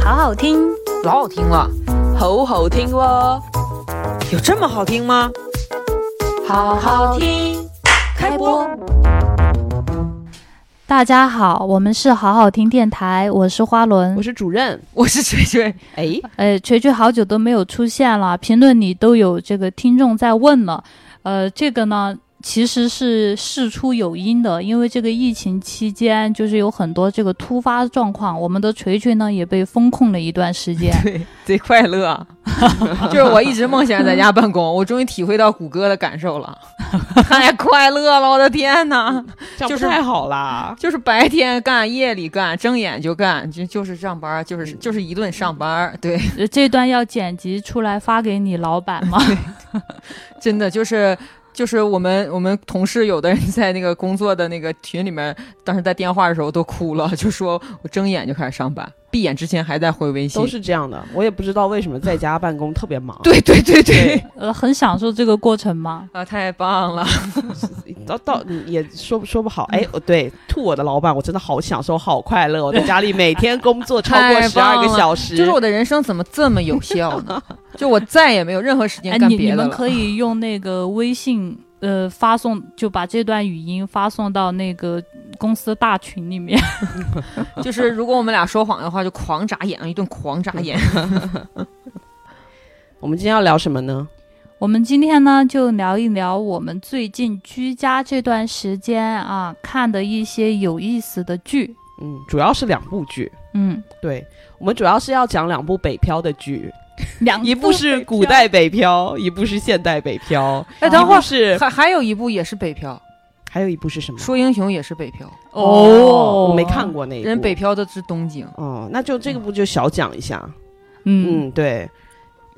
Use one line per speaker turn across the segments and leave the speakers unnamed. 好好听，
老好听了，
好好听哦，
有这么好听吗？
好好听，
开播。
大家好，我们是好好听电台，我是花轮
我。是主任，
我是锤锤，
哎，
呃，锤锤好久都没有出现了，评论里都有这个听众在问了。呃，这个呢，其实是事出有因的，因为这个疫情期间，就是有很多这个突发状况，我们的锤锤呢也被封控了一段时间。
对，贼快乐 啊。就是我一直梦想在家办公，我终于体会到谷歌的感受 了，太快乐了，我的天呐！
这样
就
不
是
太好啦。
就是白天干，夜里干，睁眼就干，就就是上班，就是就是一顿上班。对，
呃这段要剪辑出来发给你老板吗？
真的就是。就是我们我们同事有的人在那个工作的那个群里面，当时在电话的时候都哭了，就说我睁眼就开始上班，闭眼之前还在回微信
都。是这样的，我也不知道为什么在家办公特别忙。
对对对对
对，
呃，很享受这个过程吗？
啊，太棒 了！
到到嗯也说不说不好，哎，我对吐我的老板，我真的好享受，好快乐。我在家里每天工作超过
太
十
棒
二
了
个小时，
就是我的人生怎么这么有效呢？就我再也没有任何时间
哎，
干
你
别
你
的
们
了。
可以用那个微信呃发送，就把这段语音发送到那个公司大群里面。
就是如果我们俩说谎的话，就狂眨眼，一顿狂眨眼。
嗯我们今天要聊什么呢？
我们今天呢，就聊一聊我们最近居家这段时间啊看的一些有意思的剧。
嗯，主要是两部剧。
嗯，
对，我们主要是要讲两部北漂的剧，
两
一部是古代北漂，一部是现代北漂，
哎，
哎
等
等
会
会
一
儿
部是
还还有一部也是北漂，
还有一部是什么？
说英雄也是北漂，
我没看。过那一部。
人北漂的是东京。
哦，那就这个部就小讲一下。
嗯，
嗯，对，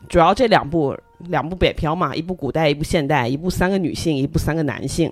主要这两部两部北漂嘛，一部古代，一部现代，一部三个女性，一部三个男性。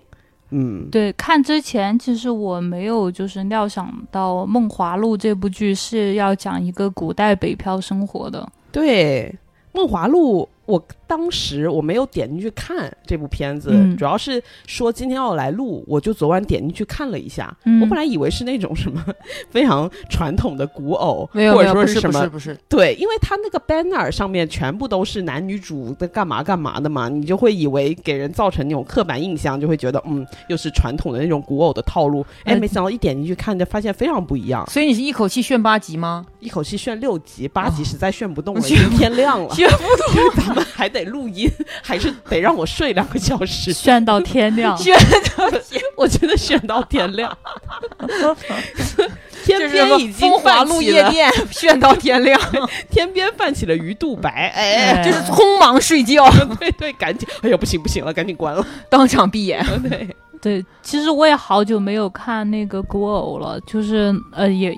嗯，
对，看之前其实我没有就是料想到《梦华录》这部剧是要讲一个古代北漂生活的。
对，《梦华录》，我当时我没有点进去看这部片子，
嗯
主要是说今天要来录，我就昨晚点进去看了一下。
嗯
我本来以为是那种什么非常传统的古偶，
没有
或
没
者
有，
说
不
什
不
么
是不是，
对，因为他那个 banner 上面全部都是男女主的干嘛干嘛的嘛，你就会以为给人造成那种刻板印象，就会觉得嗯，又是传统的那种古偶的套路。
呃
哎，
嗯
没想到一点进去看，就发现非常不一样，
所以你是一口气炫八集吗？
一口气炫六集，八集实在炫不动了，
哦
已经天亮了，
炫
不动，咱们还得录音，还是得让我睡两个小 时。
炫到天亮，
我觉得炫到天 亮，天
就是
边已经
风华
泛
录
起
夜
了，
店 炫到天亮，
天边泛起了鱼肚白， 哎，
哎
就是匆忙睡觉，
对对，赶紧， 哎呀，不行不行了，赶紧关了，
当场闭眼。。
对。
对，其实我也好久没有看那个古偶了，就是呃，也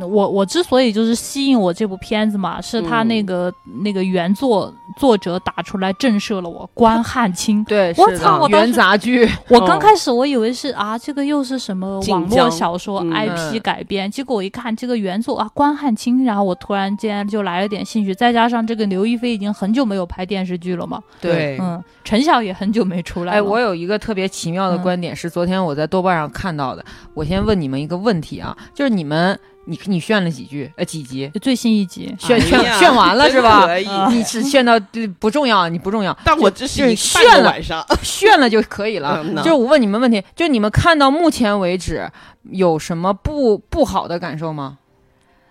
我我之所以就是吸引我这部片子嘛，是他
嗯
那个、那个原作作者打出来震慑了我，关汉 卿
对，
我
是的
操我当时
元杂剧，
我刚开始我以为是啊，这个又是什么
哦晋
网络
江
小说
嗯
IP 改编，结果我一看这个原作啊，关汉卿，然后我突然间就来了点兴趣，再加上这个刘亦菲已经很久没有拍电视剧了嘛，
对。
嗯，陈晓也很久没出来了，
哎，我有一个特别奇妙的观点，是昨天我在豆瓣上看到的。我先问你们一个问题啊，就是你们，你你炫了几句？呃，几集？
最新一集，
炫
哎
炫
呀
炫完了
真
是吧？嗯
可以
啊
你是炫到对不重要，你不重要，
但我只
就是
一
炫
半个
了
晚上，
炫了就可以了。
嗯呐
就是我问你们问题，就你们看到目前为止有什么不不好的感受吗？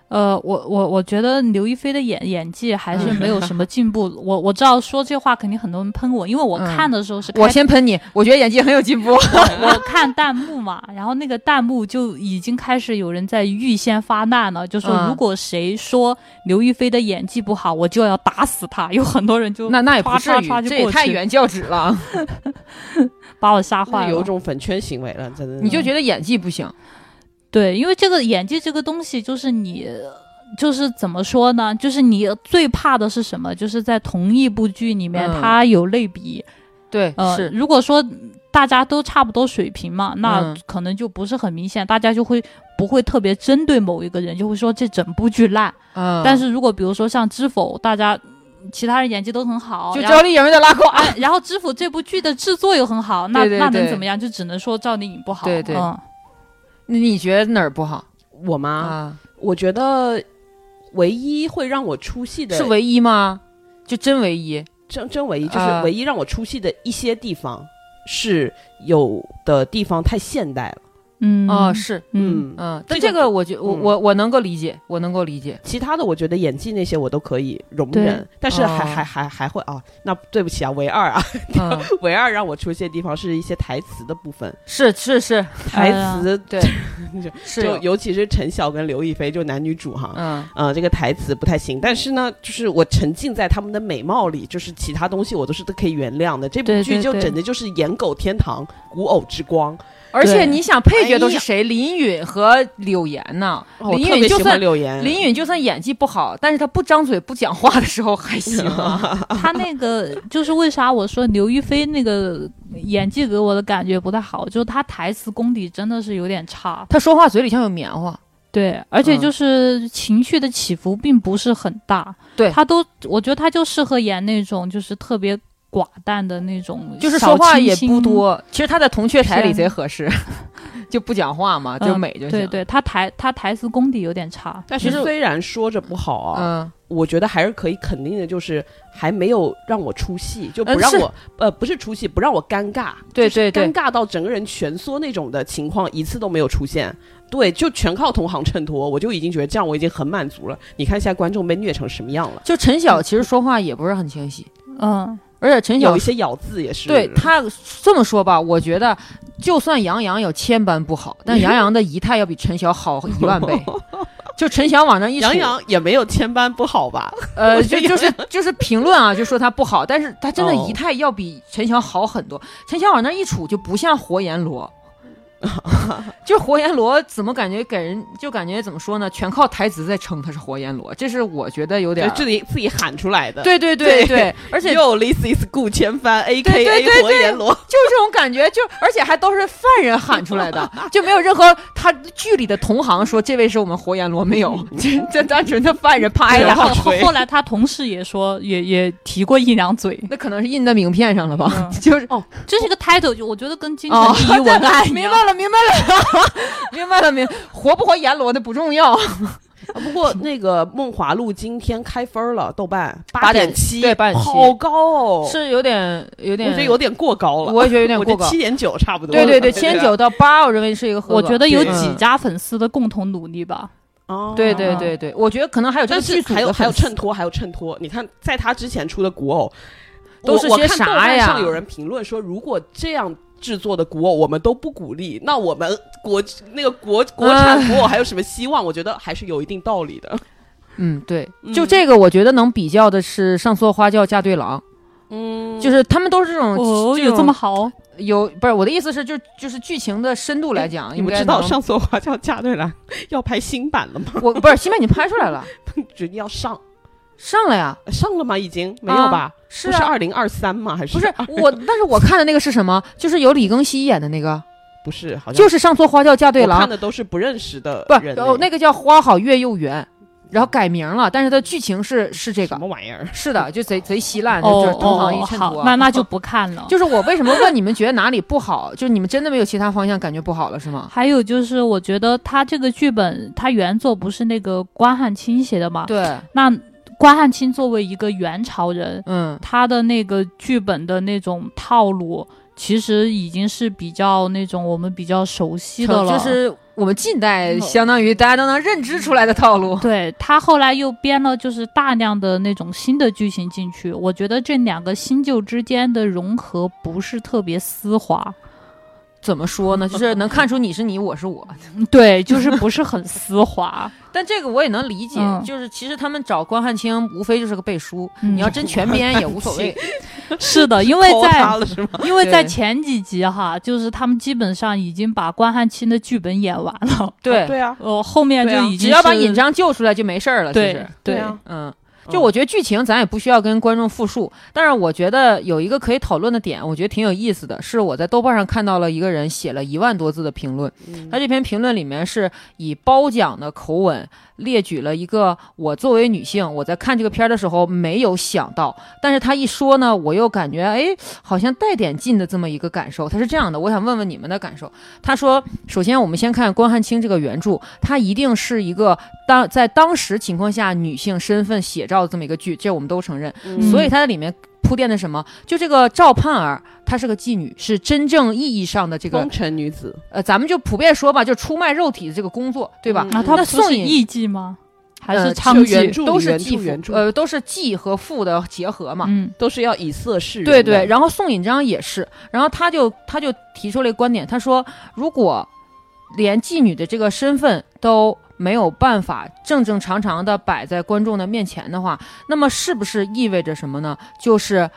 呃，我我我觉得刘亦菲的演演技还
嗯
是没有什么进步。我我知道说这话肯定很多人喷我，因为我看的时候是
嗯
开、
我先喷你，我觉得演技很有进步。
我我看弹幕嘛，然后那个弹幕就已经开始有人在预先发难了，就说
嗯
如果谁说刘亦菲的演技不好，我就要打死他。有很多人就
那那也不
唰
至
唰
于
唰，就
这也
过
太
去
原教旨了。
把我吓坏了，
有一种粉圈行为了，真的。
你就觉得演技不行，
对，因为这个演技这个东西，就是你，就是怎么说呢？就是你最怕的是什么？就是在同一部剧里面，
嗯
它有类比。
对，
呃，
是
如果说大家都差不多水平嘛，那
嗯
可能就不是很明显，大家就会不会特别针对某一个人，就会说这整部剧烂。
嗯，
但是如果比如说像《知否》，大家其他人演技都很好，
就
然后
赵丽颖有点拉胯。
哎，然后《知否》这部剧的制作又很好，那
对对
那能
对
怎么样？就只能说赵丽颖不好。
对对
嗯
你你觉得哪儿不好
啊我吗？
啊？
我觉得唯一会让我出戏的
是唯一吗？就真唯一？
真真唯一，就是
啊
唯一让我出戏的一些地方，是有的地方太现代了。
嗯
哦，是，
嗯，
嗯
嗯，但
这
这
个
个我觉我
嗯
我我能够理解，我能够理 解。
其他的我觉得演技那些我都可以容
对
忍，但是还、
哦
还还还会啊，那对不起啊，唯二啊，
嗯，
唯二让我出戏的地方是一些台词的部分，
是是是
台
嗯呃
词、
对是
就
有，
尤其是陈晓跟刘亦菲就男女主哈。
嗯
呃，这个台词不太行，但是呢，就是我沉浸在他们的美貌里，就是其他东西我都是都可以原谅的。这部
对
剧
对
就
对
整的就是演狗天堂、古偶之光，
而且
对
你想配角都
哎
是
呀
谁？林允和柳岩呢？
哦我
林
特别
允就
喜欢
算
柳岩，
林允就算演技不好，但是她不张嘴不讲话的时候还行啊。
他那个就是为啥我说刘亦菲那个演技给我的感觉不太好，就是她台词功底真的是有点差。
她说话嘴里像有棉花，
对，而且
嗯
就是情绪的起伏并不是很大。
对
她都我觉得她就适合演那种就是特别寡淡的那种，
就是说话也不。多。其实她在铜雀台里贼合适， 就不讲话嘛，就
嗯
美就行。
对对，她台她台词功底有点差。
但是
其实
虽然说着不好啊，
嗯，
我觉得还是可以肯定的，就是还没有让我出戏，就不
嗯
让
是
我、呃不是出戏，不让我尴尬，
对
就是
对对
尴尬到整个人蜷缩那种的情况一次都没有出现。对，就全靠同行衬托，我就已经觉得这样我已经很满足了。你看现在观众被虐成什么样了，
就陈晓其实说话也不是很清晰，
嗯，
而且陈晓
有一些咬字也是。
对他这么说吧，我觉得就算杨洋有千般不好，但杨洋的仪态要比陈晓好一万 倍。就陈晓往那一杵
杨洋也没有千般不好吧？
呃，
我觉
就
得
就是就是评论啊，就说他不好，但是他真的
哦
仪态要比陈晓好很多。陈晓往那一杵就不像活阎 罗，就活阎罗怎么感觉给人就感觉怎么说呢？全靠台词在撑他是活阎罗，这是我觉得有
就
点
自己自己喊出来的。，
啊对对对
对
对，而且
又 this is 顾千帆，A
对
K
对
A
对
活阎罗。
就这种感觉，就而且还都是犯人喊出来的，就没有任何他剧里的同行说这位是我们活阎罗，没有， 这这单纯的犯人啪
哎
一
呀，
然
下，
后
后
后
锤
后来她同事也说，也也提过一 两嘴，
那可能是印在名片上了吧，
嗯
就是。
这是个 title，就我觉得跟金
哦
城第一文 案一
明
样。
白了，明白了， 明白了，明活不活阎罗的不重要，
啊不过那个《梦华录》今天开分了，豆瓣点七，
8.7对8.7
好高哦，
是有点有
我
点，
觉得有点过高了，
我也觉得有点过高
七点九差不多了。
对对对，千九到八，我认为是一个合
我
格。
觉得有
对
几
嗯
家粉丝的共同努力吧。
哦
对对对对，我觉得可能还有这个
但
剧
是
组
还有
的
还有
粉丝
衬托，还有衬托。你看，在他之前出的古偶，
都是
我我
些
看
啥
豆瓣
呀
上有人评论说，如果这样制作的古偶我们都不鼓励，那我们国那个国国产古偶还有什么希望？我觉得还是有一定道理的。
嗯，对，
嗯
就这个，我觉得能比较的是《上错花轿嫁对郎》，
嗯
就是他们都是这种
哦，
种
有这么好？
有不是我的意思是就就是剧情的深度来讲，
哎你
应
们
该
知道
能
上次花轿嫁对郎 要拍新版了吗？
我不是新版已经拍出来了，
决定要上
上了呀，
上了吗？已经没有吧？
是
不是
啊，
二零二三吗？还是
不是
20
我，但是我看的那个是什么？就是有李庚希演的那个，
不是好像
就是上错花轿嫁对
我看
郎，
的都是不认识的
不，
人类，
哦，那个叫花好月又圆，然后改名了，但是它剧情是是这
什
个，
么玩意儿？
是的，就贼贼稀烂，就
哦
是
哦
东行一
哦
衬
好
托，，
那那就不看了。
就是我为什么问你们觉得哪里不好，就是你们真的没有其他方向感觉不好了是吗？
还有就是，我觉得他这个剧本，他原作不是那个关汉卿写的嘛？
对，
那关汉卿作为一个元朝人，
嗯，
他的那个剧本的那种套路，其实已经是比较那种我们比较熟悉的了。
就是我们近代相当于大家都能认知出来的套路。
对他后来又编了，就是大量的那种新的剧情进去。我觉得这两个新旧之间的融合不是特别丝滑，
怎么说呢？就是能看出你是你，我是我。
对，就是不是很丝滑。
但这个我也能理解，
嗯
就是其实他们找关汉卿无非就是个背书，
嗯
你要真全编也无所谓。
是的，因为
偷他
在
了是吗？
因为在
对
前几集哈，就是他们基本上已经把关汉卿的剧本演完了，
对，
对啊，
呃，后面
对
就
啊
已经
只要把
是
尹章救出来就没事儿了。其
对
实，
对
对
啊
嗯。 就我觉得剧情咱也不需要跟观众复述，但是我觉得有一个可以讨论的点，我觉得挺有意思的，是我在豆瓣上看到了一个人写了一万多字的评论，他这篇评论里面是以褒奖的口吻列举了一个我作为女性我在看这个片儿的时候没有想到，但是他一说呢，我又感觉哎好像带点劲的这么一个感受。他是这样的，我想问问你们的感受。他说，首先我们先看关汉卿这个原著，它一定是一个当在当时情况下女性身份写照的这么一个剧，这我们都承认。
嗯
所以它在里面铺垫的什么？就这个赵盼儿，她是个妓女，是真正意义上的这个
风尘女子，
呃，咱们就普遍说吧，就出卖肉体的这个工作，对吧？
嗯
啊，他
那
不
宋
是
颖
艺妓吗？还
呃
是
是
娼
有原
妓？
著
都
里
是
原著
妓
原
妇，
著
呃，都是妓和妇的结合嘛。
嗯，
都是要以色示人的。
对对，然后宋引章也是，然后他就他就提出了一个观点，他说如果连妓女的这个身份都没有办法正正常常的摆在观众的面前的话，那么是不是意味着什么呢？就是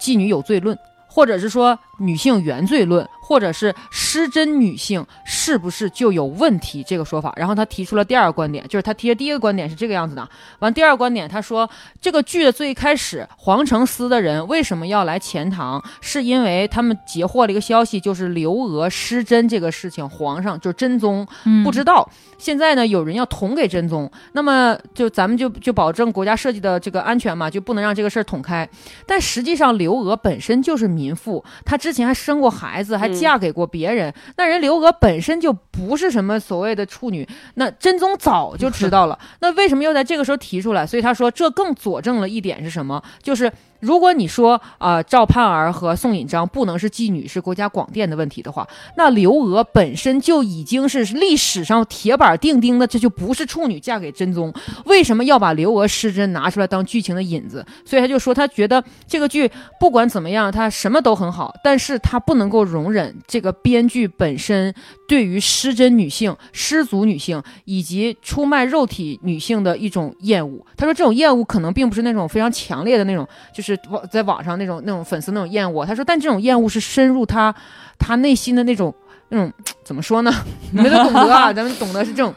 妓女有罪论，或者是说女性原罪论，或者是失真女性是不是就有问题这个说法？然后他提出了第二个观点，就是他提的第一个观点是这个样子的，完第二个观点他说这个剧的最开始，黄承思的人为什么要来钱塘？是因为他们截获了一个消息，就是刘娥失贞这个事情，皇上就是真宗
嗯
不知道。现在呢，有人要捅给真宗，那么就咱们就就保证国家设计的这个安全嘛，就不能让这个事儿捅开。但实际上，刘娥本身就是民妇，她之前还生过孩子，还
嗯
嫁给过别人。那人刘娥本身就不是什么所谓的处女，那真宗早就知道了。 那为什么又在这个时候提出来？所以他说，这更佐证了一点是什么？就是如果你说啊、呃赵盼儿和宋引章不能是妓女，是国家广电的问题的话，那刘娥本身就已经是历史上铁板钉钉的，这就不是处女嫁给真宗。为什么要把刘娥失贞拿出来当剧情的引子？所以他就说，他觉得这个剧不管怎么样，他什么都很好，但是他不能够容忍这个编剧本身对于失贞女性、失足女性以及出卖肉体女性的一种厌恶。他说，这种厌恶可能并不是那种非常强烈的那种，就是网在网上那种那种粉丝那种厌恶。他说，但这种厌恶是深入他他内心的那种那种怎么说呢？ 你们都懂得啊，咱们懂得是这种。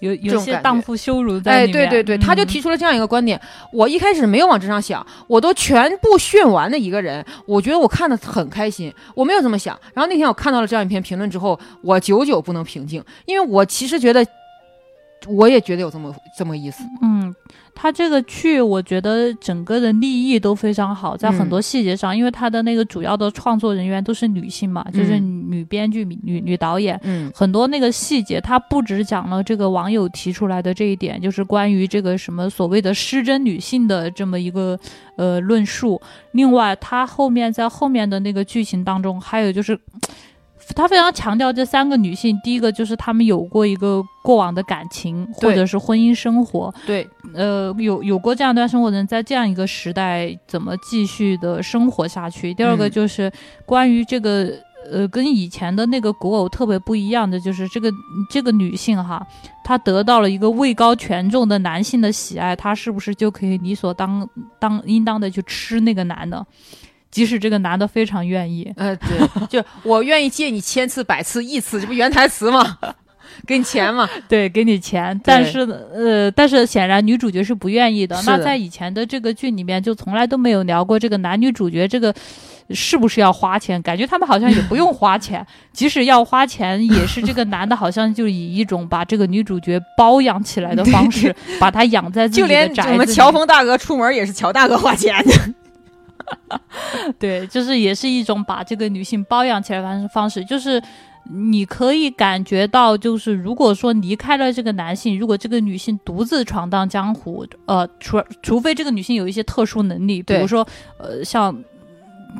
有
这
有
种
些
感觉
荡妇羞辱在
哎，
里面。
对对对，他就
嗯
提出了这样一个观点，我一开始没有往这上想，我都全部炫完的一个人，我觉得我看的很开心，我没有这么想。然后那天我看到了这样一篇评论之后，我久久不能平静，因为我其实觉得，我也觉得有这么这么意思。
嗯，他这个剧，我觉得整个的立意都非常好，在很
嗯
多细节上，因为他的那个主要的创作人员都是女性嘛，就是女编剧、女女导演。
嗯
很多那个细节，他不只讲了这个网友提出来的这一点，就是关于这个什么所谓的失真女性的这么一个呃论述。另外，他后面在后面的那个剧情当中，还有就是。他非常强调这三个女性，第一个就是她们有过一个过往的感情或
对
者是婚姻生活，
对，
呃，有有过这样一段生活的人，在这样一个时代怎么继续的生活下去？第二个
嗯
就是关于这个。呃，跟以前的那个古偶特别不一样的就是，这个这个女性哈，她得到了一个位高权重的男性的喜爱，她是不是就可以理所当当应当的去吃那个男的，即使这个男的非常愿意？
呃，对，就我愿意借你千次、百次、亿次，这不原台词吗？ 给你钱嘛？
对，给你钱，但是呢呃，但是显然女主角是不愿意的。
是
那
的
在以前的这个剧里面，就从来都没有聊过这个男女主角这个是不是要花钱，感觉他们好像也不用 花钱，即使要花钱，也是这个男的好像就以一种把这个女主角包养起来的方式，把她养在自己
就
的
连
宅
我们
子里
乔峰大哥出门也是乔大哥花钱的。
对，就是也是一种把这个女性包养起来的方式方式，就是你可以感觉到，就是如果说离开了这个男性，如果这个女性独自闯荡江湖，呃，除除非这个女性有一些特殊能力，比
对
如说呃，像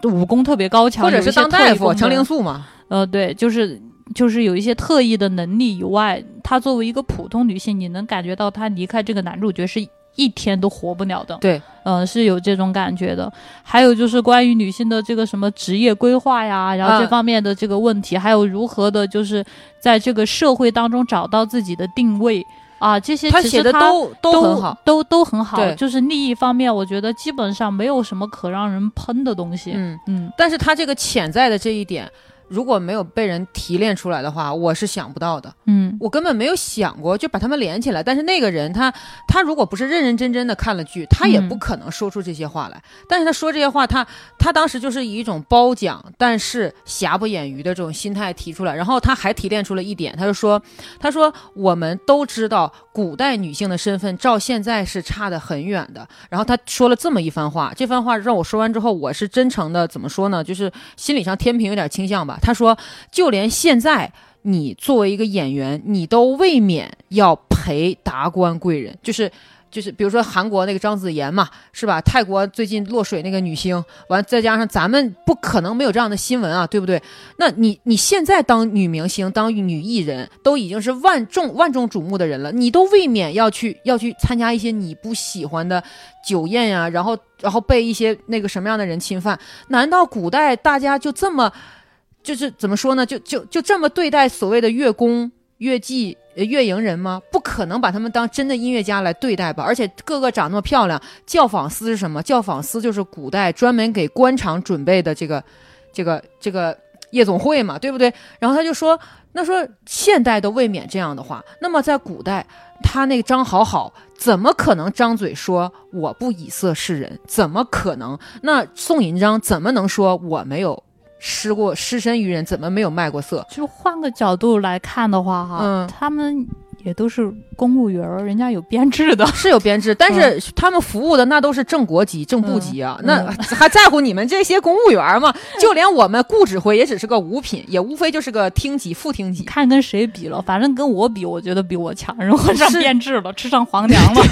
武功特别高强，
或者
有
是
一些
当
特
大
异
夫
功
程
能
灵素嘛？
呃，对，就是就是有一些特异的能力以外，她作为一个普通女性，你能感觉到她离开这个男主角是一天都活不了的。
对，
嗯、是有这种感觉的。还有就是关于女性的这个什么职业规划呀，然后这
嗯
方面的这个问题，还有如何的，就是在这个社会当中找到自己的定位啊，这些
他
其
写
实
的
她
都都很好。，
都都很好。
对
就是利益方面，我觉得基本上没有什么可让人喷的东西。
嗯，
嗯
但是他这个潜在的这一点，如果没有被人提炼出来的话，我是想不到的。
嗯
我根本没有想过就把他们连起来。但是那个人他他如果不是认认真真的看了剧，他也
嗯
不可能说出这些话来。但是他说这些话，他他当时就是以一种褒奖，但是瑕不掩瑜的这种心态提出来。然后他还提炼出了一点，他就说他说我们都知道古代女性的身份照现在是差得很远的。然后他说了这么一番话，这番话让我说完之后，我是真诚的，怎么说呢？就是心理上天平有点倾向吧。他说，就连现在你作为一个演员，你都未免要陪达官贵人，就是。就是比如说韩国那个张子妍嘛，是吧？泰国最近落水那个女星，完再加上咱们不可能没有这样的新闻啊，对不对？那你你现在当女明星、当女艺人，都已经是万众万众瞩目的人了，你都未免要去要去参加一些你不喜欢的酒宴呀、然后然后被一些那个什么样的人侵犯？难道古代大家就这么就是怎么说呢？就就就这么对待所谓的乐工、乐伎、呃乐营人吗？不可能把他们当真的音乐家来对待吧？而且个个长那么漂亮，教坊司是什么？教坊司就是古代专门给官场准备的这个、这个、这个夜总会嘛，对不对？然后他就说，那说现代都未免这样的话，那么在古代，他那个张好好怎么可能张嘴说我不以色示人？怎么可能？那宋银章怎么能说我没有失过失身于人？怎么没有卖过色？
就换个角度来看的话，哈，
嗯
他们也都是公务员儿，人家有编 制的。
是有编制，但是他们服务的那都是正国级、正部级啊，
嗯
那还在乎你们这些公务员吗？就连我们顾指挥也只是个五品，也无非就是个厅级、副厅级。
看跟谁比了，反正跟我比，我觉得比我强。然后上
是
编制了，吃上皇粮了。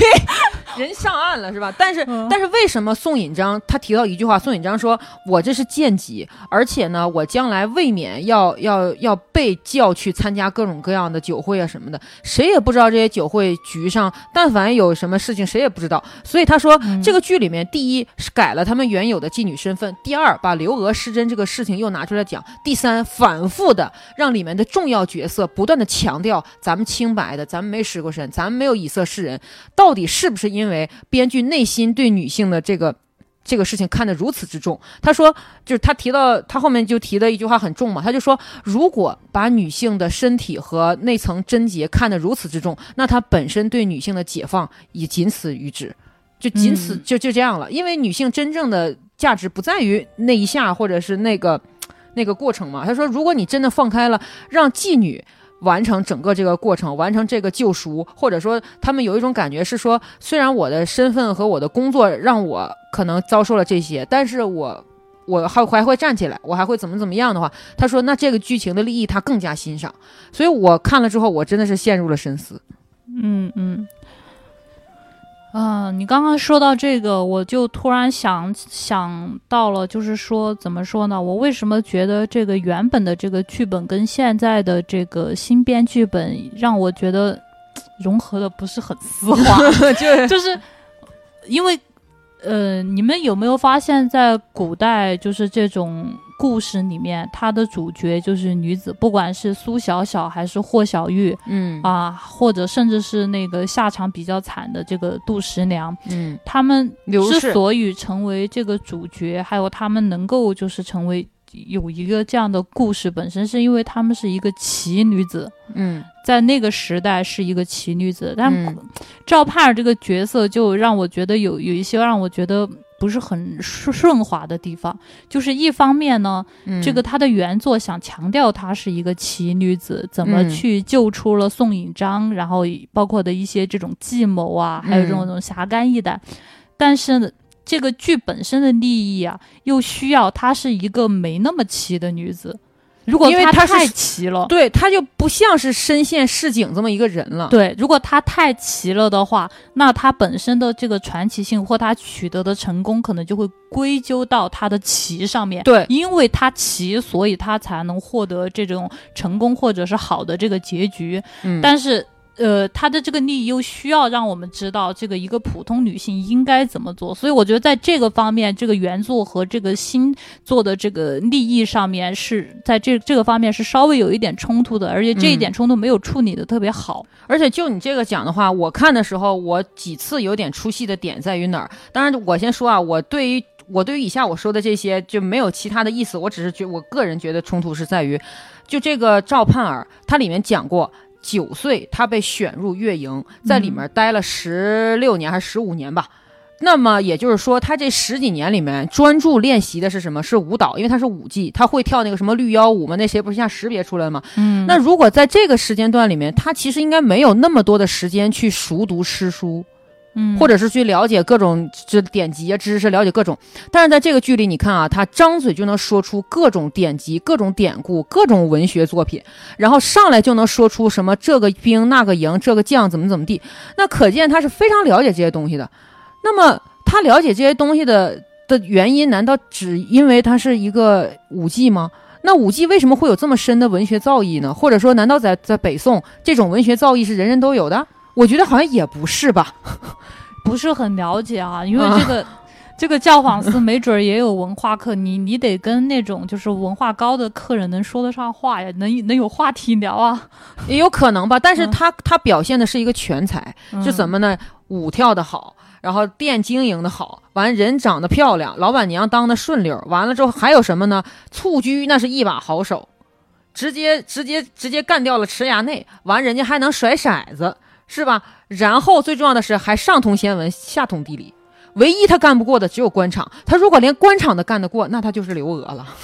人上岸了是吧？但是、
嗯
但是为什么宋引章他提到一句话，宋引章说：“我这是贱籍，而且呢，我将来未免要要要被叫去参加各种各样的酒会啊什么的，谁也不知道这些酒会局上但凡有什么事情，谁也不知道。所以他说，
嗯
这个剧里面，第一是改了他们原有的妓女身份，第二把刘娥失贞这个事情又拿出来讲，第三反复的让里面的重要角色不断的强调咱们清白的，咱们没失过身，咱们没有以色示人，到底是不是因为编剧内心对女性的这个这个事情看得如此之重？他说，就是他提到他后面就提的一句话很重嘛，他就说，如果把女性的身体和那层贞洁看得如此之重，那他本身对女性的解放也仅此于止，就仅此、
嗯
就就这样了，因为女性真正的价值不在于那一下或者是那个。那个过程嘛，他说，如果你真的放开了，让妓女完成整个这个过程，完成这个救赎，或者说他们有一种感觉是说，虽然我的身份和我的工作让我可能遭受了这些，但是我我还还会站起来，我还会怎么怎么样的话，他说那这个剧情的利益他更加欣赏，所以我看了之后，我真的是陷入了深思。
嗯嗯。啊、你刚刚说到这个，我就突然想想到了，就是说，怎么说呢？我为什么觉得这个原本的这个剧本跟现在的这个新编剧本，让我觉得嘖融合的不是很丝滑？
就
就是因为，呃，你们有没有发现，在古代就是这种故事里面，它的主角就是女子，不管是苏小小还是霍小玉
嗯
啊，或者甚至是那个下场比较惨的这个杜十娘，
嗯，
他们
刘
之
氏
所以成为这个主角，还有他们能够就是成为有一个这样的故事，本身是因为他们是一个奇女子。
嗯
在那个时代是一个奇女子，但
嗯
赵盼儿这个角色就让我觉得有有一些让我觉得不是很顺顺滑的地方，就是一方面呢，
嗯
这个他的原作想强调她是一个奇女子，怎么
嗯
去救出了宋引章，然后包括的一些这种计谋啊，还有这
嗯
种这种侠肝义胆，但是呢，这个剧本身的利益啊，又需要她是一个没那么奇的女子。如果
因为
她
她是
太奇了，
对他就不像是身陷市井这么一个人了。
对，如果它太齐了的话，那它本身的这个传奇性或它取得的成功，可能就会归咎到它的齐上面。
对
因为它齐，所以它才能获得这种成功或者是好的这个结局。
嗯，
但是，呃，它的这个利益又需要让我们知道这个一个普通女性应该怎么做。所以，我觉得在这个方面，这个原作和这个新做的这个利益上面是在这这个方面是稍微有一点冲突的，而且这一
嗯
点冲突没有处理的特别好。
而且就你这个讲的话，我看的时候，我几次有点出戏的点在于哪儿？当然，我先说啊，我对于我对于以下我说的这些就没有其他的意思，我只是觉我个人觉得冲突是在于，就这个赵盼儿，她里面讲过。九岁，她被选入乐营，在里面待了十六年还是十五年吧。那么也就是说，她这十几年里面专注练习的是什么？是舞蹈，因为她是舞技，她会跳那个什么绿腰舞嘛，那谁不是像识别出来吗？
嗯，
那如果在这个时间段里面，她其实应该没有那么多的时间去熟读诗书，
嗯
或者是去了解各种这典籍啊、知识，了解各种。但是在这个剧里，你看啊，他张嘴就能说出各种典籍、各种典故、各种文学作品，然后上来就能说出什么这个兵、那个营、这个将怎么怎么地，那可见他是非常了解这些东西的。那么他了解这些东西的的原因，难道只因为他是一个武技吗？那武技为什么会有这么深的文学造诣呢？或者说，难道在在北宋这种文学造诣是人人都有的？我觉得好像也不是吧。
不是很了解啊，因为这 个、这个教坊司没准儿也有文化课，你你得跟那种就是文化高的客人能说得上话呀，能能有话题聊啊。
也有可能吧，但是
嗯
他、他表现的是一个全才，是怎
么？
么呢？舞跳的好，然后店经营的好，完人长得漂亮，老板娘当的顺溜，完了之后还有什么呢？蹴鞠那是一把好手，直接直接直接干掉了池衙内，完人家还能甩骰子，是吧？然后最重要的是还上通天文，下通地理。唯一他干不过的只有官场，他如果连官场都干得过，那他就是刘娥了。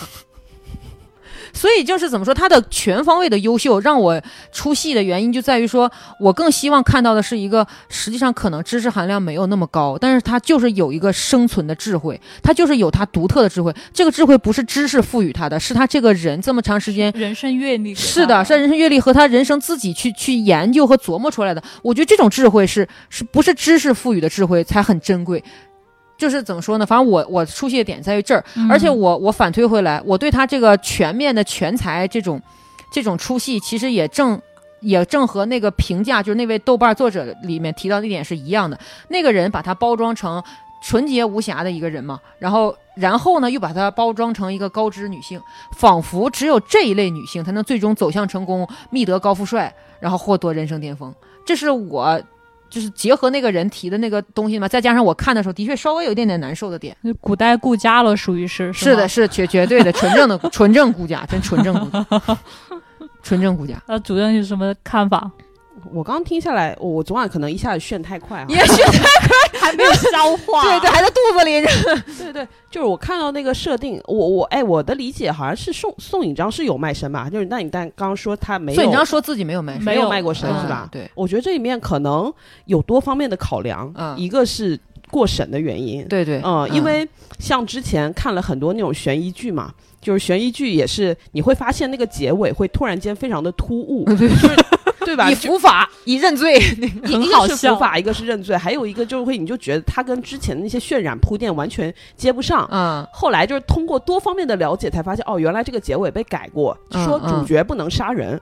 所以就是怎么说，他的全方位的优秀让我出戏的原因就在于说，我更希望看到的是一个实际上可能知识含量没有那么高，但是他就是有一个生存的智慧，他就是有他独特的智慧。这个智慧不是知识赋予他的，是他这个人这么长时间
嗯人生阅历给
是
他
的，是人生阅历和他人生自己去去研究和琢磨出来的。我觉得这种智慧是是不是知识赋予的智慧才很珍贵。就是怎么说呢？反正我我出戏的点在于这儿，
嗯
而且我我反推回来，我对他这个全面的全才这种这种出戏，其实也正也正和那个评价，就是那位豆瓣作者里面提到那点是一样的。那个人把他包装成纯洁无瑕的一个人嘛，然后然后呢又把她包装成一个高知女性，仿佛只有这一类女性才能最终走向成功，觅得高富帅，然后获得人生巅峰。这是我就是结合那个人提的那个东西嘛，再加上我看的时候的确稍微有一点点难受的点。
就古代顾家了，属于是
是的，
吗
是绝绝对的纯正的纯正估价，真纯正估价， 纯正估价。
那呃主任有什么看法？
我刚听下来，我我昨晚可能一下子炫太快 啊，
也是
还没有消化
对对，还在肚子里。
对对，就是我看到那个设定，我我哎，我的理解好像是宋宋引章是有卖身吧，就是那你但刚刚说他没
所以
有
你要说自己没有卖身，
没
没
有
有卖过身
嗯
是吧？
对，
我觉得这里面可能有多方面的考量，
嗯
一个是过审的原因，
对对，
嗯，因为像之前看了很多那种悬疑剧嘛，就是悬疑剧也是你会发现那个结尾会突然间非常的突兀，就是 对吧？
嗯以
就
伏法以认罪，
一
很
嗯
一
好
个是
笑
伏法，一个是认罪，还有一个就会你就觉得它跟之前的那些渲染铺垫完全接不上。
嗯
后来就是通过多方面的了解，才发现哦，原来这个结尾被改过，
嗯
说主
嗯
角不能杀人。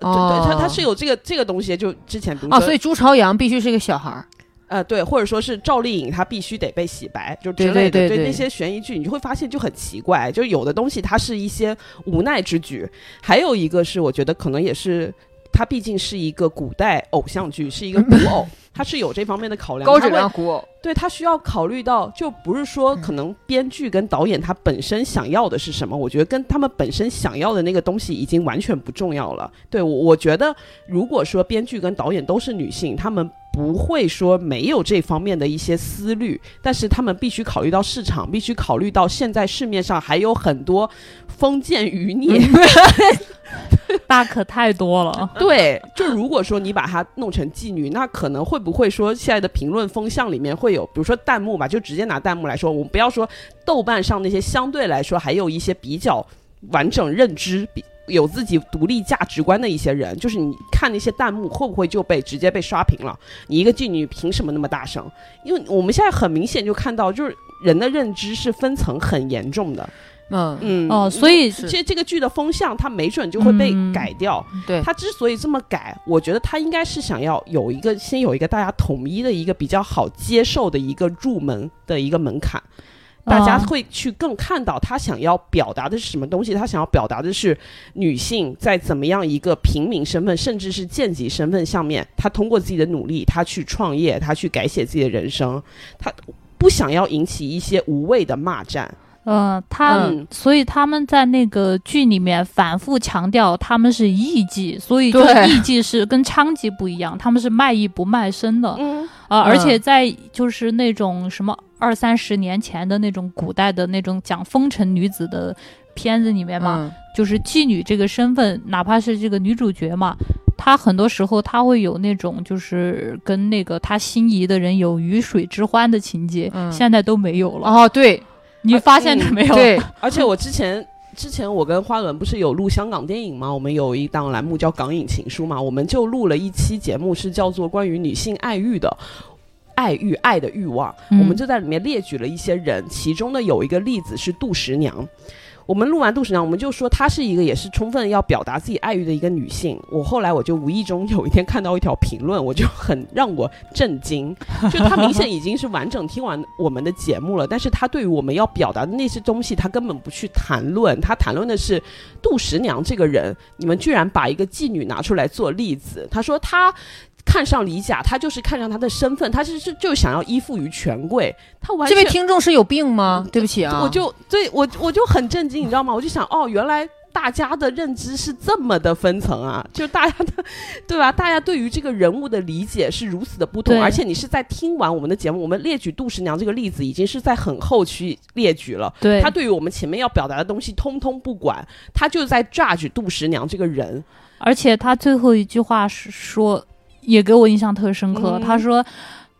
对
哦
对，他他是有这个这个东西，就之前比如
啊，
说，
所以朱朝阳必须是一个小孩儿。
呃，对，或者说是赵丽颖她必须得被洗白，就之
对
类的，
对对对
那些悬疑剧，你就会发现就很奇怪，就有的东西它是一些无奈之举，还有一个是我觉得可能也是。它毕竟是一个古代偶像剧，是 一个古偶，它是有这方面的考量。
高
它
质
会
量古偶，
对他需要考虑到，就不是说可能编剧跟导演他本身想要的是什么，我觉得跟他们本身想要的那个东西已经完全不重要了。对我，我觉得如果说编剧跟导演都是女性，他们不会说没有这方面的一些思虑，但是他们必须考虑到市场，必须考虑到现在市面上还有很多封建余孽，
大可太多了。
对，就如果说你把它弄成妓女，那可能会不会说现在的评论风向里面会有，比如说弹幕吧，就直接拿弹幕来说，我们不要说豆瓣上那些相对来说还有一些比较完整认知比。有自己独立价值观的一些人，就是你看那些弹幕会不会就被直接被刷屏了？你一个妓女凭什么那么大声？因为我们现在很明显就看到，就是人的认知是分层很严重的。
嗯，
嗯，
哦，所以
是
这这个剧的风向，它没准就会被
嗯
改掉。
对，
他之所以这么改，我觉得他应该是想要有一个先有一个大家统一的一个比较好接受的一个入门的一个门槛，大家
啊
会去更看到他想要表达的是什么东西。他想要表达的是女性在怎么样一个平民身份，甚至是贱籍身份上面，她通过自己的努力，她去创业，她去改写自己的人生，她。不想要引起一些无谓的骂战。
嗯，他、
嗯
所以他们在那个剧里面反复强调他们是艺妓，所以就
对
艺伎是跟娼妓不一样，他 们是卖艺不卖身的啊、
嗯，
而且在就是那种什么二三十年前的那种古代的那种讲风尘女子的片子里面嘛，
嗯
就是妓女这个身份，哪怕是这个女主角嘛，她很多时候她会有那种就是跟那个她心仪的人有鱼水之欢的情节，
嗯
现在都没有了。
呃
哦，对
你发现了没有？
对，
而且我之前。之前我跟花轮不是有录香港电影吗？我们有一档栏目叫《港影情书》嘛，我们就录了一期节目，是叫做关于女性爱欲的，爱欲爱的欲望。
嗯
我们就在里面列举了一些人，其中呢有一个例子是杜十娘。我们录完杜十娘，我们就说她是一个也是充分要表达自己爱欲的一个女性。我后来我就无意中有一天看到一条评论，我就很让我震惊，就她明显已经是完整听完我们的节目了，但是她对于我们要表达的那些东西，她根本不去谈论，她谈论的是杜十娘这个人，你们居然把一个妓女拿出来做例子。她说她。看上李甲，她就是看上他的身份，她是是就想要依附于权贵，她完
这
全嗯
位听众是有病吗？对不起啊，
我就对我我就很震惊，你知道吗？我就想，哦，原来大家的认知是这么的分层啊，就大家的， 对吧？大家对于这个人物的理解是如此的不同，
对
而且你是在听完我们的节目，我们列举杜十娘这个例子，已经是在很后期列举了。
对，
他对于我们前面要表达的东西通通不管，他就在 judge 杜十娘这个人。
而且他最后一句话是说，也给我印象特深刻。
嗯
他说，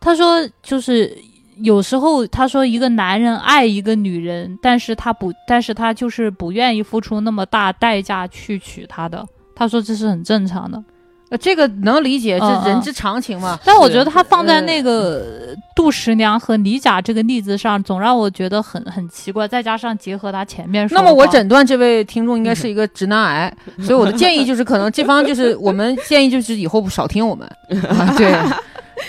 他说就是有时候他说一个男人爱一个女人，但是他不，但是他就是不愿意付出那么大代价去娶她的。他说这是很正常的，
呃这个能理解，
嗯
这人
嗯
之常情嘛。
但我
是
觉得他放在
呃
那个杜十娘和李甲这个例子上，总让我觉得很很奇怪。再加上结合他前面说
那
的话，嗯
么我诊断这位听众应该是一个直男癌，所以我的建议就是，可能这方就是 我们建议就是以后少听我 们，啊、对，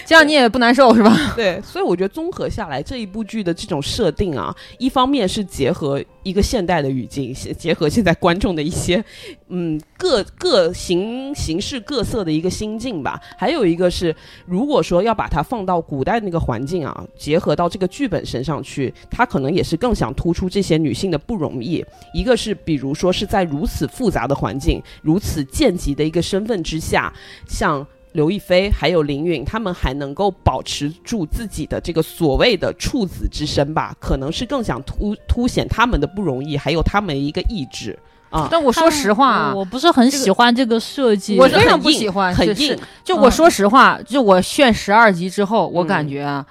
这样你也不难受是吧？
对，所以我觉得综合下来，这一部剧的这种设定啊，一方面是结合一个现代的语境，是结合现在观众的一些嗯各各形形式各色的一个心境吧，还有一个是，如果说要把它放到古代那个环境啊，结合到这个剧本身上去，它可能也是更想突出这些女性的不容易。一个是比如说是在如此复杂的环境、如此贱籍的一个身份之下，像刘亦菲还有林允，她们还能够保持住自己的这个所谓的处子之身吧，可能是更想凸凸显她们的不容易，还有她们一个意志啊。
但我说实话啊
我，我不是很
这个
喜欢这个设计。
我
觉得
非常
很
不
硬
喜欢
很
是啊是
硬，
就我
嗯
说实话，就我炫十二集之后，我感
嗯
觉啊，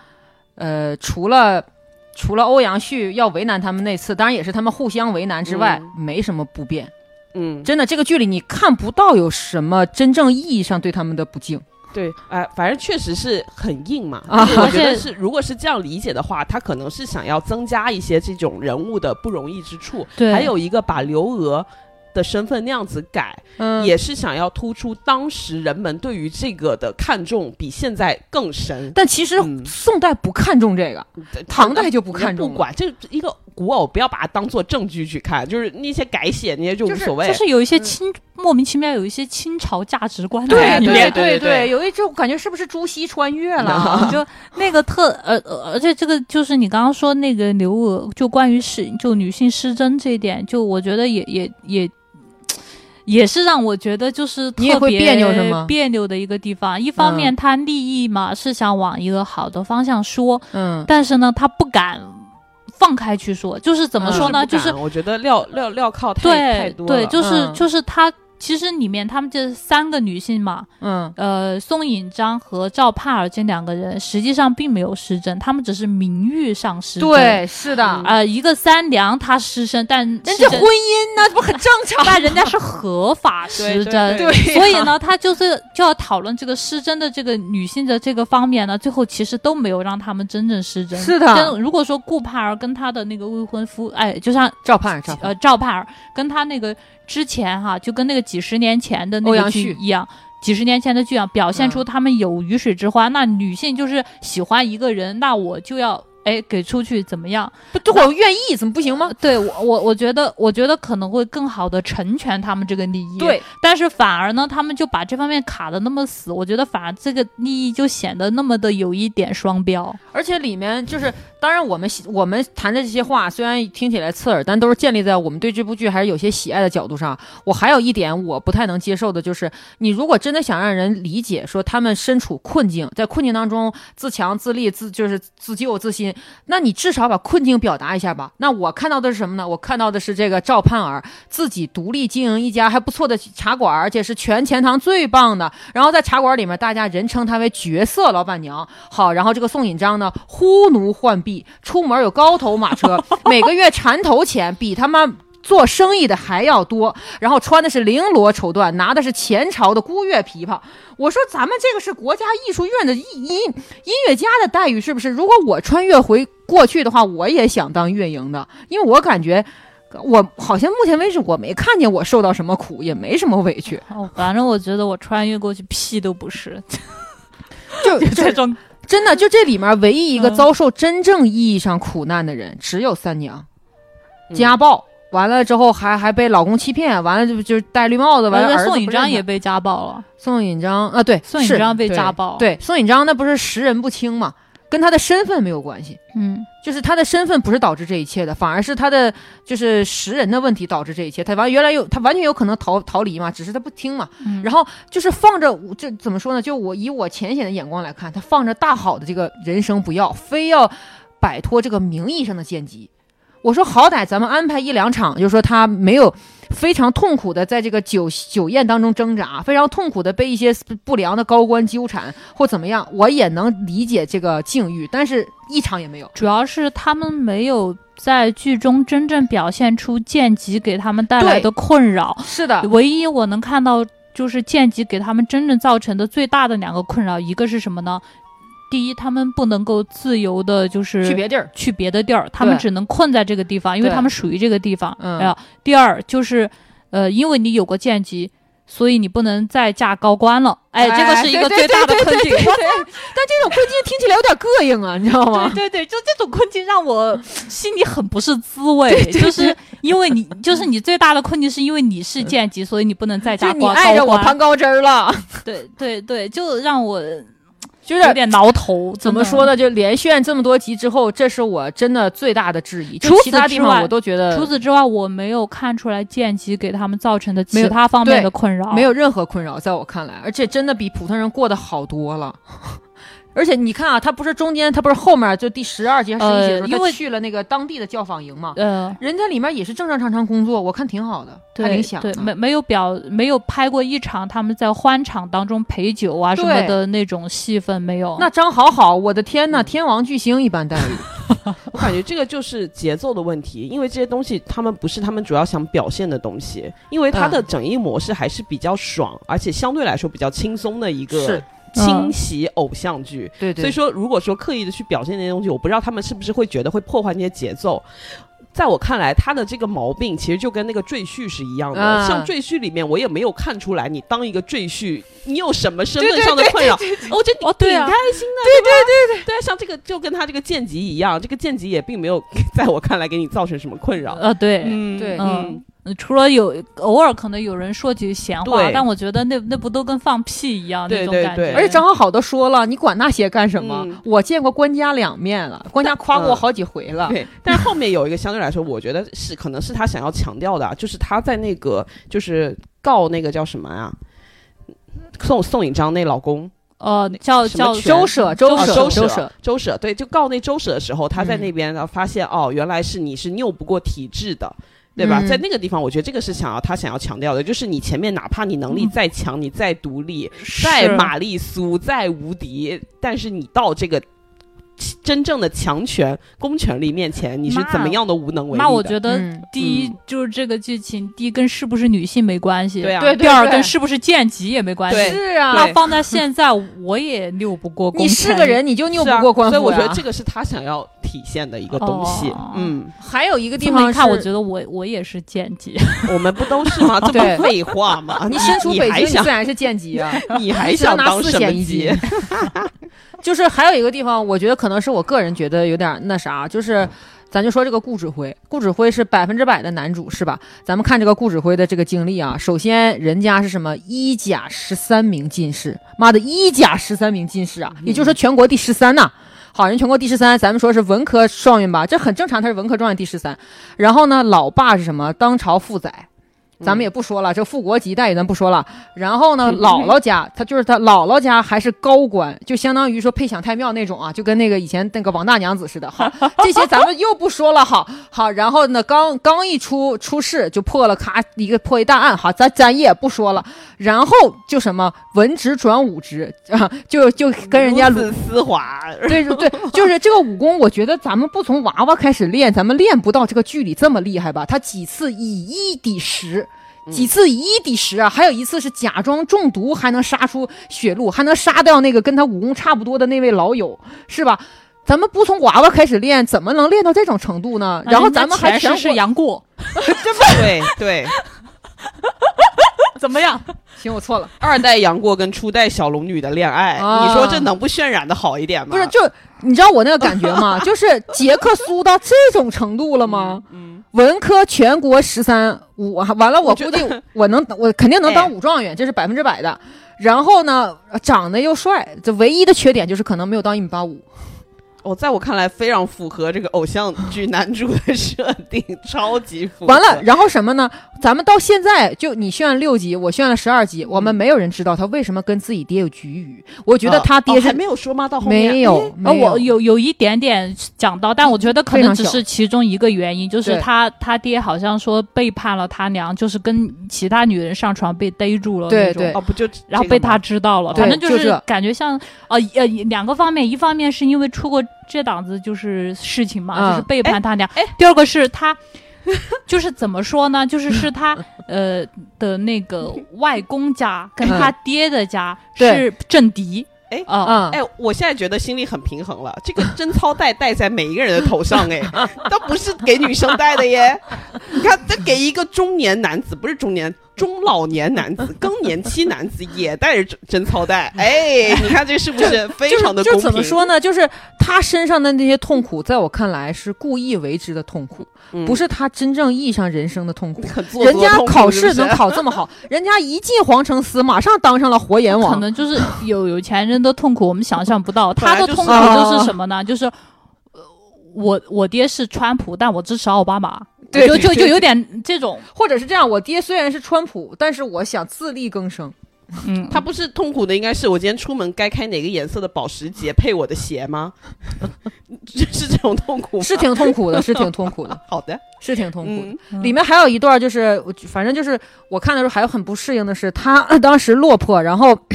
呃，除了除了欧阳旭要为难他们那次，当然也是他们互相为难之外，没什么不便。
嗯，
真的，这个剧里你看不到有什么真正意义上对他们的不敬。
对，哎、反正确实是很硬嘛。
啊
就是我觉
而且
得是，如果是这样理解的话，她可能是想要增加一些这种人物的不容易之处。
对
还有一个把刘娥的身份那样子改，
嗯，
也是想要突出当时人们对于这个的看重比现在更深。
但其实
嗯
宋代不看重这个，唐代就不看重
不
了。
管这一个古偶，不要把它当做证据去看，就是那些改写那些就无
就是
所谓。
就是有一些
嗯
清、莫名其妙有一些清朝价值观
对
在里
对
面。
对对对
有一种感觉是不是朱熹穿越了？
啊就那个特呃，呃而且这个就是你刚刚说那个刘娥，就关于失就女性失贞这一点，就我觉得也也也也是让我觉得就是特
你也会
别
别扭是吗
别扭的一个地方。一方面，
嗯
他利益嘛是想往一个好的方向说，
嗯，
但是呢，他不敢放开去说，就是怎么
嗯
说呢？
不
就
敢
是
我觉得镣镣镣铐太太
对
多
对，
了
就是、
嗯
就是他。其实里面他们这三个女性嘛，
嗯
呃，宋引章和赵盼儿这两个人实际上并没有失贞，他们只是名誉上失贞。，
对，是的。
嗯
呃，一个三娘她失身，但
人
失
家
贞
婚姻呢，这不很正常？
但人家是合法失贞，
对
对
所以呢，他就是就要讨论这个失贞的这个女性的这个方面呢，最后其实都没有让他们真正失贞。
是啊的
跟如果说顾盼儿跟她的那个未婚夫，哎，就像
赵盼儿，赵盼儿
呃，赵盼儿跟他那个之前哈、就跟那个几十年前的那
欧
个
阳
剧
旭嗯
一样，几十年前的剧啊，表现出他们有鱼水之欢。那女性就是喜欢一个人，那我就要哎，给出去怎么样？
不，这我愿意，怎么不行吗？
对我，我我觉得，我觉得可能会更好的成全他们这个利益。
对，
但是反而呢，他们就把这方面卡的那么死，我觉得反而这个利益就显得那么的有一点双标。
而且里面就是，当然我们喜我们谈的这些话，虽然听起来刺耳，但都是建立在我们对这部剧还是有些喜爱的角度上。我还有一点我不太能接受的就是，你如果真的想让人理解说他们身处困境，在困境当中自强自立自就是自救自新，那你至少把困境表达一下吧。那我看到的是什么呢？我看到的是这个赵盼儿自己独立经营一家还不错的茶馆，而且是全钱塘最棒的。然后在茶馆里面，大家人称她为角色老板娘。好，然后这个宋引章呢，呼奴唤婢，出门有高头马 车，每个月缠头钱比他妈。做生意的还要多，然后穿的是绫罗绸缎，拿的是前朝的孤月琵琶。我说咱们这个是国家艺术院的音音音乐家的待遇，是不是？如果我穿越回过去的话，我也想当乐营的，因为我感觉我好像目前为止我没看见我受到什么苦，也没什么委屈。
哦，反正我觉得我穿越过去屁都不是，
就
就这种。
真的，就这里面唯一一个
嗯
遭受真正意义上苦难的人，只有三娘，
嗯
家暴。完了之后还还被老公欺骗，完了就就是戴绿帽子，完了
而
儿
且
子
宋
不
引章
认
也
他
被家暴了，
宋引章啊，对，
宋引
是
章被
对
家暴。，
对宋引章那不是识人不清嘛，跟他的身份没有关系，
嗯，
就是他的身份不是导致这一切的，反而是他的就是识人的问题导致这一切。他完原来有他完全有可能逃逃离嘛，只是他不听嘛。
嗯
然后就是放着我这怎么说呢？就我以我浅显的眼光来看，他放着大好的这个人生不要，非要摆脱这个名义上的剑姬。我说好歹咱们安排一两场，就是说他没有非常痛苦的在这个酒酒宴当中挣扎，非常痛苦的被一些不良的高官纠缠或怎么样，我也能理解这个境遇，但是一场也没有。
主要是他们没有在剧中真正表现出剑姬给他们带来
对啊
的困扰，
是的，
唯一我能看到就是剑姬给他们真正造成的最大的两个困扰，一个是什么呢？第一，他们不能够自由的，就是
去别地儿。
去别的地儿，他们只能困在这个地方，因为
对
他们属于这个地方。
嗯
哎呀第二就是，呃，因为你有过剑姬，所以你不能再嫁高官了。哎，这个是一个
对对
最大的坑
对对
阱。
对对对但这种困境听起来有点膈应啊，你知道 吗？
对对对，就这种困境让我心里很不是滋 味，就是因为你，就是你最大的困境是因为你是剑姬，所以你不能再
就
嫁
你
高
碍着
高
我
官。
攀高枝儿了，
对对对，就让我
就有
有
点
点挠头。
怎么
真的
说？呢？就连炫这么多集之后，这是我真的最大的质疑。就
除此
其他地
之外
方我都觉
除
得
此之外，我没有看出来剑姬给他们造成的
没
其
有
他方
对
面的困扰。
没有任何困扰，在我看来，而且真的比普通人过得好多了。而且你看啊，他不是中间，他不是后面就第十二集、十一集的时候，
呃因
他
为
去了那个当地的教坊营嘛，
呃，
人家里面也是正正常常工作，我看挺好的，还
对
挺想啊
对
的，
没没有表没有拍过一场他们在欢场当中陪酒啊什么
对
的那种戏份没有。
那张好好，我的天
嗯
呐，天王巨星一般待遇。
我感觉这个就是节奏的问题，因为这些东西他们不是他们主要想表现的东西，因为它的整一模式还是比较爽，而且相对来说比较轻松的一个
是
清
嗯
洗偶像剧。
对对，
所以说，如果说刻意的去表现那些东西，我不知道他们是不是会觉得会破坏那些节奏。在我看来，他的这个毛病其实就跟那个赘婿是一样的。
啊
像赘婿里面，我也没有看出来你当一个赘婿，你有什么身份上的困扰。我觉得
哦
你挺
对啊
开心的，对对对对对。啊像这个就跟他这个剑姬一样，这个剑姬也并没有在我看来给你造成什么困扰。
呃，对，
嗯
对
嗯，
嗯除了有偶尔可能有人说句闲话，
对
但我觉得那那不都跟放屁一样
对
那种
对
感
对
觉。
而且张好好都说了，你管那些干什么？
嗯
我见过官家两面了，官家夸过
呃
我
嗯
好几回了。
对，但是后面有一个相对来说，我觉得是可能是他想要强调的啊，就是他在那个就是告那个叫什么啊，宋宋引章那老公
呃，叫
什么
叫
权
周舍，周
啊
舍，
周
周
舍，周舍对，就告那周舍的时候，他在
嗯
那边呢发现、哦，原来是你是拗不过体制的。对吧？
嗯
在那个地方，我觉得这个是想要他想要强调的，就是你前面哪怕你
嗯
能力再强，你再独立，再
是
玛丽苏，再无敌，但是你到这个真正的强权、公权力面前，你是
那
怎么样的无能为力的？
那我觉得
嗯
第一、
嗯
就是这个剧情，第一跟是不是女性没关系，
对啊，
对
第二跟是不是剑姬也没关系。
对
是啊，
那
对
放在现在，我也拗不过。
你是个，人，你就拗不过官
啊所以
府啊
我
呀、
觉得这个是他想要体现的一个东西。
哦
嗯，
还有一个地
这么
方
一看，我
是
觉得我我也是剑姬。
我们不都 是吗？这
对
不废话吗？
你身处
你
北
还
京，你
想
自然是剑姬啊，
你还
你只要
想
拿
当
四
什么
险一
级
金？。 就是还有一个地方，我觉得可能是我个人觉得有点那啥，就是咱就说这个顾指挥，顾指挥是百分之百的男主是吧？咱们看这个顾指挥的这个经历啊，首先人家是什么一甲十三名进士，妈的一甲十三名进士啊，
嗯
也就是说全国第十三呐。好人全国第十三，咱们说是文科状元吧，这很正常，他是文科状元第十三。然后呢，老爸是什么？当朝父宰，咱们也不说了，这富国级待遇咱不说了。然后 呢，姥姥家他就是他姥姥家还是高官，就相当于说配享太庙那种啊，就跟那个以前那个王大娘子似的。 好，这些咱们又不说了。好，好，然后呢，刚刚一出出事就破了，咔一个破一大案。好，咱咱也不说了。然后就什么文职转武职啊，就就跟人家
如
鲁
此丝滑，
对对，就是这个武功，我觉得咱们不从娃娃开始练，咱们练不到这个剧里这么厉害吧？他几次以一抵十。
嗯
几次以一抵十啊，还有一次是假装中毒，还能杀出血路，还能杀掉那个跟他武功差不多的那位老友，是吧？咱们不从娃娃开始练，怎么能练到这种程度呢？然后咱们还
人家
全
哎前
国
世是杨过，
对对，
怎么样？
行，我错了，
二代杨过跟初代小龙女的恋爱，
啊
你说这能不渲染的好一点吗？
不是就你知道我那个感觉 吗？就是杰克苏到这种程度了吗？
嗯，
文科全国十三五，完了我
我觉
估
得
计我 能我肯定能当
哎
武状元，这是百分之百的。然后呢，长得又帅，这唯一的缺点就是可能没有到一米八五。
我、在我看来非常符合这个偶像剧男主的设定，超级符合。
完了，，然后什么呢？咱们到现在就你炫了六级，我炫了十二级，我们没有人知道他为什么跟自己爹有局语。我觉得他爹
哦
是、
还没有说吗？到后面哦
没有
啊，
没有，嗯
我有有一点点讲到，但我觉得可
非
能
常
只
小
是其中一个原因，就是
对
他他爹好像说背叛了他娘，就是跟其他女人上床被逮住了
对
那种
对
哦，不就
然后
这个
被
吗
他知道了，
对
反正就
就是这
感觉像呃呃两个方面，一方面是因为出过这档子就是事情嘛，
嗯
就是背叛他娘；
哎
第二个是他 就是怎么说呢，就是 是他呃的那个外公家跟他爹的家
嗯对
是政敌，
哎
嗯，
啊、
哎，我现在觉得心里很平衡了。这个贞操带戴在每一个人的 头上，哎，它不是给女生戴的耶。你看，这给一个中年男子，不是中年，中老年男子、更年期男子也戴着贞贞操 带，哎，你看这是不是非常的
就
公
是。就怎
平？
么说呢？就是他身上的那些痛苦，在我看来是故意为之的痛苦，
嗯
不是他真正意义上人生的痛苦。
很做作
人家
痛苦
考
是
试
不是
能考这么好，人家一进皇城司，马上当上了活阎
可
王。
能就是有有钱人的痛苦，我们想象不到。
本来
他的
就是
痛苦就是什么呢？就是，呃我我爹是川普，但我支持奥巴 马，
对
就
对
就
对
就有点这种，
或者是这样，我爹虽然是川普，但是我想自力更生。
嗯，
他不是痛苦的，应该是我今天出门该开哪个颜色的保时捷配我的鞋吗？ 是是这种痛苦吗？
是挺痛苦的，是挺痛苦的，
好的，
是挺痛苦的。
嗯，
嗯
里面还有一段就是，我反正就是我看的时候还有很不适应的是，他 当时落魄，然后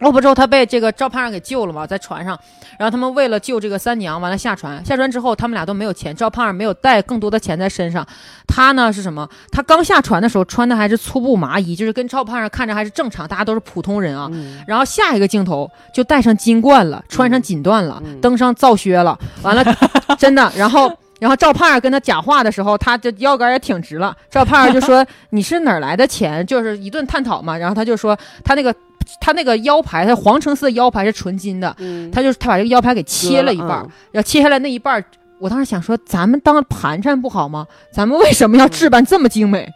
落魄之后他被这个赵盼儿给救了嘛，在船上，然后他们为了救这个三娘，完了下船，下船之后他们俩都没有钱，赵盼儿没有带更多的钱在身上，他呢是什么？他刚下船的时候穿的还是粗布麻衣，就是跟赵盼儿看着还是正常，大家都是普通人啊。
嗯
然后下一个镜头就戴上金冠了，穿上锦缎了，
嗯
登上皂靴了，完了， 真的，然后。然后赵盼儿跟他讲话的时候，他这腰杆儿也挺直了。赵盼儿就说：“你是哪儿来的钱？”就是一顿探讨嘛。然后他就说：“他那个他那个腰牌，他皇城司的腰牌是纯金的，
嗯，
他就是他把这个腰牌给切了一半儿，
嗯
然后切下来那一半儿，我当时想说，咱们当盘缠不好吗？咱们为什么要置办这么精美？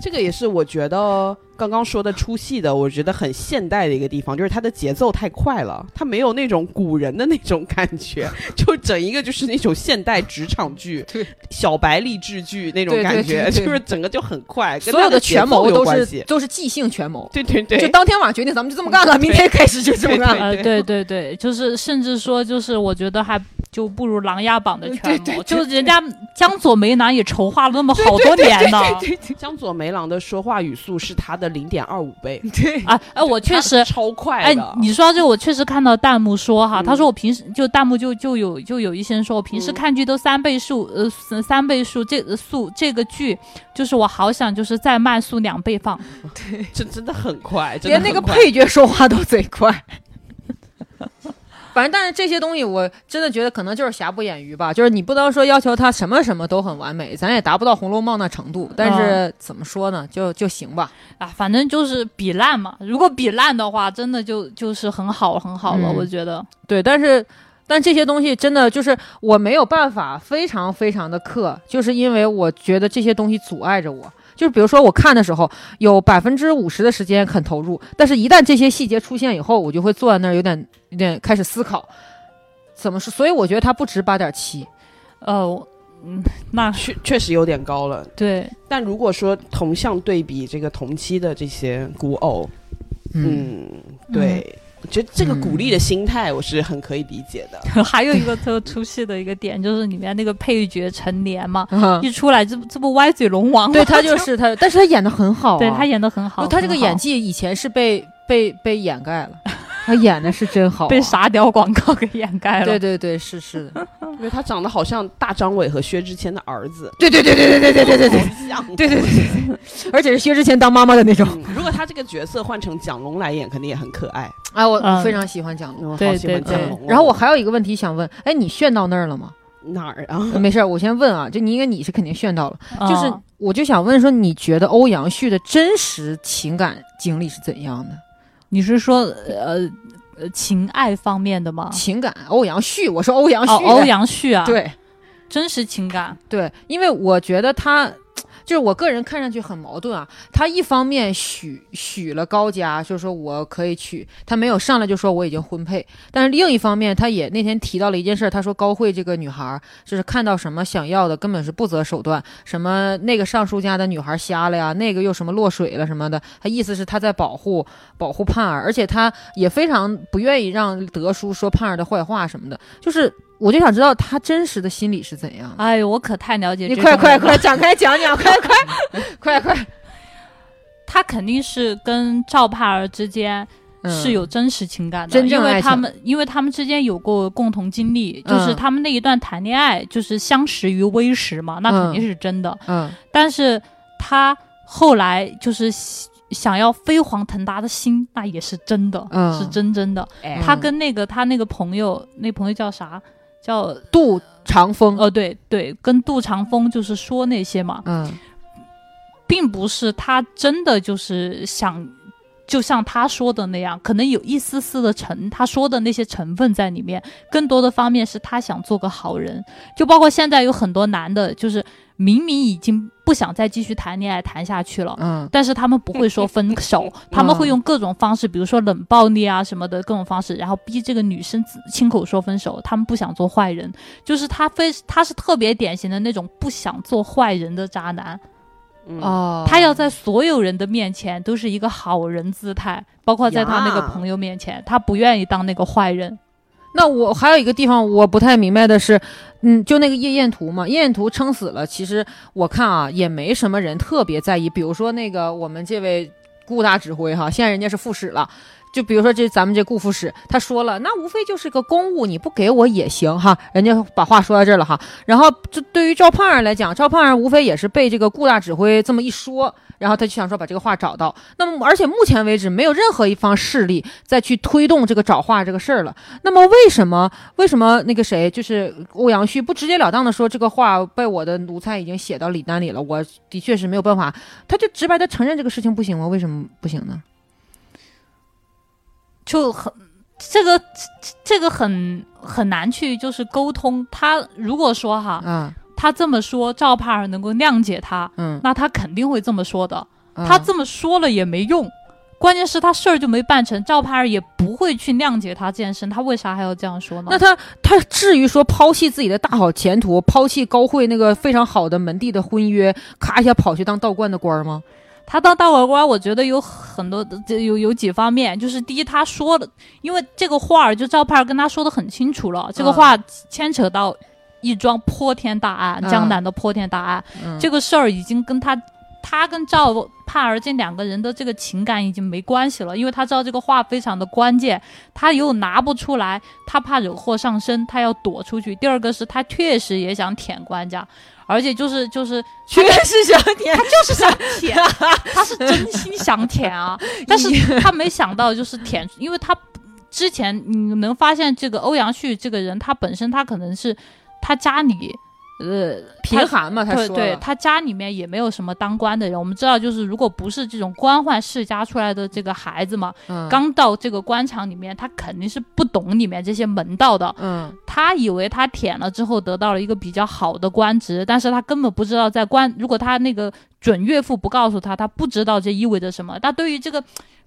这个也是我觉得刚刚说的出戏的，我觉得很现代的一个地方，就是它的节奏太快了，它没有那种古人的那种感 觉，就整一个就是那种现代职场剧
对、
小白励志剧那种
对对
感觉，
对对
就是整个就很快，跟
所有
它的节
权谋
奏有
都
关
是
系。
都是即兴权谋，
对对对，
就当天晚上决定，咱们就这么干了，明天开始就这么干了。
呃，
对
对对对，就是甚至说，就是我觉得还就不如《琅琊榜》的权谋，就是人家江左梅郎也筹划了那么好多年呢。
江左梅郎的说话语速是他的零点二五倍，
对，
啊，哎，我确实
他，超快
哎
啊
的。，
你说到这个，我确实看到弹幕说哈，
嗯
他说我平时就弹幕就就有就有一些人说我平时
嗯
看剧都三倍速，呃，三三倍速这呃速这个剧，就是我好想就是再慢速两倍放。
这真的很快，真的
连
很
那个
快
配角说话都贼快。 反正，但是这些东西我真的觉得可能就是瑕不掩瑜吧，就是你不能说要求他什么什么都很完美，咱也达不到《红楼梦》那程度，但是怎么说呢，就就行吧。
啊，反正就是比烂嘛。如果比烂的话，真的就就是很好很好了，
嗯
我觉得。
对，但是但这些东西真的就是我没有办法非常非常的克，就是因为我觉得这些东西阻碍着我。就是比如说，我看的时候有百分之五十的时间很投入，但是一旦这些细节出现以后，我就会坐在那儿有点有点开始思考，怎么说？所以我觉得它不值八点七。
呃，我嗯，那
确确实有点高了。
对，
但如果说同向对比这个同期的这些古偶，嗯，对，我觉得这个鼓励的心态我是很可以理解的。
嗯 还有一个特出戏的一个点就是里面那个配角陈年嘛，
啊
一出来这不这不歪嘴龙王吗？
对他就是他，但是他演的很好、啊，
对他演的很好，
他这个
很好
演技以前是被被被掩盖了，他演的是真好啊、
被傻屌广告给掩盖了。
对对对，是是的，
因为他长得好像大张伟和薛之谦的儿子，
对对对对对对对对对
好像。
对对对对， 而且是薛之谦当妈妈的那种。
嗯如果他这个角色换成蒋龙来演，肯定也很可爱。
哎，我
嗯
非常喜欢蒋龙。
我好
对
喜欢
对
蒋
对
龙哦。
然后我还有一个问题想问，哎，你炫到那儿了 吗？
哪儿啊？
没事儿，我先问啊，就你应该你是肯定炫到了，
嗯，
就是我就想问说，你觉得欧阳旭的真实情感经历是怎样的？
你是说呃呃情爱方面的吗？
情感，欧阳旭，我说欧阳旭
哦，
的，
欧阳旭啊，，
对，
真实情感，
对，因为我觉得他就是我个人看上去很矛盾啊。他一方面许许了高家，就说我可以娶，他没有上来就说我已经婚配。但是另一方面，他也那天提到了一件事儿，他说高慧这个女孩儿就是看到什么想要的，根本是不择手段。什么那个尚书家的女孩瞎了呀，那个又什么落水了什么的，他意思是他在保护保护盼儿，而且他也非常不愿意让德叔说盼儿的坏话什么的，就是。我就想知道他真实的心理是怎样的。
哎呦，我可太了解
你
这
快
种
快
人了
快展开讲讲，快快快快，
他肯定是跟赵盼儿之间
嗯
是有真实情感的，
真正
因为
爱情
他们因为他们之间有过共同经历，
嗯
就是他们那一段谈恋爱就是相识于微时嘛，那肯定是真的。
嗯
但是他后来就是喜想要飞黄腾达的心，那也是真的，
嗯
是真真的。
嗯，
他跟那个他那个朋友，那朋友叫啥？叫
杜长风，
呃，对对，跟杜长风就是说那些嘛，
嗯
并不是他真的就是想，就像他说的那样，可能有一丝丝的成他说的那些成分在里面。更多的方面是他想做个好人，就包括现在有很多男的，就是明明已经不想再继续谈恋爱谈下去了。
嗯
但是他们不会说分手，他们会用各种方式，比如说冷暴力啊什么的各种方式，然后逼这个女生自亲口说分手。他们不想做坏人，就是他非他是特别典型的那种不想做坏人的渣男。
嗯
哦，
他要在所有人的面前都是一个好人姿态，包括在他那个
呀
朋友面前，他不愿意当那个坏人。
那我还有一个地方我不太明白的是，嗯，就那个夜宴图嘛，夜宴图撑死了，其实我看啊也没什么人特别在意，比如说那个我们这位顾大指挥哈，现在人家是副使了。就比如说这咱们这顾副使，他说了，那无非就是个公务，你不给我也行哈。人家把话说到这儿了哈。然后就对于赵盼儿来讲，赵盼儿无非也是被这个顾大指挥这么一说，然后他就想说把这个话找到。那么而且目前为止，没有任何一方势力再去推动这个找话这个事儿了。那么为什么为什么那个谁就是欧阳旭不直截了当的说这个话被我的奴才已经写到李丹里了？我的确是没有办法，他就直白的承认这个事情不行吗？为什么不行呢？
就很这个这个很很难去就是沟通。他如果说哈，
啊，
他这么说，赵盼儿能够谅解他，
嗯，
那他肯定会这么说的。
啊
他这么说了也没用。关键是他事儿就没办成，赵盼儿也不会去谅解他健身，他为啥还要这样说呢？
那他他至于说抛弃自己的大好前途，抛弃高慧那个非常好的门第的婚约，咔一下跑去当道观的官儿吗？
他当大法官，我觉得有很多这有有几方面，就是第一，他说的，因为这个话儿就赵盼儿跟他说的很清楚了，这个
嗯
话牵扯到一桩泼天大案，
嗯
江南的泼天大案，
嗯
这个事儿已经跟他他跟赵盼儿这两个人的这个情感已经没关系了，因为他知道这个话非常的关键，他又拿不出来，他怕惹祸上身，他要躲出去。第二个是他确实也想舔官家，而且就是就是
确实想天，
就是想舔，他是真心想舔啊，但是他没想到就是舔，因为他之前你能发现这个欧阳旭这个人，他本身他可能是他家里。呃，
贫
他
寒嘛，他
对
说
对
了，
他家里面也没有什么当官的人。我们知道，就是如果不是这种官宦世家出来的这个孩子嘛，
嗯
刚到这个官场里面，他肯定是不懂里面这些门道的。
嗯
他以为他舔了之后得到了一个比较好的官职，但是他根本不知道在官，如果他那个准岳父不告诉他，他不知道这意味着什么。他对于这个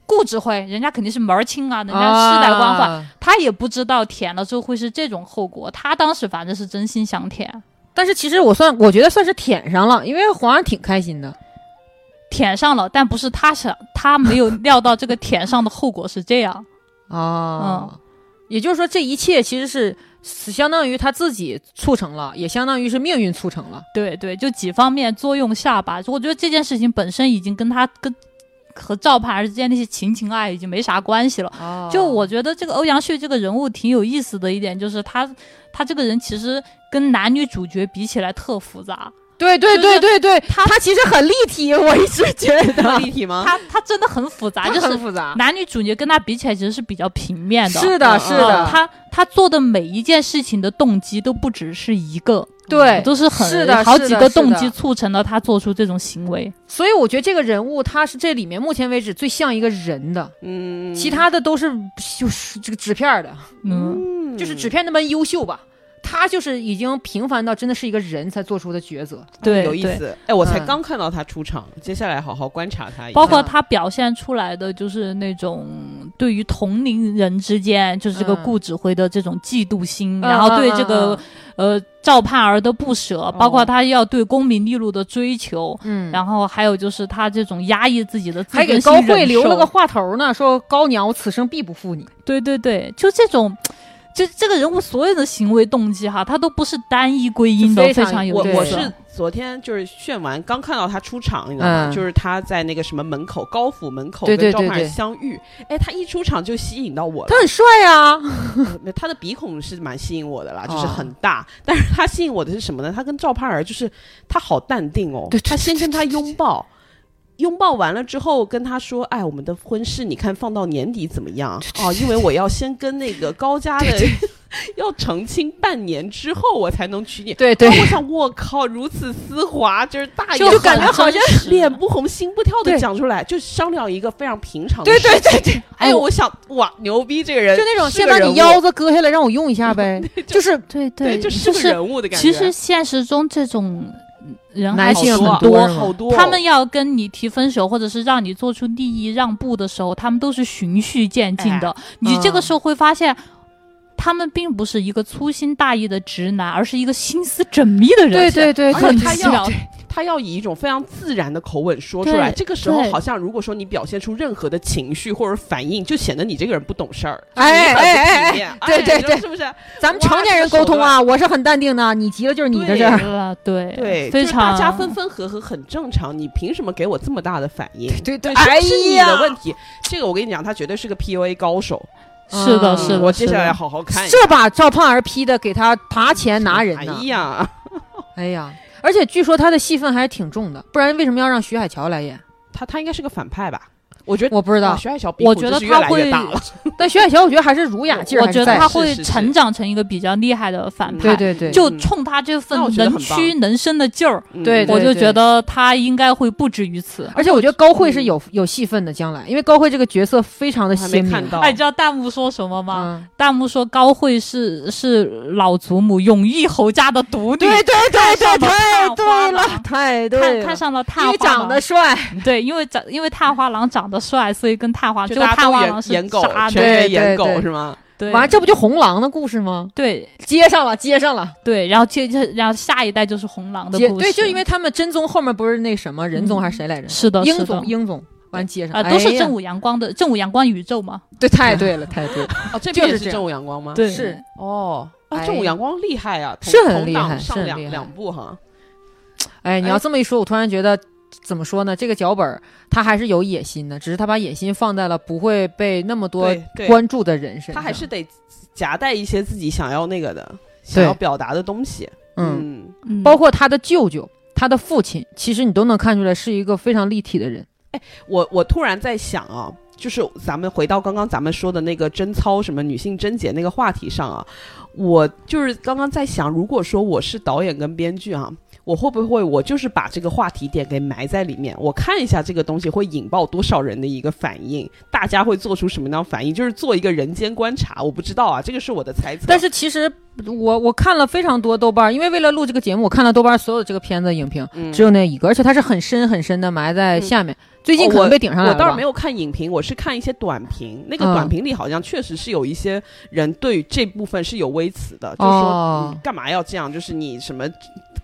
固执会，人家肯定是门儿清啊，人家世代官宦，
啊
他也不知道舔了之后会是这种后果。他当时反正是真心想舔。
但是其实我算，我觉得算是舔上了，因为皇上挺开心的。
舔上了，但不是他想，他没有料到这个舔上的后果是 这样。
哦，也就是说，这一切其实是相当于他自己促成了，也相当于是命运促成了。
对对，就几方面作用下吧。我觉得这件事情本身已经跟他跟和赵盼儿之间那些情情爱已经没啥关系了。
哦
就我觉得这个欧阳旭这个人物挺有意思的一点，就是他他这个人其实跟男女主角比起来特复杂，
对对
就是
对对对，
他
他其实很立体，我一直觉 得
嗯立体吗？
他他真的很复杂，
啊他
就是
很复杂。
男女主角跟他比起来其实是比较平面的。
是
嗯
的，是
呃
的，
他他做的每一件事情的动机都不只是一个，
对
都是很
是的
好
是的
几个
是的
动机促成了他做出这种行为。
所以我觉得这个人物他是这里面目前为止最像一个人的，
嗯，
其他的都是就是这个纸片儿的，
嗯，
嗯
就是纸片那么优秀吧。他就是已经平凡到真的是一个人才做出的抉择，
对，
有意
对。
思。哎，我才
嗯
刚看到他出场，接下来好好观察他一下。
包括他表现出来的就是那种对于同龄人之间，就是这个
嗯
顾指挥的这种嫉妒心，
嗯
然后对
嗯
这
哦
个、呃赵盼儿的不舍，包括他要对功名利禄的追求，
嗯，
然后还有就是他这种压抑自己的自
还给
尊心
高慧
忍
留了
受
个话头呢，说高娘，我此生必不负你。
对对对，就这种，就这个人物所有的行为动机哈，他都不是单一归因的，
非
非
常
有
我
意
对
思。
我是昨天就是炫完，刚看到他出场，你知道吗？
嗯
就是他在那个什么门口，高府门口
对
跟
对
赵
对
盼儿
对
相遇。哎，他一出场就吸引到我了
他，很帅啊，
呃他的鼻孔是蛮吸引我的啦，
哦
就是很大。但是他吸引我的是什么呢？他跟赵盼儿就是他好淡定哦
对，对
他先跟他拥抱。拥抱完了之后，跟他说：“哎，我们的婚事你看放到年底怎么样？哦，因为我要先跟那个高家的 要成亲半年之后，我才能娶你。
对 对
然后我想，我靠，如此丝滑，就是大
就
言
感
不
觉好像
惭脸不红心不跳的
对
讲出来，就商量一个非常平常的
对
事。
对对对，哦
哎呦，我想，哇，牛逼，这个人
就那种
是
先
个
把
人
你
物
腰子割下来让我用一下呗，就是
对
对，
就
就是个
是
人物的感觉。
其实现实中这种人
男
还
性
挺
很
多
多
多
是吗
好多哦，
他们要跟你提分手，或者是让你做出利益让步的时候，他们都是循序渐进
哎
的。你
嗯
这个时候会发现，他们并不是一个粗心大意的直男，而是一个心思缜密的人。
对对对，
而且
很
很
他
奇
要
妙。
他要以一种非常自然的口吻说出来。
对
这个时候
对
好像如果说你表现出任何的情绪或者反应，就显得你这个人不懂事儿，
哎
就是你很不
哎哎
体面
哎对对
你说
对
是不是？
咱们成年人沟通啊，我是很淡定的，你急了就是你的事儿。
啊，对
对，
非
就是
常
大家分分合合很正常，你凭什么给我这么大的反应？
对对，
对，
哎
是是你的问
呀，
题。这个我跟你讲，他绝对是个 PUA 高手。
是的，
嗯
是的。
我接下
是
来
的
好好看一下。
这把赵盼儿批的给他爬钱拿人呢
哎，呀，
哎呀，而且据说他的戏份还是挺重的，不然为什么要让徐海乔来演？
他他应该是个反派吧？我觉得
我不知
哇
道，
徐海乔鼻
我
孔
觉
就
得
是越
他
来越
会
大了。
但徐海乔我觉得还是
哎
儒雅劲儿
我
还
觉
是
得
在
他
的，
会
是是是
成长成一个比较厉害的反派，
对对对，
就
嗯
冲他这份
那我觉得
能
很棒
屈能伸的劲儿，
嗯
对
我就觉得他应该会不止于此。
而且我觉得高慧
嗯
是有有戏份的，将来，因为高慧这个角色非常的
还没
鲜明。啊
看到
哎，你知道弹幕说什么吗？
哦嗯，
弹幕说高慧是是老祖母永义侯家的独女，
对对对对，太对
看
了
上了，
太对
看
了，
看上了探
因
花
为
郎，
长得帅，
对，因为长因为探花郎长得帅，所以跟探花
就
果
大家
探
都
花郎
演
是
演狗，
渣
全
男，
对
员演
对
狗
对
是吗？
对
完了这不就红狼的故事吗？
对
接上了，接上了，
对，然后接着然后下一代就是红狼的
接
故事，
对，就因为他们真宗后面不是那什么仁宗
嗯
还是谁来着？
是的，
英
是的
总，英总，完接上
啊，都
哎
是
呀
正午阳光的正午阳光宇宙嘛。
对，太对了，太对 了，
哦，这
就
边也
是
是
这
正午阳光吗？
对
啊是
哦，啊，
哎
正午阳光厉害啊，同
是很厉
同
害
档
是
上
很
两
厉害
两部哈。
哎，你要
哎
这么一说，我突然觉得怎么说呢？这个脚本儿他还是有野心的，只是他把野心放在了不会被那么多
对对
关注的人 身上。
他还是得夹带一些自己想要那个的，想要表达的东西。
嗯，
嗯，
嗯，
包括他的舅舅、他的父亲，其实你都能看出来是一个非常立体的人。
我我突然在想啊，就是咱们回到刚刚咱们说的那个贞操什么女性贞洁那个话题上啊，我就是刚刚在想，如果说我是导演跟编剧啊，我会不会我就是把这个话题点给埋在里面，我看一下这个东西会引爆多少人的一个反应，大家会做出什么样的反应，就是做一个人间观察，我不知道啊，这个是我的猜测。
但是其实我我看了非常多豆瓣儿，因为为了录这个节目，我看了豆瓣儿所有这个片子的影评，
嗯
只有那一个，而且它是很深很深的埋在下面，最近可能被顶上来
哦我
了吧。
倒是没有看影评，我是看一些短评。那个
嗯
短评里好像确实是有一些人对于这部分是有微词的，就是
哦
说你干嘛要这样？就是你什么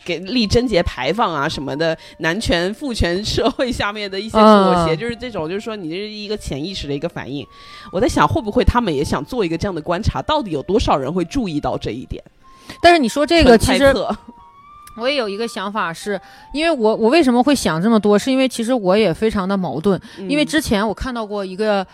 给立贞节牌坊啊什么的，男权父权社会下面的一些妥协，
嗯
就是这种，就是说你这是一个潜意识的一个反应。我在想，会不会他们也想做一个这样的观察，到底有多少人会注意到这一点？
但是你说这个，其
纯
实
猜测
我也有一个想法是，因为我我为什么会想这么多，是因为其实我也非常的矛盾，因为
嗯
之前我看到过一个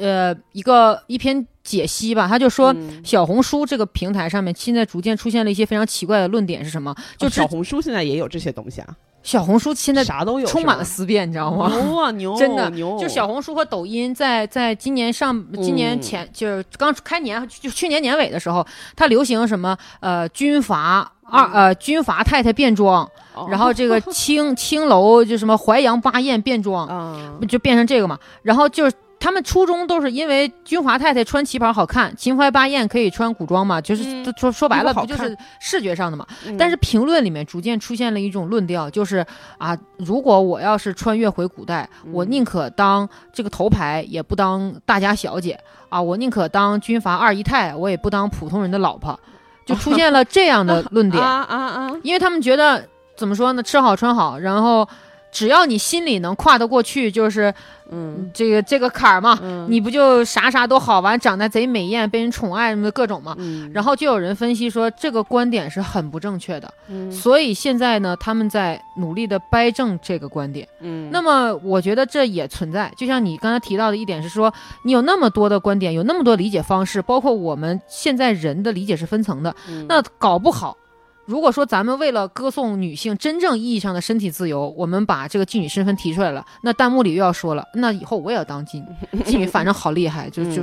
呃一个一篇解析吧，他就说。
嗯
小红书这个平台上面，现在逐渐出现了一些非常奇怪的论点，是什么？就
哦
之
小红书现在也有这些东西啊，
小红书现在
啥都有，
充满了
是
思辨，你知道
吗
吗？
牛啊牛，
真的
牛，
就小红书和抖音在在今年上
嗯
今年前、就是刚开年就去年年尾的时候，它流行什么呃军阀二呃军阀太太变装，
哦，
然后这 个青青楼就什么淮扬八艳变装，
啊
不就变成这个嘛。然后就是他们初衷都是因为军华太太穿旗袍好看，秦淮八艳可以穿古装嘛，就是、
嗯
都说说白了
衣
不
服好
就
看
是视觉上的嘛。
嗯
但是评论里面逐渐出现了一种论调，就是啊，如果我要是穿越回古代，我
嗯
宁可当这个头牌，也不当大家小姐啊，我宁可当军阀二姨太，我也不当普通人的老婆，就出现了这样的论 点。
啊啊啊！
因为他们觉得怎么说呢，吃好穿好，然后只要你心里能跨得过去，就是
嗯
这个这个坎儿嘛，
嗯
你不就啥啥都好完，长得贼美艳，被人宠爱什么的各种嘛。
嗯
然后就有人分析说，这个观点是很不正确的，
嗯
所以现在呢，他们在努力的掰正这个观点。
嗯
那么，我觉得这也存在，就像你刚才提到的一点是说，你有那么多的观点，有那么多理解方式，包括我们现在人的理解是分层的，
嗯
那搞不好，如果说咱们为了歌颂女性真正意义上的身体自由，我们把这个妓女身份提出来了，那弹幕里又要说了，那以后我也要当妓女，妓女反正好厉害，就就、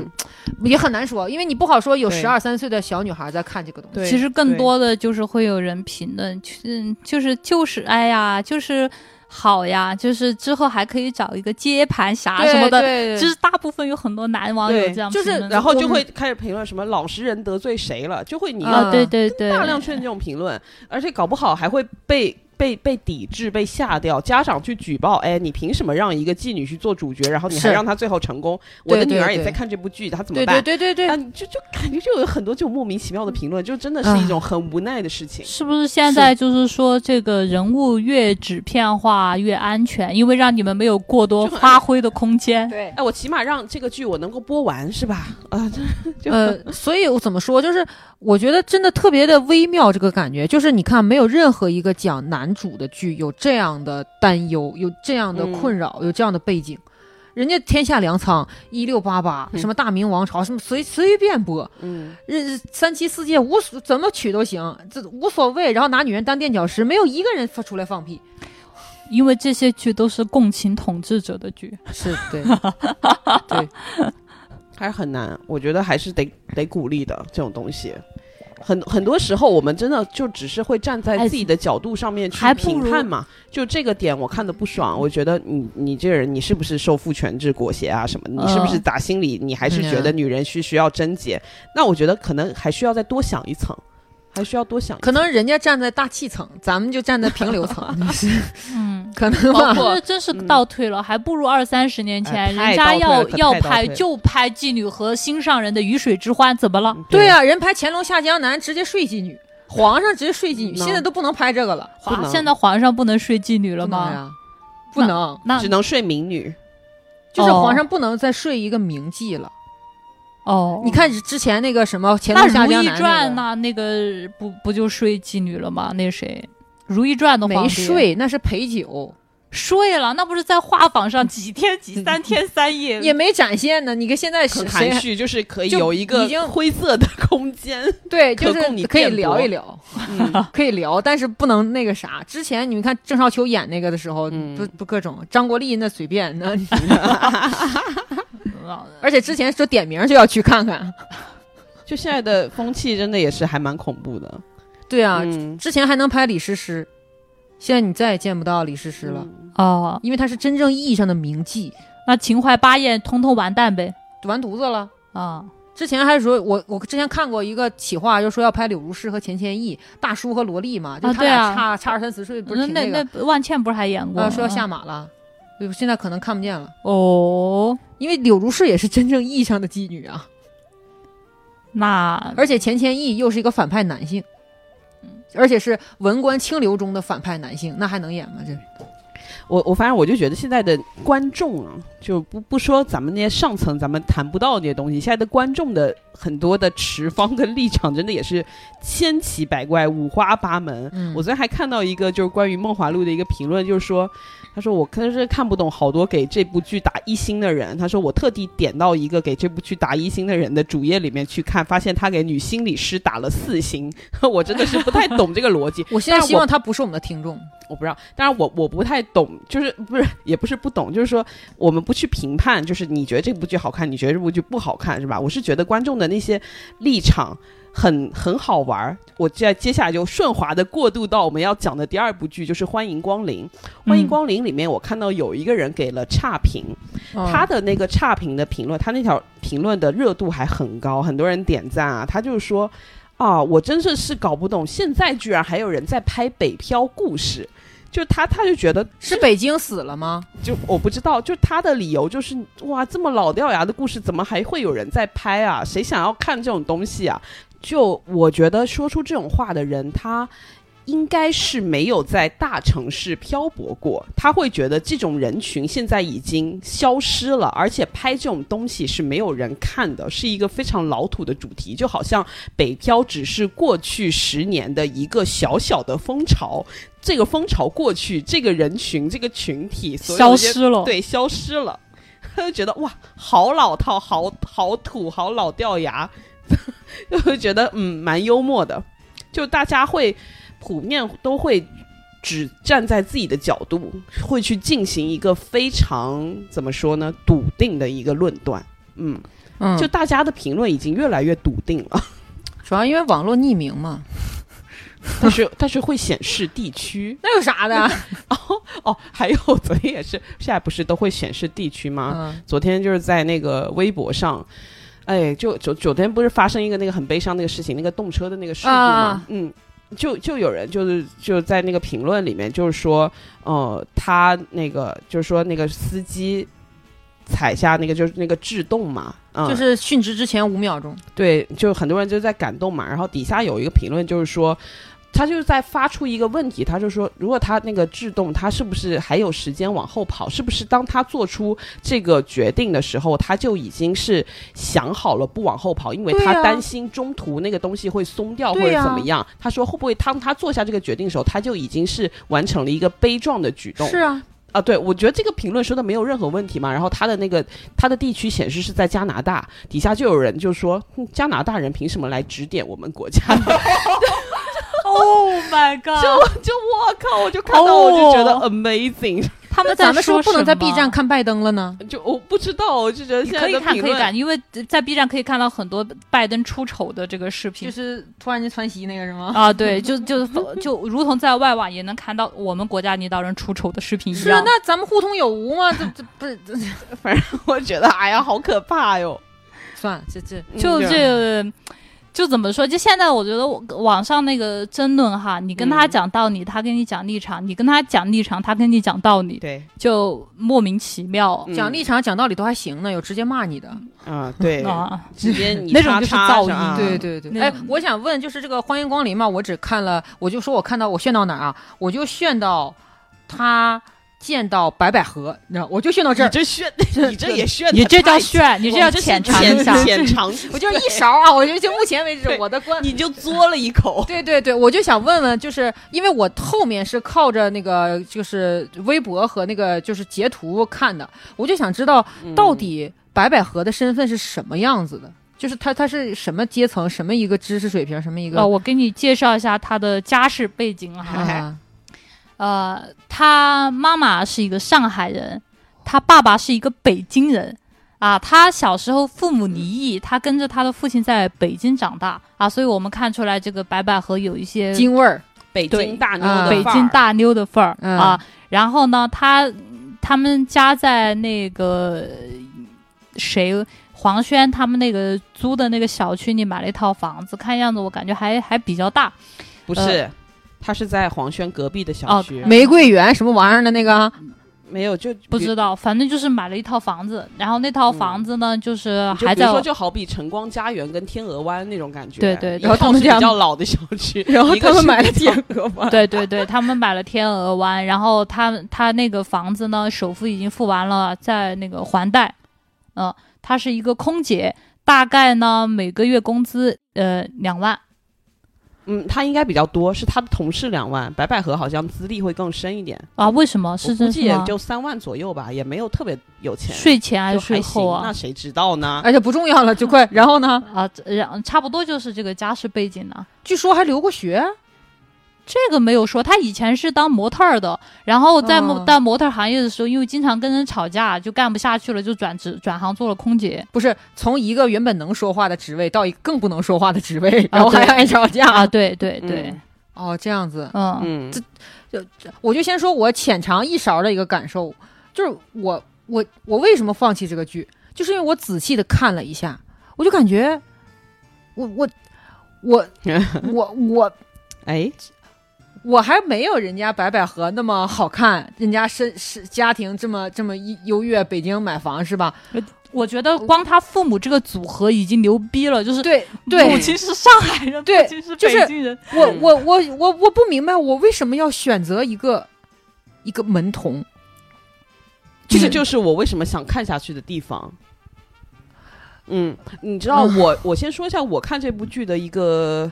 也很难说，因为你不好说有
嗯对
十二三岁的小女孩在看这个东西。
对
其实更
对
多的就是会有人评论，嗯，就是就是哎呀，就是好呀，就是之后还可以找一个接盘
啊
侠什么的。
对
其实大部分有很多男网友
对
这样
就是
评论
然后就
我
会开始评论什么老实人得罪谁了，就会你
啊，
要
对对对，
大量出现这种评论，而且搞不好还会被。被被抵制、被下掉，家长去举报，哎，你凭什么让一个妓女去做主角，然后你还
是
让她最后成功？我的
对
女儿也
对
在看这部剧，她怎么
对
办
对？对对对
啊，你就就感觉就有很多这种莫名其妙的评论，就真的是一种很无奈的事情。
是不是现在就是说这个人物越纸片化越安全，因为让你们没有过多
就很
发挥的空间？
对。
哎，我起码让这个剧我能够播完，是吧？啊，就就
呃， 所以我怎么说，就是我觉得真的特别的微妙，这个感觉就是你看，没有任何一个讲男主的剧有这样的担忧，有这样的困扰，有这样的背景。人家天下粮仓一六八八，
嗯
什么大明王朝，什么随随便播，
嗯，
日三妻四妾无所怎么取都行，这无所谓。然后拿女人当垫脚石，没有一个人发出来放屁。
因为这些剧都是共情统治者的 剧，
是对，
还是很难，我觉得还是得得鼓励的这种东西。很很多时候，我们真的就只是会站在
哎
自己的角度上面去
还不
评
如
判嘛。就这个点，我看的不爽，我觉得你你这个人，你是不是受父权制裹挟啊？什么？你是不是
嗯
打心里你还是
嗯
觉得女人是需要贞洁？那我觉得可能还需要再多想一层，还需要多想一层。
可能人家站在大气层，咱们就站在平流 层，
嗯。
可 能吧
包。括真是
嗯
倒退了，还不如二三十年前，人
哎太
家要
倒退了
要
太倒退
拍
了
就拍妓女和心上人的鱼水之欢，怎么了？
对啊，人拍乾隆下江南直接睡妓女，皇上直接睡妓女，
能
现在都不能拍这个了，
皇
能
现在皇上不能睡妓女了
不能
吗？
呀，不能，
那
只能睡民女。
就是
哦
皇上不能再睡一个名妓了。
哦，
你看之前那个什么乾
那
隆
《
下
如
江
懿
南
传》
那个。
那那个不不就睡妓女了吗？那谁，《如懿传》的皇
没
帝
睡，那是陪酒，
睡了，那不是在画舫上 几天几三天三夜，
也没展现呢。你看现在
很
谁
含蓄，就是可以
就
有一个
已经
灰色的 空间。嗯
对，
可
就
供你
是可以
辩
聊
驳
一聊，
啊
可以聊，但是不能那个啥。之前你们看郑少秋演那个的时候，
嗯
不不各种张国立那随便那，
嗯
而且之前说点名就要去看看。
就现在的风气真的也是还蛮恐怖的
对啊，
嗯
之前还能拍李诗诗，现在你再也见不到李诗诗了，
哦，
因为她是真正意义上的名妓，
那秦淮八艳通通完蛋呗
完犊子了。
啊！
之前还说，我我之前看过一个企划，就说要拍柳如是和钱谦益，大叔和萝莉嘛，就
啊
他
对
俩
啊
差、差二三十岁，不是
那
挺
那
个
那万茜不是还演过？
呃说要下马了，对现在可能看不见了，
哦，
因为柳如是也是真正意义上的妓女啊，
那
而且钱谦益又是一个反派男性，而且是文官清流中的反派男性，那还能演吗？这
我我反正我就觉得现在的观众啊，就不不说咱们那些上层，咱们谈不到那些东西。现在的观众的很多的持方跟立场，真的也是千奇百怪，五花八门。
嗯
我昨天还看到一个就是关于《梦华录》的一个评论，就是说，他说我可是看不懂好多给这部剧打一星的人，他说我特地点到一个给这部剧打一星的人的主页里面去看，发现他给女心理师打了四星， 我真的是不太懂这个逻辑。
我现在
但
希望他不是我们的听众，
我不知道，当然我我不太懂，就是不是也不是不懂，就是说我们不去评判，就是你觉得这部剧好看，你觉得这部剧不好看是吧？我是觉得观众的那些立场很很好玩儿。我接接下来就顺滑的过渡到我们要讲的第二部剧，就是《欢迎光临》。《
嗯
欢迎光临》里面我看到有一个人给了差评，
嗯
他的那个差评的评论，他那条评论的热度还很高，很多人点赞啊。他就是说，啊，我真的是搞不懂，现在居然还有人在拍北漂故事。就他，他就觉得
是北京死了吗？
就我不知道，就他的理由就是哇，这么老掉牙的故事，怎么还会有人在拍啊？谁想要看这种东西啊？就我觉得说出这种话的人，他应该是没有在大城市漂泊过，他会觉得这种人群现在已经消失了，而且拍这种东西是没有人看的，是一个非常老土的主题，就好像北漂只是过去十年的一个小小的风潮。这个风潮过去，这个人群、这个群体所有
嗯消
的这些
失了，
对，消失了。他就觉得哇，好老套，好好土，好老掉牙， 就会觉得嗯，蛮幽默的。就大家会普遍都会只站在自己的角度，会去进行一个非常怎么说呢，笃定的一个论断。嗯，
嗯
就大家的评论已经越来越笃定了，
主要因为网络匿名嘛，
但是但是会显示地区
那有啥的？啊
哦，还有昨天也是，现在不是都会显示地区吗？
嗯
昨天就是在那个微博上，哎，就昨昨天不是发生一个那个很悲伤那个事情，那个动车的那个事故嘛，
啊
嗯，就就有人就是就在那个评论里面就是说，呃，他那个就是说那个司机踩下那个就是那个制动嘛，嗯，
就是殉职之前五秒钟，
对，就很多人就在感动嘛。然后底下有一个评论就是说，他就是在发出一个问题，他就说，如果他那个制动，他是不是还有时间往后跑？是不是当他做出这个决定的时候，他就已经是想好了不往后跑，因为
对
他
啊
担心中途那个东西会松掉或者
对啊
怎么样？他说会不会当他做下这个决定的时候，他就已经是完成了一个悲壮的举动？
是啊，
啊，对，我觉得这个评论说的没有任何问题嘛。然后他的那个他的地区显示是在加拿大，底下就有人就说、嗯加拿大人凭什么来指点我们国 家？
Oh my god！
就我靠，我就看到我
哦
就觉得 amazing，、
他们
咱
在
们是不
说
是不能在
什么
B 站看拜登了呢？
就我不知道，我就觉得
你
现
可
在
以
的
看，
评
可以
论。
看，因为在 B 站可以看到很多拜登出丑的这个视频。
是突然间窜稀那个是吗？
啊，对，就就就如同在外网也能看到我们国家领导人出丑的视频 一
是啊
样，。
那咱们互通有无吗？这这不是这
反正 我觉得哎呀，好可怕哟！
算了，这这
嗯
就这，就怎么说？就现在我觉得我网上那个争论哈，你跟他
嗯
讲道理，他跟你讲立场；你跟他讲立场，他跟你讲道理，
对
就莫名其妙
嗯
讲立场、讲道理都还行呢，有直接骂你的。
啊，对，
啊。
直接你
那种
叉
就是
叉
噪
是吧
啊音
对对对，
那
哎
种，
我想问，就是这个欢迎光临嘛，我只看了，我就说我看到我炫到哪儿啊？我就炫到他见到白百合，你知道，我就炫到这
你
儿，
这炫，你这也炫，
你这叫
太
炫，你
我
这叫
们这是
浅尝
浅
一下。
浅尝，
我就是一勺啊，我就就目前为止
对
我的观。
你就嘬了一 口。
对对对，我就想问问，就是因为我后面是靠着那个就是微博和那个就是截图看的，我就想知道
嗯
到底白百合的身份是什么样子的，就是她她是什么阶层，什么一个知识水平，什么一个
呃，我给你介绍一下他的家世背景哈。
啊
呃，他妈妈是一个上海人，他爸爸是一个北京人。啊，他小时候父母离异，他跟着他的父亲在北京长大啊，所以我们看出来这个白百合有一些
京味儿，
北
对
京大妞
啊
的
北
范
京
儿
大妞的范儿、
嗯
啊。然后呢，他他们家在那个谁黄轩他们那个租的那个小区里买了一套房子，看样子我感觉还还比较大。
不是，他是在黄轩隔壁的小
呃哦
区，
玫瑰园什么玩意儿的那个，啊
没有就
不知道，反正就是买了一套房子，然后那套房子呢，就是
嗯就
还
比如
在
说，就好比晨光家园跟天鹅湾那种感觉，
对对对
一
然后他
套
们
是
家
比较老的小区，
然后
一个
他们
是
买了
比
天
较
鹅湾，
对对对，他们买了天鹅湾，然后他他那个房子呢，首付已经付完了，在那个还贷。嗯、她是一个空姐，大概呢每个月工资呃两万，
嗯，他应该比较多，是他的同事两万，白百合好像资历会更深一点，
啊？为什么是
我估
真
计
是
也
吗？
就三万左右吧，也没有特别有钱，
税前还
就是
税
还行
后，啊
那？谁知道呢？
而且哎不重要了，就快。然后呢，
啊，这然差不多就是这个家世背景呢。
据说还留过学，
这个没有说，她以前是当模特儿的，然后在模、
哦
在模特行业的时候，因为经常跟人吵架，就干不下去了，就转职转行做了空姐。
不是从一个原本能说话的职位到一个更不能说话的职位，
啊
然后还
对
爱吵架。
啊，对对对，
哦，这样子，
嗯
嗯，
我就先说我浅尝一勺的一个感受，就是我我我为什么放弃这个剧，就是因为我仔细的看了一下，我就感觉我我 我我我
哎，
我还没有人家白百合那么好看，人家身是家庭这么这么一优越，北京买房是吧？
我觉得光他父母这个组合已经牛逼了，就是
对对，
母亲是上海人，
对
父亲是
就是
北京人，
我我我我我不明白，我为什么要选择一个一个门童？
这
嗯
个就是我为什么想看下去的地方。嗯，你知
啊
道我，我先说一下我看这部剧的一个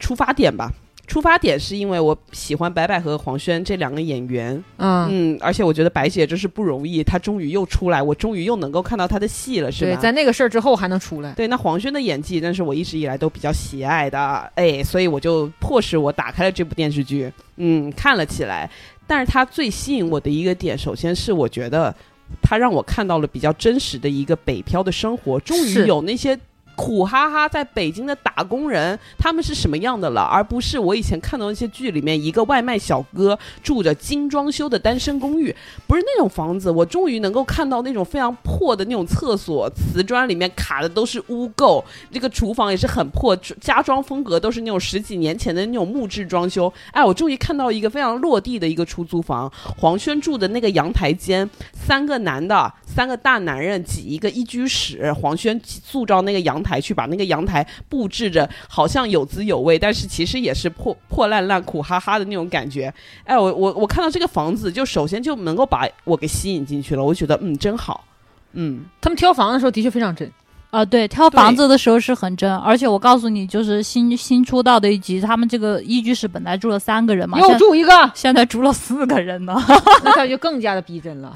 出发点吧。出发点是因为我喜欢白百合、黄轩这两个演员，
嗯，
嗯，而且我觉得白姐真是不容易，她终于又出来，我终于又能够看到她的戏了，是吧？
对，在那个事儿之后还能出来。
对，那黄轩的演技，那是我一直以来都比较喜爱的，哎，所以我就迫使我打开了这部电视剧，嗯，看了起来。但是它最吸引我的一个点，首先是我觉得它让我看到了比较真实的一个北漂的生活，终于
是
有那些。苦哈哈，在北京的打工人，他们是什么样的了？而不是我以前看到那些剧里面，一个外卖小哥住着精装修的单身公寓，不是那种房子，我终于能够看到那种非常破的那种厕所，瓷砖里面卡的都是污垢，这个厨房也是很破，家装风格都是那种十几年前的那种木质装修。哎，我终于看到一个非常落地的一个出租房，黄轩住的那个阳台间，三个男的，三个大男人挤一个一居室，黄轩塑造那个阳台去，把那个阳台布置着好像有滋有味，但是其实也是破破烂烂、苦哈哈的那种感觉。哎，我我我看到这个房子，就首先就能够把我给吸引进去了，我就觉得嗯真好，嗯
他们挑房的时候的确非常真，
啊，对，挑房子的时候是很真，而且我告诉你，就是新新出道的一集，他们这个一居室本来住了三个人嘛，
又
现
住一个，
现在住了四个人呢。
那他就更加的逼真了。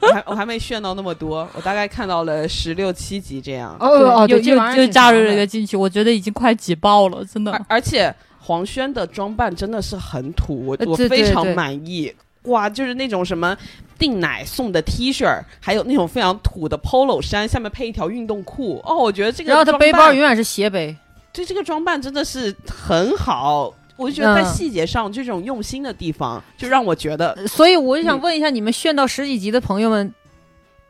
我还我还没炫到那么多，我大概看到了十六七集这样。
哦哦哦，
又
对，这玩
又
意儿
又
挺长
加
的
入了一个进去，我觉得已经快挤爆了，真的
而。而且黄轩的装扮真的是很土，我
呃
我
对对
非常
对
满意。哇，就是那种什么定奶送的 T 恤儿，还有那种非常土的 polo 衫，下面配一条运动裤。哦，我觉得这个
然后他
装
背包
扮
永远是斜背，
对这个装扮真的是很好。我就觉得在
嗯
细节上这种用心的地方，就让我觉得
呃所以我就想问一下你们炫到十几集的朋友们，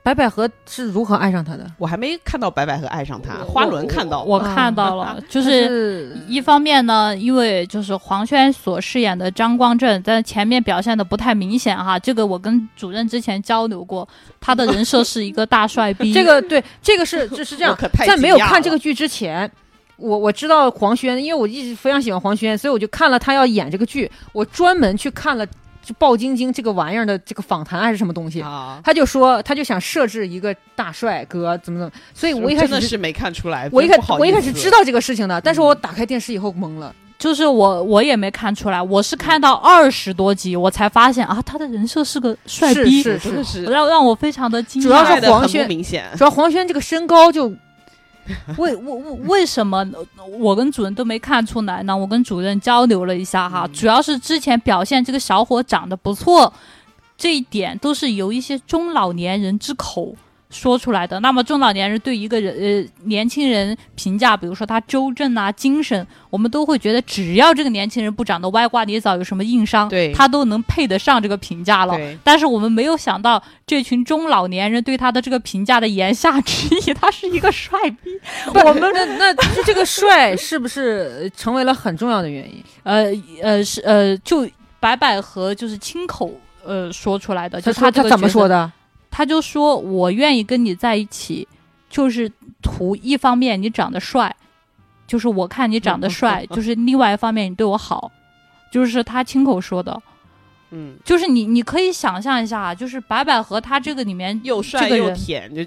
白百合是如何爱上他的？
我还没看到白百合爱上他，花轮看到
我看 到了，就
嗯就是是
一方面呢，因为就是黄轩所饰演的张光正，在前面表现的不太明显哈，这个我跟主任之前交流过，他的人设是一个大帅逼，
这个对，这个是这是这
我
样
可太，
在没有
惊讶
看这
了
个剧之前。我我知道黄轩，因为我一直非常喜欢黄轩，所以我就看了他要演这个剧，我专门去看了就鲍晶晶这个玩意儿的这个访谈还是什么东西，
啊，
他就说他就想设置一个大帅哥怎么怎么，所以我一开
真的
始
是没看出来，
我一
真
开
哎不好
我一
意
开始
思嗯
知道这个事情的，但是我打开电视以后懵了，
就是我我也没看出来，我是看到二十多集我才发现啊，他的人设是个帅
是
逼，
是
真的是
让让我非常的惊讶。
主要是
帅得
黄
很不
轩
明显，
主要黄轩这个身高 就
为为为为什么我跟主任都没看出来呢？我跟主任交流了一下哈，
嗯
主要是之前表现这个小伙长得不错，这一点都是由一些中老年人之口说出来的。那么中老年人对一个人呃年轻人评价，比如说他周正啊、精神，我们都会觉得只要这个年轻人不长得歪瓜裂枣、有什么硬伤
对，
他都能配得上这个评价了。
对，
但是我们没有想到，这群中老年人对他的这个评价的言下之意，他是一个帅逼。我们
那那就这个帅是不是呃成为了很重要的原因？
呃呃是呃，就白百合就是亲口呃说出来的，
他
就是他
他他怎么说
的？
的？
他就说我愿意跟你在一起，就是图一方面你长得帅，就是我看你长得 帅，就是另外一方面你对我好，就是他亲口说的。
嗯，
就是你，你可以想象一下啊，就是白百合她这个里面
又帅
这个
又
人，
甜，就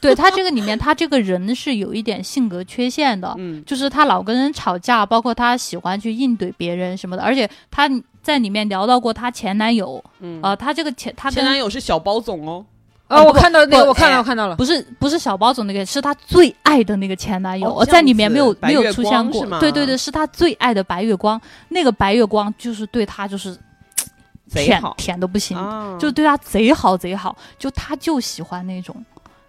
对她这个里面她这个人是有一点性格缺陷的，
嗯
就是他老跟人吵架，包括他喜欢去应对别人什么的，而且他在里面聊到过她前男友，
嗯
啊，他这个前他
前男
跟
友是小包总哦，
啊，
不
我看到那个，
不
我看
哎
到我看到了。
不是不是小包总那个，是他最爱的那个前男友，
哦
呃
这样
在里面没有
子白
没有
月
出
光
现过
是吗，
对对对，是他最爱的白月光，那个白月光就是对他就是
贼
舔
好
舔的不行，
啊，
嗯就对他贼好贼好，就他就喜欢那种。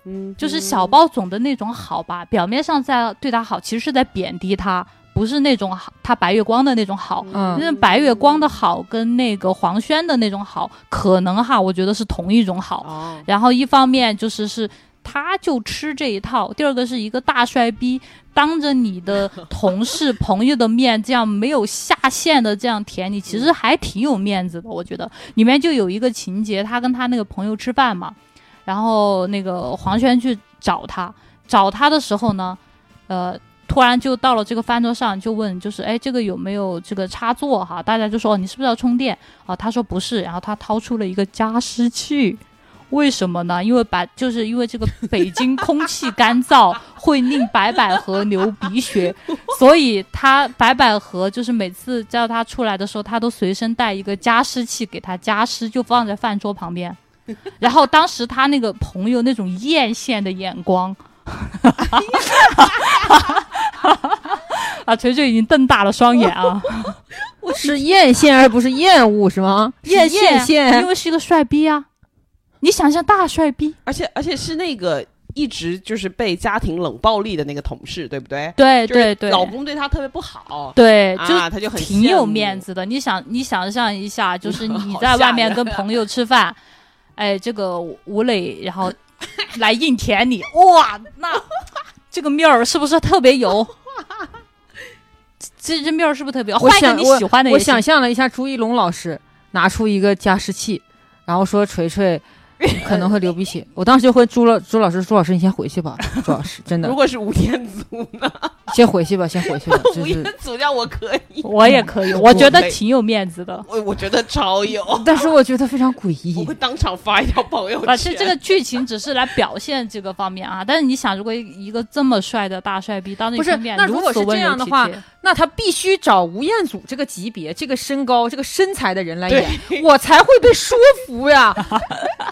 嗯
就是小包总的那种好吧，表面上在对他好，其实是在贬低他，不是那种好，他白月光的那种好。
嗯
那白月光的好跟那个黄轩的那种好，可能哈，我觉得是同一种好。
哦，
然后一方面就是是他就吃这一套，第二个是一个大帅逼，当着你的同事朋友的面这样没有下限的这样舔你，其实还挺有面子的。我觉得里面就有一个情节，他跟他那个朋友吃饭嘛，然后那个黄轩去找他，找他的时候呢，呃。突然就到了这个饭桌上，就问就是哎，这个有没有这个插座哈？大家就说哦，你是不是要充电啊？他说不是，然后他掏出了一个加湿器，为什么呢？因为白就是因为这个 北京空气干燥会令白百合流鼻 血，所以他白百合就是每次叫他出来的时候，他都随身带一个加湿器给他加湿，就放在饭桌旁 边。然后当时他那个朋友那种艳羡的眼光， 啊，锤锤已经瞪大了双眼 啊！
是艳羡而不是厌恶是吗？
艳
羡
因为是一个帅逼啊，你想象大帅逼，
而且而且是那个一直就是被家庭冷暴力的那个同事，对不对？
对
就是
对对，
老公对她特别不好，
对，就
啊，他就很
挺有面
子，
子的。你想，你想象一下，就 是你
好
在
吓
外面
人
跟朋友吃饭，哎，这个吴磊然后来硬舔你，哇，那这个面儿是不是特别油？这这面儿是不是特别油？
我
换一个
想
你喜欢的也
我
行
想象了一下朱一龙老师拿出一个加湿器，然后说锤 锤可能会流鼻血，我当时就会朱老朱老师朱老师你先回去吧，朱老师真的
如果是吴彦祖呢？
先回去吧，先回去 吧，就
吴彦
是。
祖让我可以，
我
嗯
也可以，我觉
我
得
没
挺有面子的。
我我觉得超有，
但是我觉得非常诡
我
异
会，当场发一条朋友
啊，
圈。
这这个剧情只是来表现这个方面啊，但是你想，如果一个这么帅的大帅逼当着
不
你
是
面，
那如
如
果
此
是
温
这
柔
样的
体
话
贴，
那他必须找吴彦祖这个级别、这个身高、这个身材的人来
对
演，我才会被说服呀。这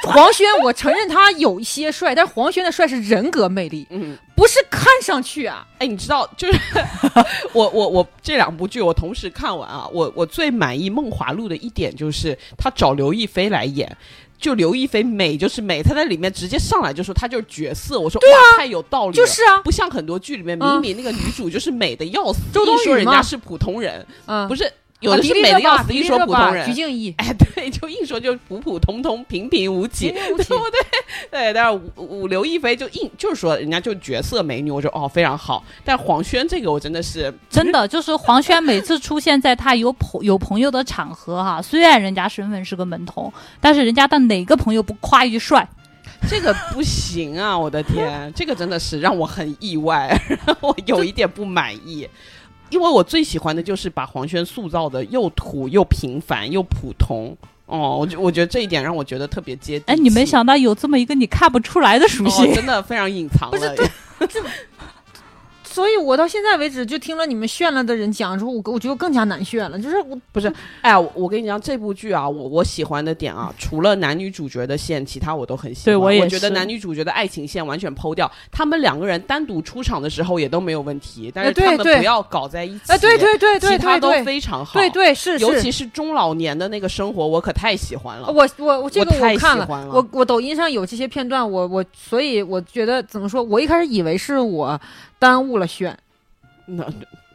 这黄轩，我承认他有一些帅，但是黄轩的帅是人格魅力，
嗯，
不是看上去啊。
哎，你知道，就是 我我我这两部剧我同时看完啊，我我最满意梦华录的一点就是他找刘亦菲来演。就刘亦菲美就是美，她在里面直接上来就说她就是角色，我说、哇太有道理了，
啊就是啊，
不像很多剧里面
啊
明明那个女主就是美的要死，
周冬
一说
雨
人
吗
家是普通人，
嗯，
不
是
是有的是美的要死，一说普通人
鞠，婧祎，
哎，对，就硬说就普普通通、平平无奇，
平平无奇
对不对？ 对，但是吴吴刘亦菲就硬就是说人家就角色美女，我说哦非常好，但黄轩这个我真的是
真的就是黄轩每次出现在他有朋有朋友的场合哈、虽然人家身份是个门童，但是人家的哪个朋友不夸一句帅？
这个不行啊！ 我的天，这个真的是让我很意外，让我有一点不满意。因为我最喜欢的就是把黄轩塑造的又土又平凡又普通。哦，我觉我觉得这一点让我觉得特别接地气。
哎，你没想到有这么一个你看不出来的属性
哦，，真的非常隐藏了。
不是对所以我到现在为止就听了你们炫了的人讲之后，我我觉得更加难炫了，就是我
哎，我我跟你讲，这部剧啊，我我喜欢的点啊，除了男女主角的线，其他我都很喜欢。
对
我
我也
觉得
是
男女主角的爱情线完全剖掉，他们两个人单独出场的时候也都没有问题，但是
哎对
他们
对
不要搞在一起。
哎，对对对对
其他
对
都
对，
非常好。
对对是，
尤
是
其是中老年的那个生活，我可太喜欢了。
我我我这
我
个
太
我看
喜
了，
欢了
我我抖音上有这些片段，我我所以我觉得怎么说，我一开始以为是我耽误了炫，
那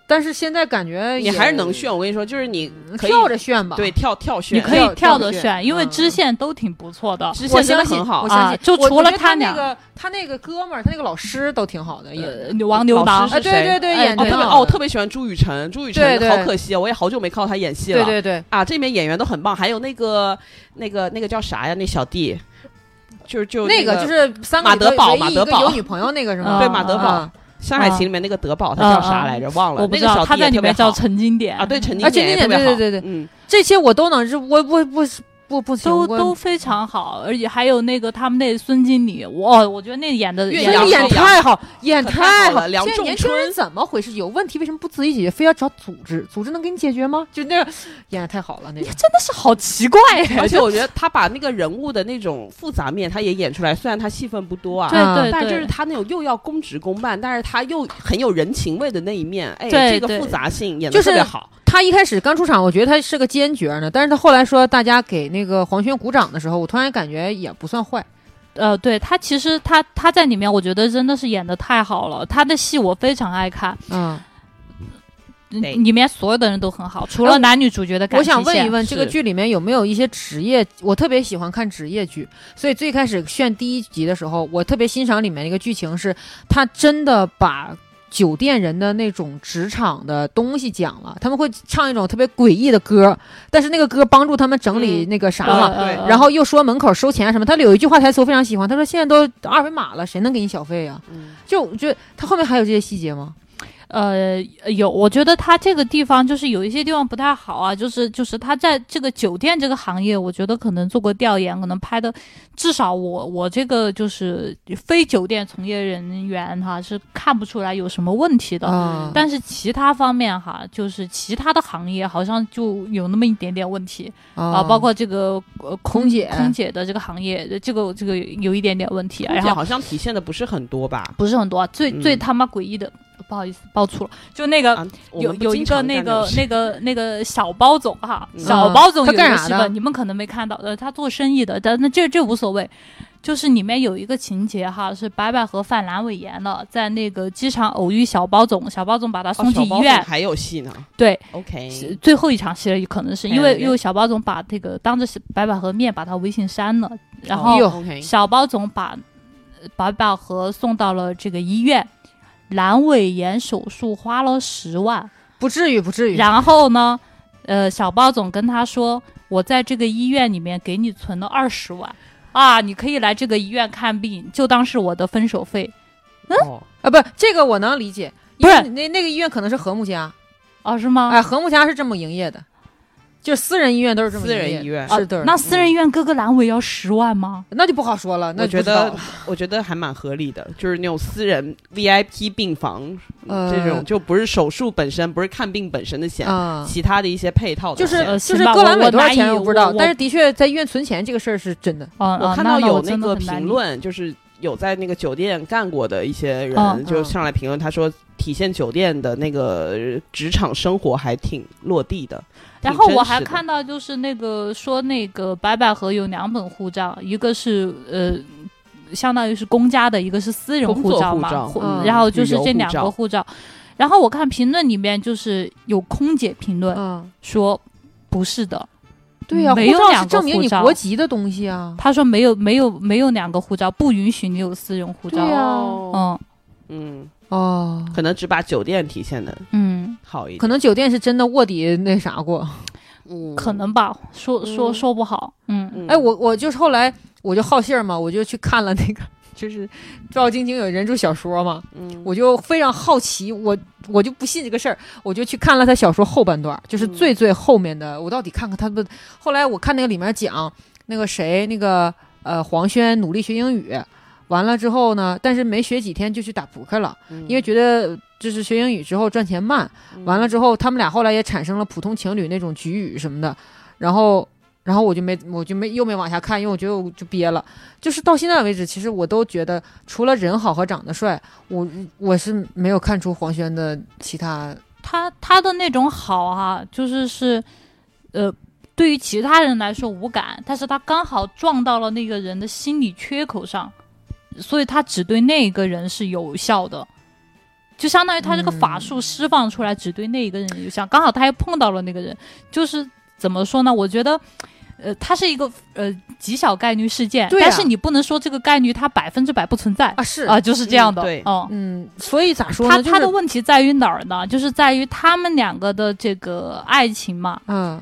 但是现在感觉
你
也
还是能炫，我跟你说，就是你
嗯
可以
跳着炫吧，
对跳跳炫，
你可以跳
跳着
着炫，
炫
因为
嗯
支线都挺不错的。
之
我
前真
相
的
信
很好
我。
啊
相信，
就
我
除
我
了
觉得
他
他
俩
那个他那个哥们儿，他那个老师都挺好的，也
呃，王牛
老
郎
师
啊，对
是
对
谁
对，演
哦，
挺
特别
好
哦，
的
特别喜欢朱雨辰，朱雨
对
辰
对
好可惜啊，我也好久没看到他演戏了。
对对对，
啊，这里面演员都很棒，还有那个那个那个叫啥呀？那小弟，就是就
那
个
个就是三个
马
里
德
头
堡
唯
马
一一
德
个
堡
有女朋友那个是吗？
嗯
对马德堡
啊
《山海情》里面那个德宝，他
啊
叫啥来着？忘了。
我不
那
知
个小
道
弟
他在
也
里
特别
面叫
好
陈经典
啊，对，陈
啊
经
陈经
典也特别
典
好。
对对对
嗯，
这些我都能是，我我我我不行，
都
我
都非常好，而且还有那个他们那孙经理，哇，我觉得那演的
岳
演
真
阳
的演
得
光
太好，演
哎可太
太
好了梁
现在
仲
年轻人怎么回事？有问题为什么不自己解决，非要找组织？组织能给你解决吗？就那个演的太好了，那个
真的是好奇怪呀、
而且我觉得他把那个人物的那种复杂面，他也演出来。虽然他戏份不多啊，
对
啊
对对，
但就是他那种又要公职公办，但是他又很有人情味的那一面。哎，
对
这个
对
复杂性演的
就
特别
是
好。
他一开始刚出场，我觉得他是个奸角呢，但是他后来说大家给那个黄轩鼓掌的时候，我突然感觉也不算坏。
呃，对他其实他他在里面，我觉得真的是演的太好了，他的戏我非常爱看，
嗯，
对
里面所有的人都很好，除
哎
了
我
男女主角的感
我
情线。
想问一问，这个
是
剧里面有没有一些职业？我特别喜欢看职业剧，所以最开始炫第一集的时候，我特别欣赏里面一个剧情是，他真的把。酒店人的那种职场的东西讲了，他们会唱一种特别诡异的歌，但是那个歌帮助他们整理
嗯
那个啥
呃
嘛，
呃
然后又说门口收钱什么。他有一句话台词我非常喜欢，他说现在都二维码了，谁能给你小费啊？
嗯，
就我觉得他后面还有这些细节吗？
呃，有，我觉得他这个地方就是有一些地方不太好啊，就是就是他在这个酒店这个行业，我觉得可能做过调研，可能拍的至少我我这个就是非酒店从业人员哈是看不出来有什么问题的，
啊
但是其他方面哈，就是其他的行业好像就有那么一点点问题
哦
啊，包括这个呃
空姐
空姐的这个行业，呃这个这个有一点点问题，啊然
而且
后
好像体现的不是很多吧？
不是很多啊，最
嗯
最他妈诡异的，不好意思爆粗了，就那个
啊，我
有
们不
有
经
一个
常
那
干这种
个
事
那 个那个小包总哈，
嗯
小
嗯
包总
他
有一
干
个
啥
戏
的
份，你们可能没看到，呃，他做生意的，但那这这无所谓。就是里面有一个情节哈，是白百合犯阑尾炎了，在那个机场偶遇小包总，小包总把他
哦
送
小
进
包
医院，
总还有戏呢。
对，是
，OK，
最后一场戏了，可能是因
哎
为
对
因为小包总把这个当着白百合面把他微信删
嗯
了，然
哎
后
呦
哦 OK，
小包总把把百合送到了这个医院，阑尾炎手术花了十万，
不至于，不至于。
然后呢，呃，小包总跟他说，我在这个医院里面给你存了二十万啊，你可以来这个医院看病，就当是我的分手费
哦
啊，不，这个我能理解，
不
因为
是
那那个医院可能是和睦家，
哦，是吗？
哎，和睦家是这么营业的，就是私人医院都是这么
私人
营业的
医院
啊
是的，
那私人医院割个阑尾要十万吗？
那就不好说了，那
我
就
觉
不知道
得
了，
我觉得还蛮合理的，就是那种私人 VIP 病房、
呃
这种，就不是手术本身，不是看病本身的钱，
啊。
其他的一些配套的
就
钱。
是
呃
就
行
是
吧
割
我
阑尾
我
多少
难以
钱我不知
我
道，
我
但是的确在医院存钱这个事儿是真的。
嗯，
我
嗯
看
那
到
那我
有那
真的
个
很难
评
理
论，就是有在那个酒店干过的一些人，
嗯
就
嗯
上来评论，他说体现酒店的那个呃职场生活还挺落地的。
然
挺
后
真
我还
实的
看到就是那个说那个白百合有两本护照，一个是呃。相当于是公家的，一个是私人
工作
护照
护
嘛，
照
护
嗯
然后就
旅
是
游
这
护
两个
照
护照。然后我看评论里面就是有空姐评论
嗯，
说不是的，
对呀，护
呃没有
照
两
是
个
证明
护
你
照
国籍的东西啊。
她说没有没有没有两个护照，不允许你有私人护
对啊
照。
呀
嗯
嗯，
哦，
可能只把酒店体现的
嗯，
好一点，
可能酒店是真的卧底那啥过。
嗯
可能吧，说说
嗯
说不好。嗯，
嗯
哎哎，我我就是后来我就好信儿嘛，我就去看了那个就是照晶晶有人著小说嘛，
嗯
我就非常好奇，我我就不信这个事儿，我就去看了他小说后半段，就是
嗯
最最后面的，我到底看看他的。后来我看那个里面讲那个谁，那个呃黄轩努力学英语，完了之后呢，但是没学几天就去打扑克了，
嗯
因为觉得就是学英语之后赚钱慢，完了之后他们俩后来也产生了普通情侣那种局语什么的，然后。然后我就没，我就没又没往下看，因为我觉得我就憋了。就是到现在为止，其实我都觉得，除了人好和长得帅，我我是没有看出黄轩的其他。
他他的那种好哈、就是是，呃，对于其他人来说无感，但是他刚好撞到了那个人的心理缺口上，所以他只对那一个人是有效的，就相当于他这个
嗯
法术释放出来只对那一个人有效，刚好他还碰到了那个人，就是怎么说呢？我觉得。呃，它是一个呃极小概率事件，
对啊
但是你不能说这个概率它百分之百不存在啊、
啊，是，
就是这样的，
嗯对
嗯，
嗯，所以咋说
他
呢？就
他的
是
问题在于哪儿呢？就是在于他们两个的这个爱情嘛，
嗯，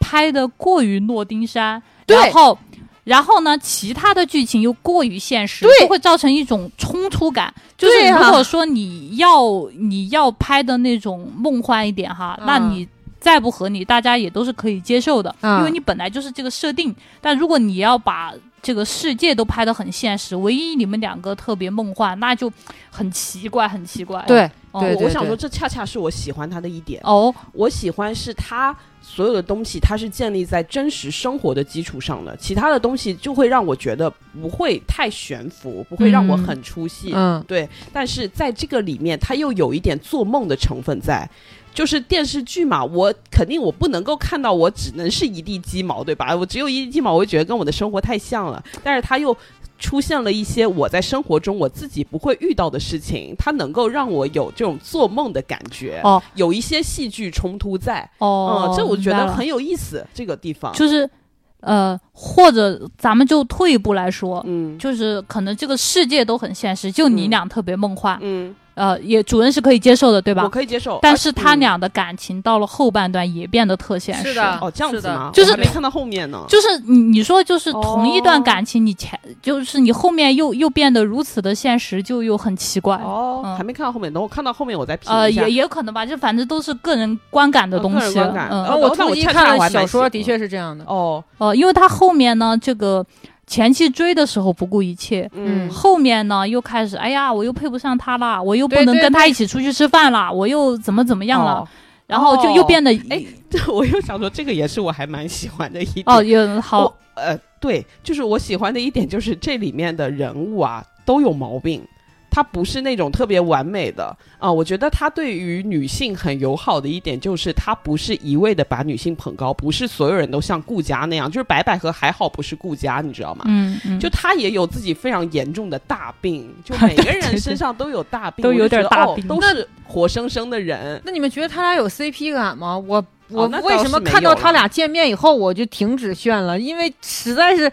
拍的过于诺丁山，
对
然后然后呢，其他的剧情又过于现实，
对
就会造成一种冲突感。就是
对
如
啊
果说你要、你要拍的那种梦幻一点哈，
嗯
那你。再不合理，大家也都是可以接受的，
嗯
因为你本来就是这个设定。但如果你要把这个世界都拍得很现实，唯一你们两个特别梦幻，那就很奇怪，很奇怪。
对
哦
对
我我想说，
对
这恰恰是我喜欢他的一点。
哦，
我喜欢是他所有的东西，它是建立在真实生活的基础上的，其他的东西就会让我觉得不会太悬浮，不会让我
嗯
很出戏。
嗯，
对，但是在这个里面，它又有一点做梦的成分在，就是电视剧嘛，我肯定我不能够看到，我只能是一地鸡毛，对吧？我只有一地鸡毛，我会觉得跟我的生活太像了，但是它又。出现了一些我在生活中我自己不会遇到的事情，它能够让我有这种做梦的感觉，
哦
有一些戏剧冲突在，
哦、
嗯，这我觉
明白
得
了
很有意思，这个地方，
就是呃，或者咱们就退一步来说，
嗯
就是可能这个世界都很现实，就你
嗯
俩特别梦幻，
嗯，
呃，也主人是可以接受的，对
我
吧？
可以接受，
但
而
是
嗯
他俩的感情到了后半段也变得特现实，
是的
哦这样
是
子
的
吗？
就
我
是
还没看到后面呢，
就是你你说就是同一段
哦
感情，你前、就是你后面又又变得如此的现实，就又很奇怪。
哦
嗯，
还没看到后面，等我看到后面我再评
呃，
一下
也。也可能吧，这反正都是个人观感的
哦
东
个人
西。
观感
嗯，
然后我
那
突
我
击
恰
看
恰
了
我还蛮
小
喜
说，
欢
的确是这样的。
哦，
呃，因为他后面呢，这个前期追的时候不顾一切，
嗯
后面呢又开始，哎呀，我又配不上他啦，我又不
对
能
对
跟他一起出去吃饭啦，我又怎么怎么样了，
哦
然后就又变得
哎 这我又想说，这个也是我还蛮喜欢的一点。
哦，也好
我，呃，对，就是我喜欢的一点就是这里面的人物啊都有毛病，他不是那种特别完美的啊、我觉得他对于女性很友好的一点就是，他不是一味的把女性捧高，不是所有人都像顾佳那样。就是白百合还好不是顾佳，你知道吗？
嗯嗯，
就他也有自己非常严重的大病， 就每个人身上都有大病，
都
我就
有点
觉得
大
哦
病
都是活生生的人。
那你们觉得他俩有 CP 感吗？我我
哦那倒
为什么
是没
看到
有
他
了
俩见面以后我就停止炫了？因为实在是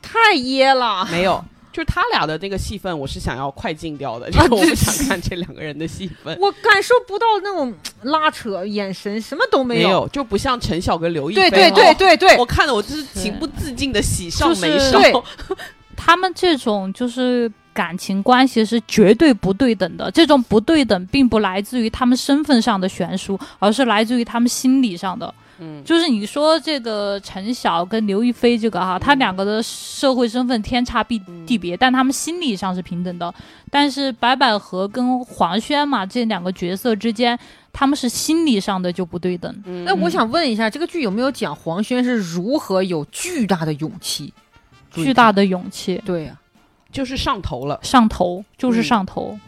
太噎了。
没有，就是他俩的那个戏份，我是想要快进掉 的，
啊
就是我不想看这两个人的戏份。
我感受不到那种拉扯，眼神什么都没
没
有。
有，就不像陈晓跟刘亦
对
菲。
对对对对
我看了，我就是情不自禁的喜上
就是
眉梢。
对
他们这种就是。感情关系是绝对不对等的，这种不对等并不来自于他们身份上的悬殊，而是来自于他们心理上的。
嗯，
就是你说这个陈晓跟刘亦菲这个哈、他
嗯
两个的社会身份天差地
嗯
地别，但他们心理上是平等的。但是白百合跟黄轩嘛，这两个角色之间，他们是心理上的就不对等。
那
那
我想问一下，这个剧有没有讲黄轩是如何有巨大的勇气？
巨大的勇气
对啊呀、
就是上头了。
上头就是
嗯
上头，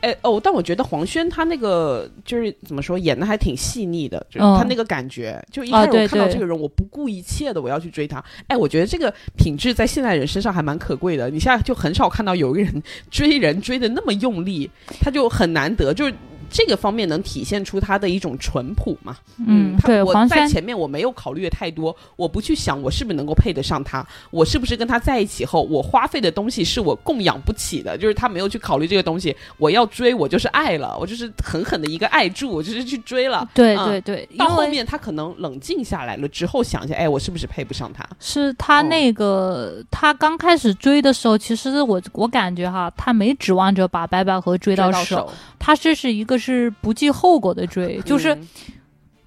哎哦，但我觉得黄轩他那个就是怎么说，演的还挺细腻的，就是
嗯
他那个感觉。就一
啊
开始
对
我看到
对
这个人，我不顾一切的我要去追他。哎，我觉得这个品质在现代人身上还蛮可贵的。你现在就很少看到有一个人追人追的那么用力，他就很难得，就是。这个方面能体现出他的一种淳朴嘛。
嗯
他
对
我
黄
在
山
前面我没有考虑的太多，我不去想我是不是能够配得上他，我是不是跟他在一起后，我花费的东西是我供养不起的，就是他没有去考虑这个东西。我要追，我就是爱了，我就是狠狠的一个爱住，我就是去追了。
对
嗯
对对，因
到后
为
面他可能冷静下来了之后，想一下，哎，我是不是配不上他？
是他
哦
那个、他刚开始追的时候，其实我我感觉哈，他没指望着把白百合追到手，
手，
他这是一个是不计后果的追，就是、
嗯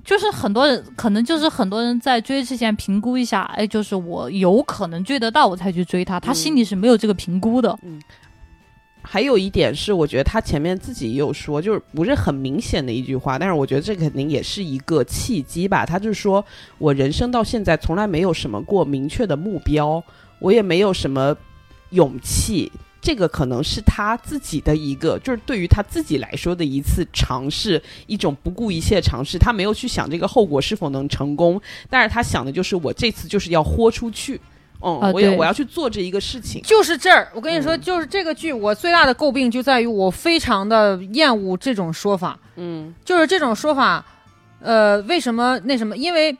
就是很多人可能就是很多人在追之前评估一下，哎，就是我有可能追得到我才去追他，他
嗯
心里是没有这个评估的。
还有一点是，我觉得他前面自己也有说，就是不是很明显的一句话，但是我觉得这肯定也是一个契机吧。他就是说我人生到现在从来没有什么过明确的目标，我也没有什么勇气。这个可能是他自己的一个，就是对于他自己来说的一次尝试，一种不顾一切的尝试。他没有去想这个后果是否能成功，但是他想的就是我这次就是要豁出去，嗯，
啊
我也
对
我要去做这一个事情。
就是这儿，我跟你说，
嗯
就是这个剧，我最大的诟病就在于我非常的厌恶这种说法，
嗯
就是这种说法，呃，为什么那什么？因为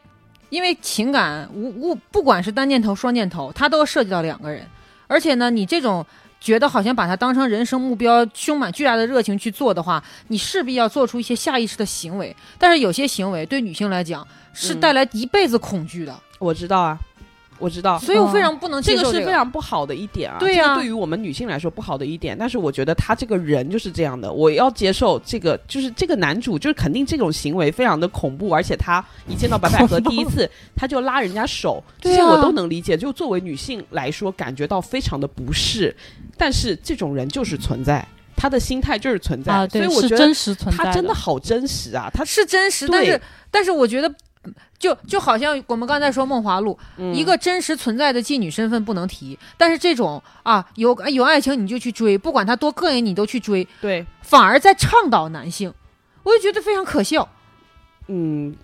因为情感无无，不管是单箭头、双箭头，它都涉及到两个人，而且呢，你这种。觉得好像把它当成人生目标，胸满巨大的热情去做的话，你势必要做出一些下意识的行为。但是有些行为对女性来讲是
嗯
带来一辈子恐惧的，
我知道啊，我知道。
所以我非常不能接
这
受
个
这
是非常不好的一点啊，
对
这
呀
个对于我们女性来说不好的一点。但是我觉得他这个人就是这样的，我要接受这个，就是这个男主就是肯定这种行为非常的恐怖，而且他一见到白百合第一次，他就拉人家手，这
对啊
些我都能理解。就作为女性来说，感觉到非常的不适，但是这种人就是存在，他的心态就是存在，
啊，
所以
对，
我
是
觉得
真实存在
他真的好真实啊，他
是真实，
对
但是但是我觉得，就就好像我们刚才说《梦华录》一个真实存在的妓女身份不能提，但是这种啊，有有爱情你就去追，不管他多膈应你都去追，
对，
反而在倡导男性，我就觉得非常可笑。
嗯，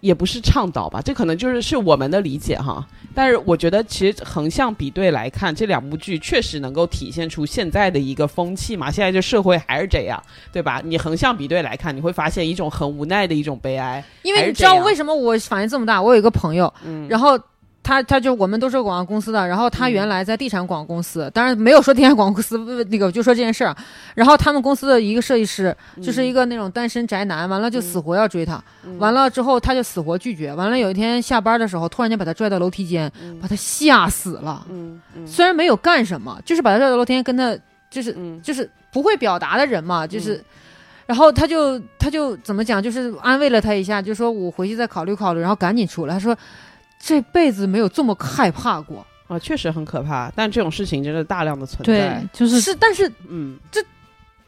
也不是倡导吧，这可能就是是我们的理解哈。但是我觉得，其实横向比对来看，这两部剧确实能够体现出现在的一个风气嘛。现在这社会还是这样，对吧？你横向比对来看，你会发现一种很无奈的一种悲哀。
因为
还
你
是
知道
这样
为什么我反应这么大？我有一个朋友，
嗯，
然后。他他就我们都是广告公司的，然后他
嗯
原来在地产广告公司，当然没有说地产广告公司呃那个就说这件事儿。然后他们公司的一个设计师就是一
个
个那种单身宅男，完了就死活要追她，
嗯
完了之后他就死活拒绝，完了有一天下班的时候，突然间把他拽到楼梯间，把他吓死了。
嗯嗯
虽然没有干什么，就是把他拽到楼梯间，跟他就是
嗯
就是不会表达的人嘛，就是，然后他就他就怎么讲，就是安慰了他一下，就说我回去再考虑考虑，然后赶紧出来。他说这辈子没有这么害怕过，
啊，确实很可怕。但这种事情真的大量的存在
对。，就是
是但是
嗯，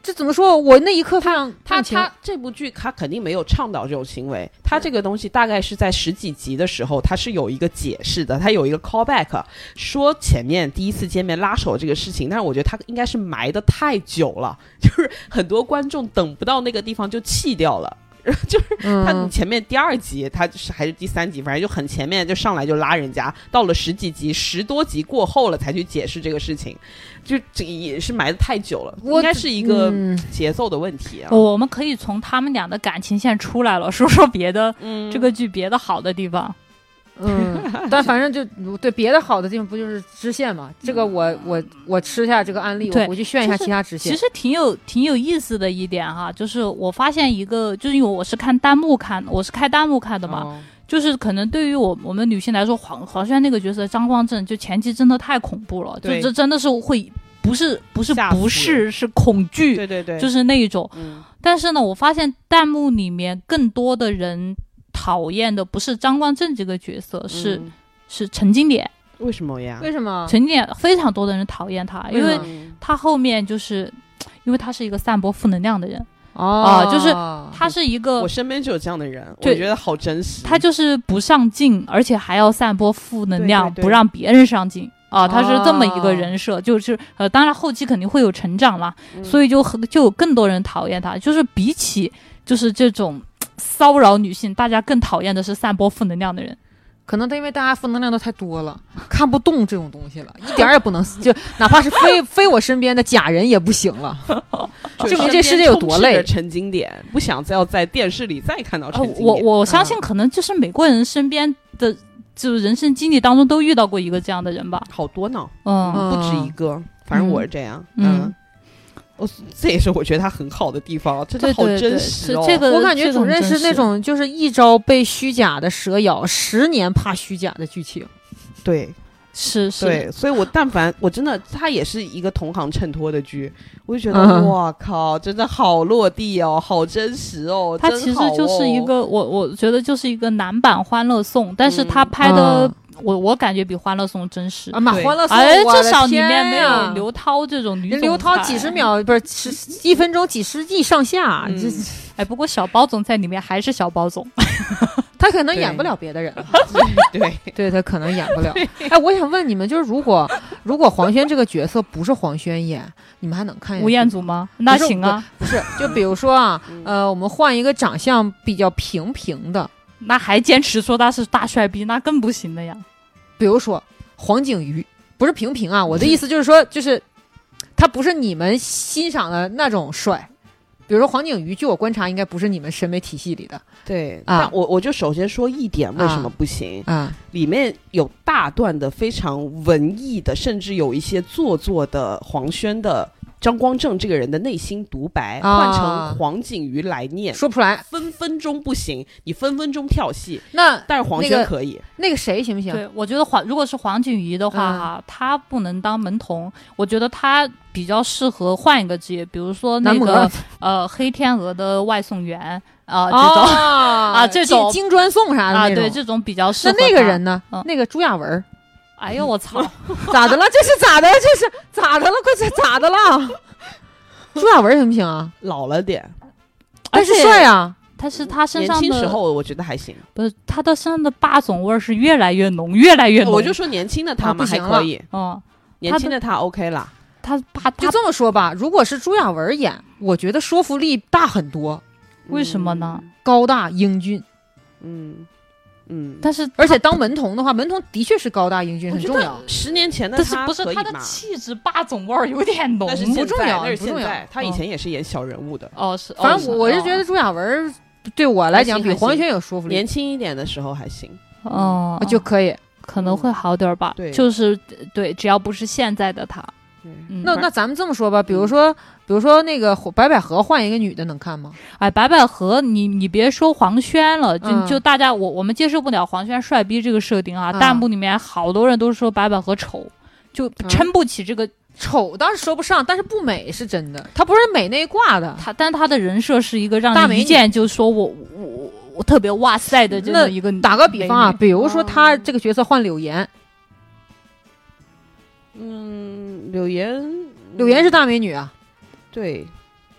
这怎么说？我那一刻非常
他
共情
他这部剧他肯定没有倡导这种行为，他这个东西大概是在十几集的时候，他是有一个解释的，他有一个 callback 说前面第一次见面拉手这个事情，但是我觉得他应该是埋的太久了，就是很多观众等不到那个地方就弃掉了。他
嗯
前面第二集，他是还是第三集，反正就很前面就上来就拉人家，到了十几集、十多集过后了才去解释这个事情，就这也是埋的太久了，
我
应该是一个
嗯哦
节奏的问题啊。
我们可以从他们俩的感情线出来了，说说别的、
嗯
这个剧别的好的地方。
嗯，但反正就对别的好的地方不就是支线嘛？这个我我我吃下这个案例，
对
我回去炫一下
就是
其他支线。
其实挺有挺有意思的一点哈，就是我发现一个，就是因为我是看弹幕看，我是开弹幕看的嘛，
哦
就是可能对于我我们女性来说，黄黄轩那个角色张光正，就前期真的太恐怖了，就
对
这真的是会不是不是
吓死
不适是恐惧，
对对对，
就是是那一种。
嗯
但是呢，我发现弹幕里面更多的人讨厌的不是张光正这个角色，是
嗯啊
是陈经典，
为什么呀？
为什么？
陈经典非常多的人讨厌他，因
为
为
什么
嗯
他后面就是。因为他是一个散播负能量的人，
哦
啊就是
他
他是一个
我身边就有这样的人，我
呃对
觉得好真实。
他就是不上进，而且还要散播负能量，
对对对
不让别人上进啊。他是这么一
哦
个人设，就是呃，当然后期肯定会有成长嘛，
嗯
所以就很就有更多人讨厌他。就是比起就是这种骚扰女性，大家更讨厌的是散播负能量的人。
可能他因为大家负能量都太多了，看不动这种东西了， 一点儿也不能就哪怕是非非我身边的假人也不行了。证明这世界有多累
陈经典不想再要在电视里再看到陈
呃，
经典。
我我相信可能就是每个人身边的，就是人生经历当中都遇到过一个这样的人吧。
好多呢，
嗯，
不止一个，反正我是这样。
嗯
嗯，我这也是我觉得他很好的地方，真
对
的好
对
真
对，
实
是
哦。
这个，
我感觉
这
总
种
认
真
识那种就是一朝被虚假的蛇咬，十年怕虚假的剧情。
对
是是，
对，所以我但凡我真的，他也是一个同行衬托的剧，我就觉得
嗯
哇靠，真的好落地哦，好真实哦。
它
真
其实
好
就是一
哦
个我我觉得就是一个男版《欢乐颂》，但是他
嗯
拍的
嗯
我我感觉比《欢乐颂》真实
啊。妈，
对
欢乐颂！
哎，
我的
至少里
天
面没有
呀
刘涛这种女
人
总
刘涛
裁
几十。秒不是十一分钟几十亿上下，
嗯
这
哎，不过小包总在里面还是小包总。
他可能
对
演不了别的人了，
对，
对他可能演不了。哎，我想问你们，就是如果如果黄轩这个角色不是黄轩演，你们还能看下去吗
吴彦祖吗？那
哎不是
行啊，
不是，就比如说啊，
嗯
呃，我们换一个长相比较平平的，
那还坚持说他是大帅逼，那更不行的呀。
比如说黄景瑜，不是平平啊，我的意思就是说，就是他不是你们欣赏的那种帅。比如说黄景瑜，据我观察，应该不是你们审美体系里的
对
啊
但我我就首先说一点，为什么
啊
不行？
嗯
啊。
里面有大段的非常文艺的，甚至有一些做作的黄轩的张光正这个人的内心独白，
啊
换成黄景瑜来念，
说不出来，
分分钟不行，你分分钟跳戏，
那
但是黄
那
轩
个
可以。
那个谁行不行？
对，我觉得黄如果是黄景瑜的话
哎嗯
哈、他不能当门童，我觉得他比较适合换一个职业，比如说那
男模
个呃黑天鹅的外送员
哦
啊、这种
啊
啊这种
金金砖送啥的
啊，
那种
对，这种比较适
那
合。
那个人，呢
嗯？
那个朱亚文儿
哎呦我操，
咋的了？这是咋的？这是咋的了？快这咋的了？朱亚文儿行不行啊？
老了点，
而
但
且
是帅啊！
但是他身
年
上
轻时
的
候我觉得还行，
不是他的身上的霸总味儿是越来越浓，越来越浓。
哦我就说年轻的他
哦啊
嘛
不
还
行
可以，
嗯，
年轻的他 OK 啦。
他霸
就
他
这么说吧，如果是朱亚文儿演，我觉得说服力大很多，
为什么呢？
高大英俊。
嗯？嗯嗯，
但是
而且当门童的话，门童的确是高大英俊，很重要。
十年前的
但是
他
不是
可以
他的
嘛
气质霸总味儿有点浓
但？是现
重
在
要
那是
不
现
重要嗯
在，他以前也是演小人物的。
哦是，哦
反正我我是觉得，朱亚文儿对我来讲
还行
比
还行
黄轩有说服力啊
年轻一点的时候还行，
哦嗯，
就可以。
可能会好点儿吧。
对
就是对，只要不是现在的他。嗯、
那那咱们这么说吧，比如说，比如说那个白百合换一个女的能看吗？
哎，白百合，你你别说黄轩了，就、
嗯
就大家我我们接受不了黄轩帅逼这个设定啊。
嗯
弹幕里面好多人都说白百合丑，就
嗯
撑不起这个、
丑倒是说不上，但是不美是真的。她不是美那一挂的，
他，但他的人设是一个让
大
人
美
一
女
见就说我我我我特别哇塞的这
那
么一个女。
打个比方啊，
美女
比如说她这个角色换柳岩，
嗯，柳岩，
柳岩是大美女啊，
对，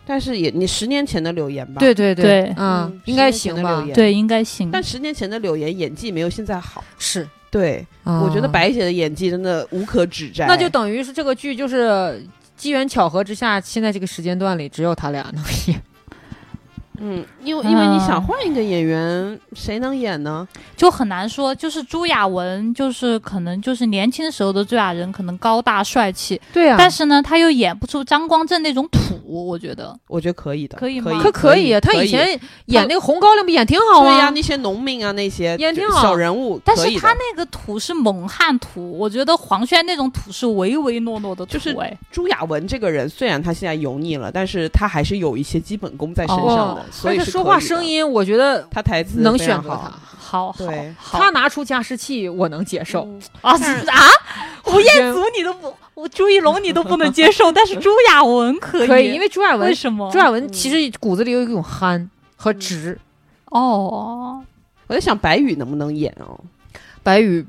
但是也你十年前的柳岩吧，，
对对
对
嗯
嗯，
应该行
十年前的
吧
柳？岩
对，应该行。
但十年前的柳岩演技没有现在好，
是，
对，我觉得
嗯，
白姐的演技真的无可指摘，
那就等于是这个剧就是机缘巧合之下，现在这个时间段里只有他俩能演。
嗯，因为因为你
啊
想换一个演员，谁能演呢？
就很难说，就是朱亚文，就是可能就是年轻时候的朱亚文，可能高大帅气，
对啊
但是呢，他又演不出张光正那种土，我觉得。
我觉得可以的，
可以吗
可以，
可可以啊，他
可
以前演那个红高粱不演挺好
对呀，
啊？
那些农民啊，那些
演
就
挺好
小人物，
但
可
是
以的
他那个土是猛汉土，我觉得黄轩那种土是唯唯诺诺的土、哎，
就是朱亚文这个人，虽然他现在油腻了，但是他还是有一一些基本功在身上的，
哦
所
而
以
且
是
说
可
话
以的
声，音，我觉得
他台词
能
非常
选择
好
他。
好好
对
好
他拿出加湿器，我能接受。
嗯
啊
但
啊！吴彦祖你都不，我朱一龙你都不能接受，但是朱亚文可以，
可以，因
为
为朱嗯亚文
为，什么？
朱亚文其实骨子里有一种憨和直。
哦，
啊我在想白宇能不能演哦？
白宇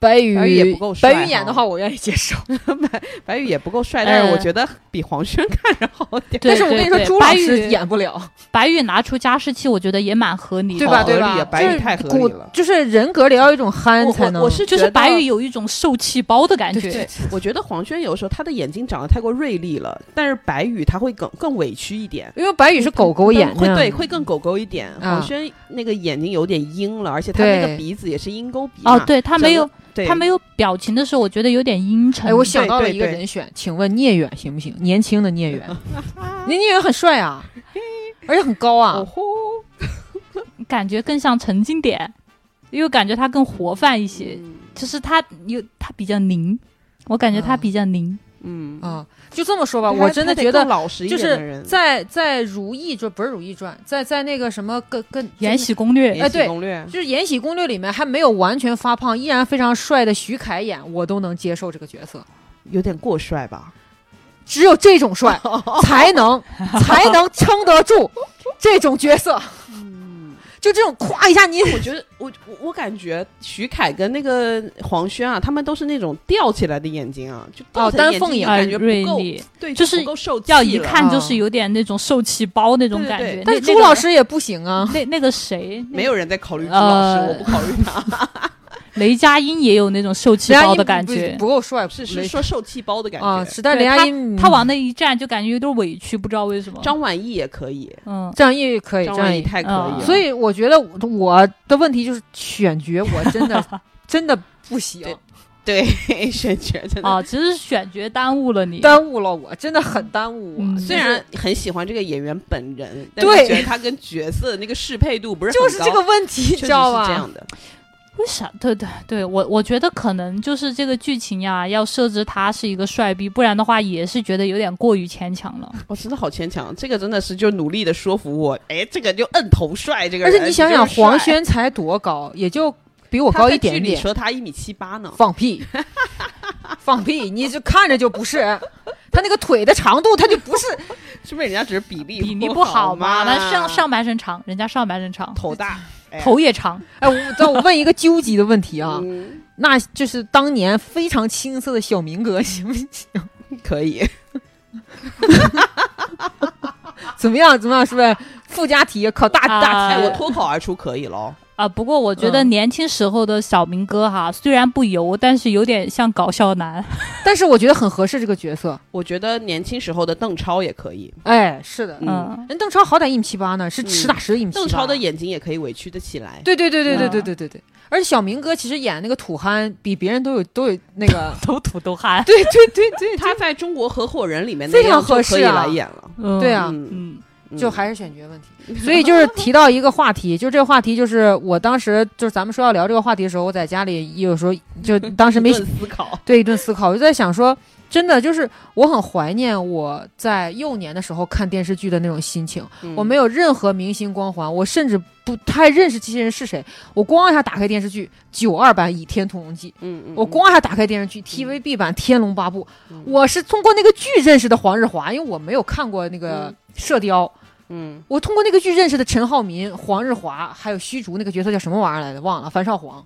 白
白宇也
宇
不够帅
白宇演的
哈
话，我愿意接受。
白宇也不够
哎
帅，但是我
呃
觉得比黄轩看着好 点。
对
但是我跟你说，
对
朱
白
老师
宇
演不了，
白宇拿出加湿器，我觉得也蛮合理的，
对
哦
吧
好合
对
理
吧
啊白宇
就是
太合
骨
理了
就是人格里要有一种憨
我
才能。
我我是
就是
觉得
白宇有一种受气包的感觉，
对对
我觉得黄轩有时候他的眼睛长得太过锐利了，但是白宇他会更更委屈一点。
因为白宇是狗狗演
会
的，
对会更狗狗一点，
啊
黄轩那个眼睛有点阴了，而且他那
对
个鼻子也是鹰钩鼻
哦
嘛，
对他没有
对
他没有表情的时候，我觉得有点阴沉。
哎，我想到了
嗯对对
一个
对
人选，请问聂远行不行？年轻的 聂远，人聂远很帅啊，而且很高啊
哦。吼，
感觉更像陈经典，因为感觉他更活泛一些，
嗯
就是他有他比较拧，我感觉他
啊
比较拧。
嗯，
啊，就这么说吧，
对他
我真的
他得
觉得
更老实一
就
点的
是
人
在在《如懿传》不是《如懿传》，在在那个什么跟跟《
延禧攻略
哎
延禧
对
攻略》
就是《延禧攻略》里面还没有完全发胖，依然非常帅的徐凯演，我都能接受这个角色。
有点过帅吧？
只有这种 帅才能才能撑得住这种角色，
嗯
就这种夸一下你
我觉得我我我感觉徐凯跟那个黄轩啊，他们都是那种吊起来的眼睛啊，就吊起
哦
来
单
眼睛
凤眼
也
啊
感觉
瑞
不够，
丽
对，
就是
不够受气
要一
了
看就是有点那种受气包那种
对对
感
对
觉。
但
那
是朱老，师也不行啊。
那个那那个谁，
没有人在
嗯
考虑朱老师，
呃
我不
哦
考虑他，
雷佳音也有那种受气
雷佳
包
音
的感
不
觉。
不够帅，
是
雷
是说受气包的感
啊，
觉。
是但
对
雷佳音
他往那一站就感觉有点委屈，不知道为什么。
张晚意也可以，
嗯，
张译可以，
张
张
晚意
译。
太可以
嗯
了，
所以我觉得我的问题就是选角，我真 的真的不行
对，对选角真的
哦
啊，其实是选角耽误了你。
耽误了我，真的很耽误我。
嗯
就是
虽然很喜欢这个演员本人，但
对
是觉得他跟角色那个适配度不是很
就是这个啊
高，
问题，你
确实
知
是
道
这
吧？
样的，
为啥？对对对，我我觉得可能就是这个剧情呀，要设置他是一个帅逼，不然的话也是觉得有点过于牵强了。
我真的好牵强，这个真的是就努力的说服我，哎，这个就摁头帅，这个
而
人
且你想想，
就是帅
黄轩才多高，也就比我
他
高
在
一点
剧里
点。
说他一米七八呢，
放屁，放屁！你就看着就不是，他那个腿的长度，他就不是。
是不是人家只是比例
比例
不
不好
嘛？
那上上半身长，人家上半身长，
头大，哎呀
头也长，
哎，我但我问一个纠结的问题啊，
嗯
那就是当年非常青涩的小明哥 行不行？
可以，
怎么样？怎么样？是不是附加题？考大大
啊
哎，
题？
我脱口而出可以喽，
啊，不过我觉得
嗯
年轻时候的小明哥哈，虽然不油，但是有点像搞笑男。
但是我觉得很合适这个角色。
我觉得年轻时候的邓超也可以，
哎，是的，
嗯
嗯，
人邓超好歹一米七八呢，是
嗯
实打实的一米七八。
邓超的眼睛也可以委屈的起来，
对对对对对对
嗯
对对对。而且小明哥其实演那个土憨，比别人都有都有那个
，都土都憨。
对对对对，
他在《中国合伙人》里面
非
那
常
样就
合
可
适
以
啊
来演了，
嗯
对啊
嗯
嗯，
嗯
就还是选角问 题。所以就是提到一个话题，就这个话题，就是我当时就是咱们说要聊这个话题的时候，我在家里有时候就当时没
一顿思考，
对一顿思考，我就在想说，真的就是我很怀念我在幼年的时候看电视剧的那种心情。我没
有
有任何明星光环，我甚至不太认识这些人是谁。我咣一下打开电视剧，九二版《倚天屠龙记》，
嗯，嗯
我
嗯
咣一下打开电视剧 TVB 版《天龙八部》
嗯
我是通过那个剧认识的黄日华，因为我没有看过那个
嗯
《射雕》
嗯
我通过那个剧认识的陈浩民、黄日华，还有虚竹那个角色叫什么玩意儿来着？忘了，樊少皇。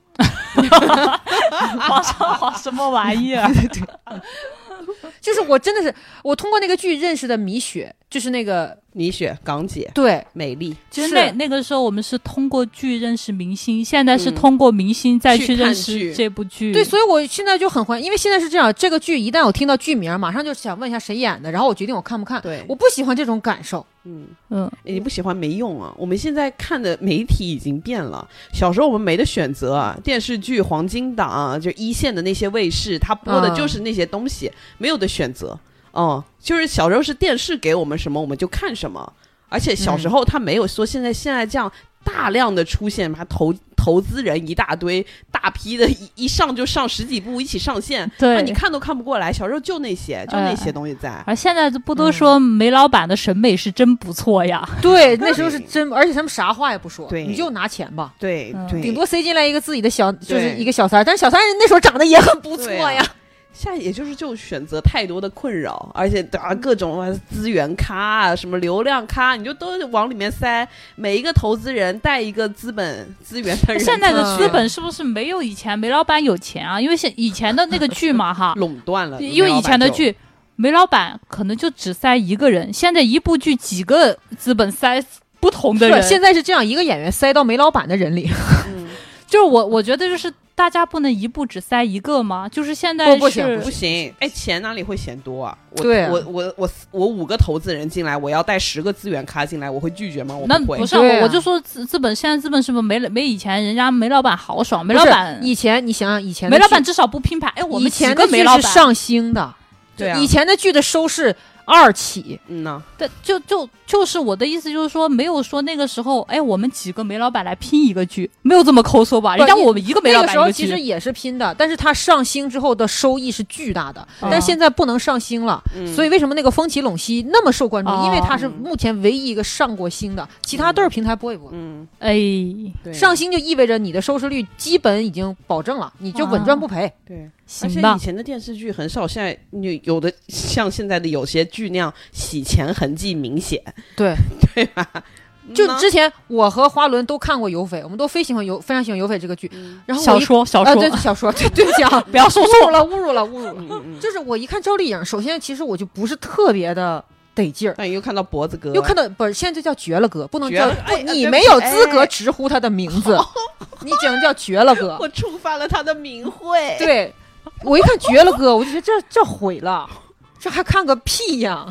皇上皇什么玩意 儿？
就是我真的是我通过那个剧认识的米雪，就是那个
米雪、港姐、
对，
美丽，
其实
是
那那个时候我们是通过剧认识明星，现在是
嗯
通过明星再
去
去
看
认
剧
识这部剧。
对，所以我现在就很怀，因为现在是这样，这个剧一旦我听到剧名，马上就想问一下谁演的，然后我决定我看不看。
对
我不喜欢这种感受。
嗯，
嗯，
哎你不喜欢没用啊！我们现在看的媒体已经变了，小时候我们没得选择啊，电视剧、黄金档啊、就一线的那些卫视，它播的
嗯
就是那些东西，没有的选择。嗯，就是小时候是电视给我们什么我们就看什么，而且小
嗯
时候他没有说现在现在这样大量的出现，把投投资人一大堆，大批的一一上就上十几部一起上线，那
对嗯
你。看都看不过来。小时候就那些，就那些东西在。
而现在不都说梅老板的审美是真不错呀？
嗯
对，那时候是真，而且他们啥话也不说，
对
你就拿钱吧，
对
嗯
对，
顶多塞进来一个自己的小，就是
对
一个小三儿，但是小三儿人那时候长得也很不错
对啊
呀。
现在也就是就选择太多的困扰，而且啊各种啊资源咖啊什么流量咖，你就都往里面塞。每一个投资人带一个资本资源的人，，
现在的资本是不是没有以前梅老板有钱啊？因为现以前的那个剧嘛，哈
垄断了，
因为以前的剧，梅老板可能就只塞一个人，现在一部剧几个资本塞不同的
是
人，
现在是这样一个演员塞到煤老板的人里，
嗯
就是我我觉得就是大家不能一部只塞一个嘛，就是现在是
不不行
不行，哎，钱哪里会嫌多啊？我
对啊
我我我我五个投资人进来，我要带十个资源咖进来，我会拒绝吗？我
那
不会
不。是、
对啊
我，我就说资资本现在资本是不是没没以前人家梅老板豪爽？梅
不
老
是
板
以前你想想以前的
梅老板
剧，
至少不拼盘，哎，我
以
们几
前
个
的
梅
剧
老
是
板，
上星的，
对啊
以前的剧的收视二起，
嗯呐，
对，就就就是我的意思就是说，没有说那个时候，哎，我们几个梅老板来拼一个剧，没有这么抠搜吧？
不
人家
你
我们一个梅
那
老
个
板
时
一
候
个
其
剧，
实也是拼的，但是它上星之后的收益是巨大的，
嗯
但现在不能上星了，
嗯
所以为什么那个风起陇西那么受关注？
哦
因为它是
嗯
目前唯一一个上过星的，其他都是平台不会播。
嗯，
哎，
对
上星就意味着你的收视率基本已经保证了，你就稳赚不赔。
对，而且
行吧
以，前的电视剧很少，现在你有的像现在的有些剧那样洗钱痕迹明显，
对，
对吧？
就
嗯呐
之前我和花轮都看过《有匪》，我们都非喜欢有非常喜欢《有匪》这个剧。
嗯
然后我
小
一
说小
啊、
说、，
对对小说，对对不起啊
不要说
侮辱了侮辱了侮辱了。
嗯嗯，
就是我一看赵丽颖，首先其实我就不是特别的得劲儿。
但哎又看到脖子哥，
又看到不是现在就叫绝了哥，不能
绝
叫
了
不
哎，
你
对不
没
起
有资格
哎
直呼他的名 字，你只能叫绝了哥。
我触发了他的名讳，
对，我一看绝了哥，我就觉得这这毁了，这还看个屁呀！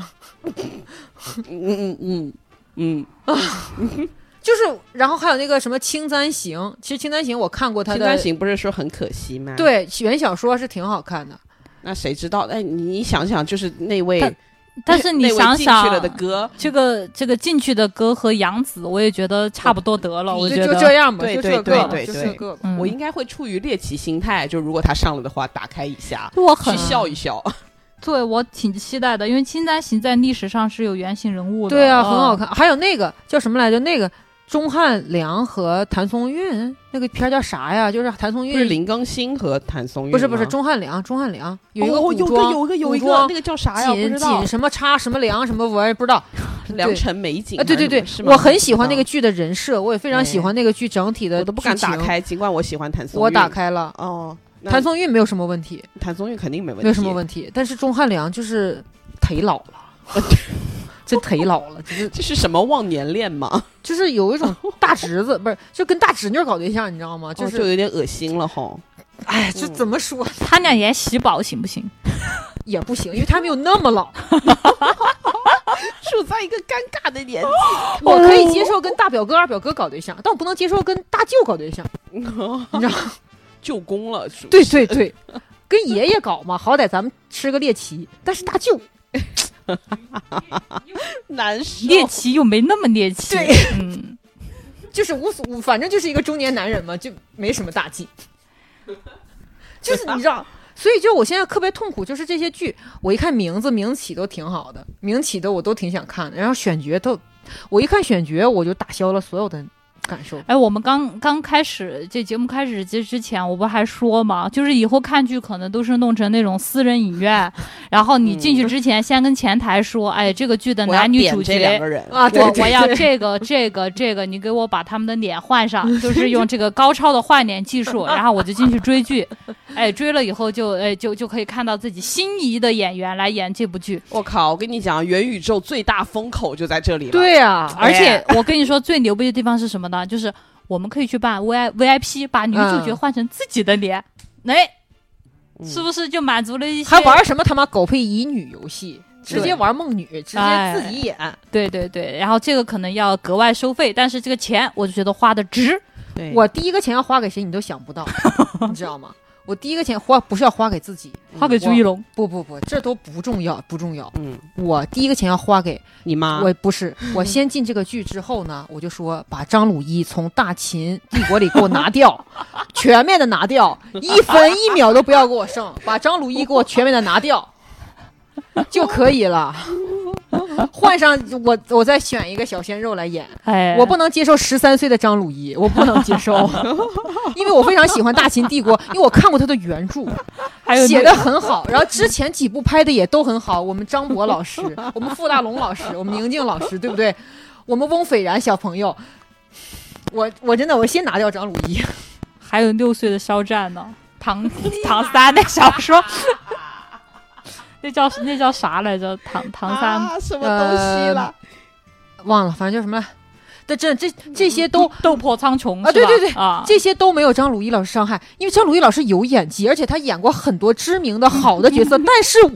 嗯嗯嗯嗯，
就是，然后还有那个什么《青簪行》，其实《青簪行》我看过他
青
的
簪，行不是说很可惜吗？，
对原小说是挺好看的。
那谁知道？哎，你你想想，就是那位，
但但是你
那位
想
进去
想
了，的哥，
这个这个进去的歌和杨紫，我也觉得差不多得了，我
就
觉
就
得
这样吧，
对
就
对
这
对
个吧，
对
就
对
这个吧。
嗯
我应该会处于猎奇心态，就如果他上了的话，打开一下，
我很
去笑一笑。
对我挺期待的，因为《青簪行》在历史上是有原型人物的，
对啊，很
嗯
好。
哦
看。还有那个叫什么来着？那个钟汉良和谭松韵那个片儿叫啥呀？就是谭松
不是
韵，
林更新和谭松韵吗，
不是不是钟汉良，钟汉良有一个
嗯啊哦
古
有个
装，
有一个有一
古
个
装
那个叫啥呀？不
锦
知道
锦，什么叉什么良什么玩意儿不知道。
良辰美景
啊，
还
对
是
对
什
对
么。是，吗
我很喜欢那个
不知
剧的人设，我也非常喜欢那个剧整体
道，
的，
我都不敢打，开，尽管我喜欢谭松韵。
我打开了。
哦，那
谭松韵没有什么问题，
谭松韵肯定没问题，
没有什么问题，但是钟汉良就是忒老了，真忒老了，就是
这是什么忘年恋吗？
就是有一 种大侄子，不是就跟大侄女搞对象，你知道吗？
就
就是
哦就嗯有点恶心了吼。
哎，这怎么说
他俩演喜宝行不行？
也不行，因为他没有那么 老，
处在一个尴尬的年
我可
哦
以接受跟大表哥、二表哥搞对象，但我不能接受跟大舅搞对象，
纪，
你知道吗？
舅公了，属于
对对对，跟爷爷搞嘛，好歹咱们吃个猎奇。但是大舅，
难受。
猎奇又没那么猎奇，
啊对
嗯。
就是无所，反正就是一个中年男人嘛，就没什么大 忌。就是你知
啊
道，所以就我现在特别痛苦，就是这些剧，我一看名字名起都挺好的，名起的我都挺想看的，然后选角都，我一看选角我就打消了所有的感受。
哎，我们刚刚开始这节目开始这之前，我不还说嘛，就是以后看剧可能都是弄成那种私人影 院，然后你进去之前先跟前台说，哎，这个剧的
嗯我要
男女
点
主
这两
角
个。人，
啊，对
我
对
我要
对
这个这个这个，你给我把他们的脸换 上，就是用这个高超的换脸技术，然后我就进去追剧，哎，追了以后就哎就就可以看到自己心仪的演员来演这部剧，
我靠！我跟你讲，元宇宙最大风口就在这里了。
对 啊，
而且我跟你说最牛逼的地方是什么呢？就是我们可以去办 V I V I P，把女主
嗯
角换成自己的脸，哎、
嗯，
是不是就满足了一些？
还玩什么他妈狗屁乙女游戏，直
对
接玩梦女，直接
哎
自己演。
对对对，然后这个可能要格外收费，但是这个钱我就觉得花的值。
对
我第一个钱要花给谁，你都想不 到，你知道吗？我第一个钱花不是要花给自己，
花给朱一龙，
不不不，这都不重要，不重要。
嗯，
我第一个钱要花给
你
啊
妈，
我不 是，我先进这个剧之后呢，我就说把张鲁一从大秦帝国里给我拿掉， 全面的拿掉，一分一秒都不要给 我剩，把张鲁一给我全面的拿掉就可以了。换上我，我再选一个小鲜肉来演。
哎，
我不能接受十三岁的张鲁一，我不能接受， 因为我非常喜欢《大秦帝国》，因为我看过他的原著，
还有那
写的很好，然后之前几部拍的也都很好。我们张博老 师，我们傅大龙老师，我们宁静老师，对不对？我们翁斐然小朋友，我我真的我先拿掉张鲁一，
还有六岁的肖战呢， 唐唐三那小说， 那叫那叫啥来着？唐唐三、
啊，什么东西
呃
了？
忘了，反正叫什么来。这这这这些都
斗破苍穹
啊
是吧
对对对
啊，
这些都没有张鲁一老师伤害，因为张鲁一老师有演技，而且他演过很多知名的好的角色。但是我，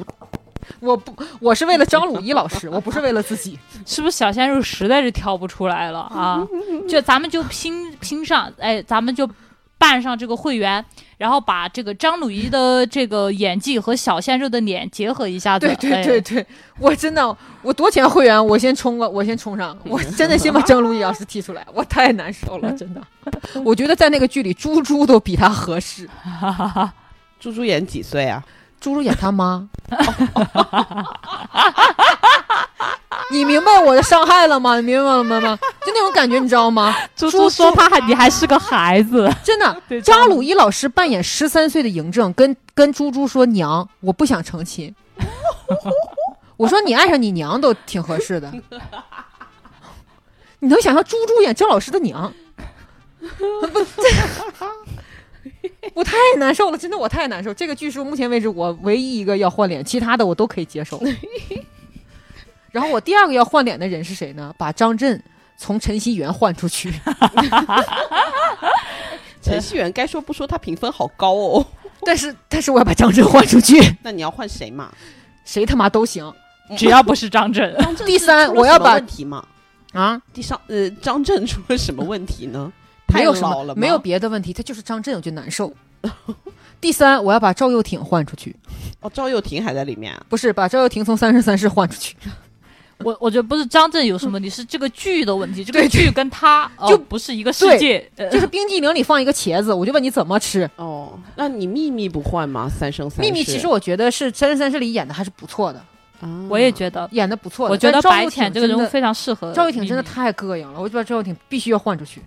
我不，我是为了张鲁一老师，我不是为了自己。
是不是小鲜肉实在是挑不出来了 啊？就咱们就拼拼上，哎，咱们就办上这个会员，然后把这个张鲁一的这个演技和小鲜肉的脸结合一下子。
对对
哎
对对，我真的，我多钱会员，我先充个，我先充上，我真的先把张鲁一老师踢出来，我太难受了，真的。我觉得在那个剧里，猪猪都比他合适，
猪猪演几岁啊？
猪猪演他妈。你明白我的伤害了吗？你明白了吗？就那种感觉，你知道吗？
猪
猪
猪说他还你还是个孩子，
真的，
对
张鲁一老师扮演十三岁的嬴政，跟跟猪猪说：“娘，我不想成亲。”我说：“你爱上你娘都挺合适的。”你能想象猪猪演张老师的娘？不，这我太难受了，真的我太难受。这个剧是目前为止我唯一一个要换脸，其他的我都可以接受。然后我第二个要换脸的人是谁呢？把张震从晨曦园换出去。
陈希媛该说不说，她评分好高哦。
但是，但是我要把张震换出去。
那你要换谁嘛？
谁他妈都行
只要不是张震，
第三
出
哎
了
我要
什么
把
问题嘛？
啊，
第上呃，张震出了什么问题呢？
没
太
有什
老
么
了吗，
没有别的问题，他就是张震我就难受。第三，我要把赵又廷换出去，
哦，赵又廷还在里面啊。
不是把赵又廷从三生三世换 出去，
我我觉得不是张震有什么问题，是这个剧的问题，这个
对对
剧跟他呃
就
不是一个世界。呃
就是冰激凌里放一个茄子，我就问你怎么吃。
哦，那你秘密不换吗？三生三
秘
世。
密其实我觉得是《三生三世》里演的还是不错的，
啊
我也觉得，
演的不错的。
我觉得
但赵又
白
廷
浅这个人
真
物
的
非常适合
赵又廷真的
秘密
太膈应了，我就把赵又廷必须要换出去，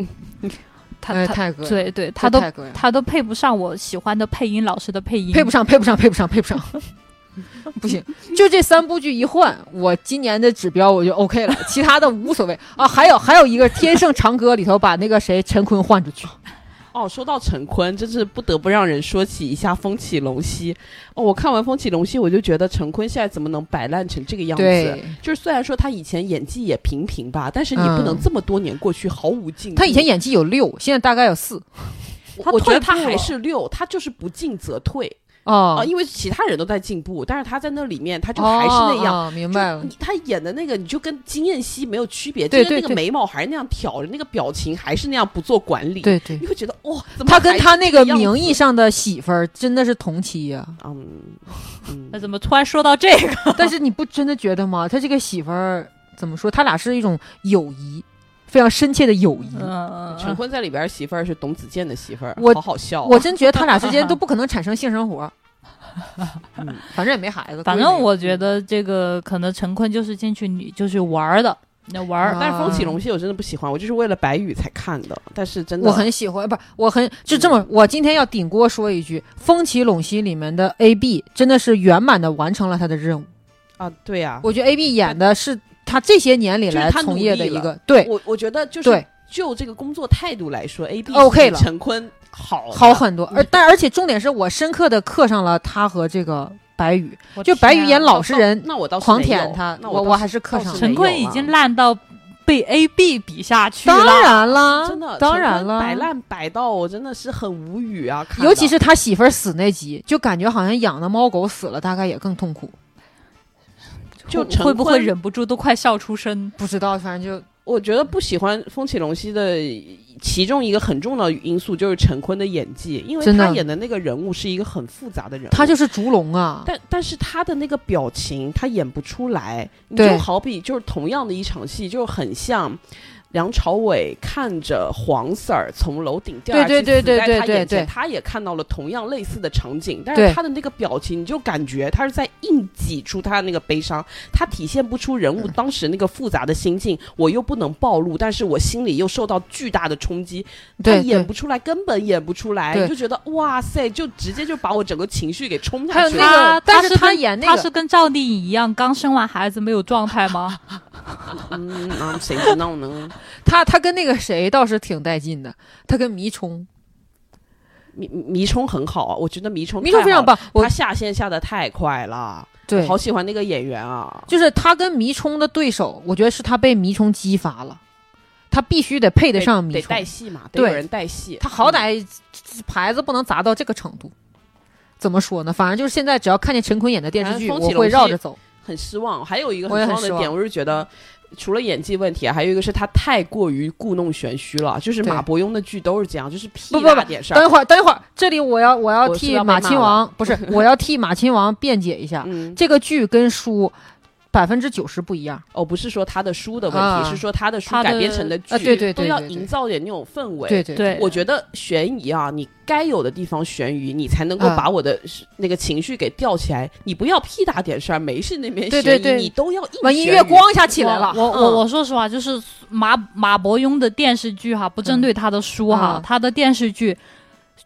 他
哎
他
太膈应了，
对对，他都
太膈应了，
他都配不上我喜欢的配音老师的配音，
配不上，配不上，配不上，配不上。 不行，就这三部剧一换，我今年的指标我就 OK 了，其他的无所谓啊。还有还有一个《天盛长歌》里头把那个谁陈坤换出去，
哦，说到陈坤，真是不得不让人说起一下《风起龙溪》。哦，我看完《风起龙溪》，我就觉得陈坤现在怎么能摆烂成这个样子？
对
就是虽然说他以前演技也平平吧，但是你
嗯
不能这么多年过去毫无进步。
他以前演技有六，现在大概有四
我，
他
我觉
退
得
步
他还
了
是六，他就是不进则退啊、
哦，
因为其他人都在进步，但是他在那里面他就还是那样。
哦，哦明
就
白了。
你他演的那个，你就跟金燕西没有区别，
对
就是那
对
个
对
眉毛还是那样挑着，那个表情还是那样不做管理。，
对对
你，会觉得哇、怎么
他跟
还是
他那个
这样子
名义上的媳妇儿真的是同期呀、
嗯
那
嗯，
怎么突然说到这个？
但是你不真的觉得吗？他这个媳妇儿怎么说？他俩是一种友谊，非常深切的友谊。
嗯，
陈坤在里边儿媳妇儿是董子健的媳妇儿，
我
好好笑、啊
我真觉得他俩之间 都不可能产生性生活，
嗯
反正也没孩子。
反
估计
正
没有
我觉得这个可能陈坤就是进去你就是玩儿的，那玩儿、
啊
但是《风起龙溪》我真的不喜欢，我就是为了白宇才看的。但是真
嗯
的，
我很喜欢，不是我很就这
嗯
么。我今天要顶锅说一句，《风起陇西》里面的 A B 真的是圆满的完成了他的任务。
啊，对呀、
我觉得 A B 演的是他这些年里
就是
来
他
从
努
业的
力
一
了
个对
我我觉得就是
对
就这个工作态度来说，A B
OK 了
陈坤好
好
好
很多，而但而且重点是我深刻的刻上了他和这个白宇，
我
就
天啊
白宇演老实人，
那我倒是
狂
没有
舔他，
那
我
我
还是刻
倒
上了。
是
陈坤已经烂到被 A B 比下去
当
了，
然啦，
真的
啊当
陈
然
坤
了，
摆烂摆到我真的是很无语啊，看
尤其
到
是他媳妇儿死那集，就感觉好像养的猫狗死了，大概也更痛苦。
就
会
陈
会不会
坤
忍不住都快笑出声？
不知道，反正就
我觉得不喜欢《风起龙溪》的其中一个很重要的因素就是陈坤的演技，因为
真的
他演的那个人物是一个很复杂的人物，
他就是烛龙啊，
但但是他的那个表情他演不出来，你
对
就好比就是同样的一场戏，就很像。梁朝伟看着黄 Sir 从楼顶掉下去，
对对对对
死在他
对
眼前
对对
他也看到了同样类似的场景，但
对
是他的那个表情，你就感觉他是在硬挤出他的那个悲伤，他体现不出人物
嗯
当时那个复杂的心境，我又不能暴露，但是我心里又受到巨大的冲击，他
对
演
对
不出来，根本演不出来，
对
你就觉得哇塞，就直接就把我整个情绪给冲下
还有
去了。
那个
他
但
他
是他
跟
演那
他
个
是跟赵丽颖一样，刚生完孩子没有状态吗？
嗯，啊，谁知道呢？
他他跟那个谁倒是挺带劲的，他跟迷冲，
迷迷冲很好啊，我觉得迷冲
迷冲
太
非
好
常
了，
棒。我
他下线下的太快了，
对，
好喜欢那个演员啊。
就是他跟迷冲的对手，我觉得是他被迷冲激发了，他必须得配得上迷
得带
冲，
嗯戏嘛，得
对
有人带戏。
他好歹牌子不能砸到这个程度。怎么说呢？反正就是现在，只要看见陈坤演的电视剧，
反正
我
风起
会
楼
绕
梯
着走。
很失望。还有一个
我也
很
很
失
失
望的
望
点，我是觉得除了演技问题啊，还有一个是他太过于故弄玄虚了。就是
对
马伯庸的剧都是这样，就是屁
不不
大点事
等一
儿。
会儿，等一会儿，这里我要我要
我是
替
要被
马
骂
亲
了
王，不是我要替马亲王辩解一下，
嗯，
这个剧跟书百分之九十不一样。
哦，不是说他的书的问题，
啊
是说他的书
他的
改编成的剧，
啊对对对
都要
对对
营造点那种氛 围。
对对
对
我觉得悬疑啊，你该有的地方悬疑，你才能够
啊
把我的那个情绪给吊起来。你不要屁大点事儿，没事那边
对
悬疑，
对对
你都要硬
完音
悬
乐
疑
咣一下起来了，
我我
嗯
我说实话，就是马马伯庸的电视剧哈，不针对他的书哈，
嗯
他的电视剧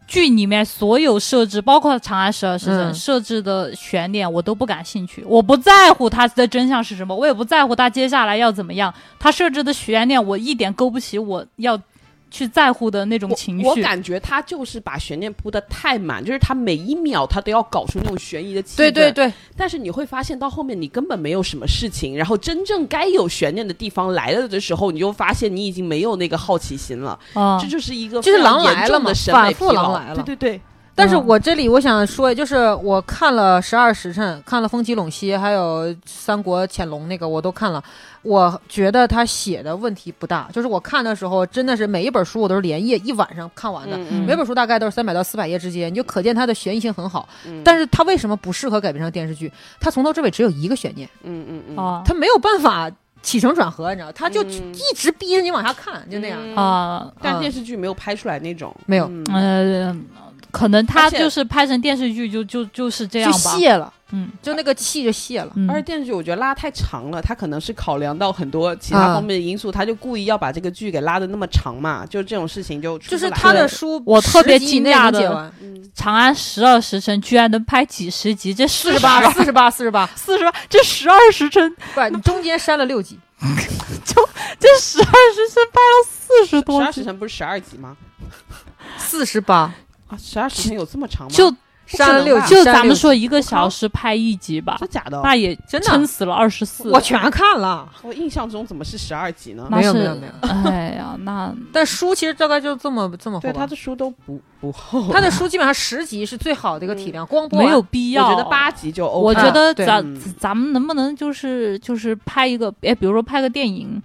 剧里面所有设置，包括《长安十二时辰》
嗯
设置的悬念，我都不感兴趣。我不在乎他的真相是什么，我也不在乎他接下来要怎么样。他设置的悬念，我一点勾不起我要去在乎的那种情
我。我
绪。
感觉他就是把悬念铺的太满，就是他每一秒他都要搞出那种悬疑的气氛。
对对。对，
但是你会发现到后面你根本没有什么事情，然后真正该有悬念的地方来了的时候，你就发现你已经没有那个好奇心了。
啊
这就是一个
就是
非常
狼来
严
了
重
嘛
的审美
反复
疲劳
狼来了
对对对，
但是我这里我想说，就是我看了《十二时辰》，看了《风起陇西》，还有《三国潜龙》那个我都看了，我觉得他写的问题不大。就是我看的时候，真的是每一本书我都是连夜一晚上看完的，
嗯
嗯
每本书大概都是三百到四百页之间，你就可见它的悬疑性很好。
嗯
但是它为什么不适合改编成电视剧？它从头至尾只有一个悬念，
嗯嗯嗯，
啊
它没有办法起承转合，你知道，它就
嗯
一直逼着你往下看，就那样。
嗯
啊
但
嗯
电视剧没有拍出来那种，
没有
嗯
呃，可能他
而且
就是拍成电视剧就就就是这
就
样吧。
泄了，
嗯
就那个气就泄了。
嗯
而且电视剧我觉得拉太长了，他可能是考量到很多其他
啊
方面的因素，他就故意要把这个剧给拉的那么长嘛，就这种事情就出
就是
不来
他
了
的书，
我特别惊讶的
解完
嗯
《长安十二时辰》居然能拍几十集，这
四
四
十
十
八
八、
吧，四十八，四十八，
四十八，这十二时辰，
不是，你中间删了六集，
这十二时辰拍了四十
十
多
二时
集，
辰不是十二集吗？
四十八
啊，十二时辰有这么长吗？
就
不可
删了
能
六
吧
集，
就
删了
咱
啊六
们
集，
说一个小时拍一集吧，
真假的？
那也
真的啊
撑死了二十四。
我全看了，
我印象中怎么是十二集呢？
那
没有
是
没有没有
哎呀，那
但书其实大概就这么这么厚
对，他
吧。
的书都不不厚，
他的书基本上十集是最好的一个体量，光播完
没有必
我
要。
觉得八集就 OK。
我觉得
对
咱
嗯
咱们能不能就是就是拍一个，哎，比如说拍个电影，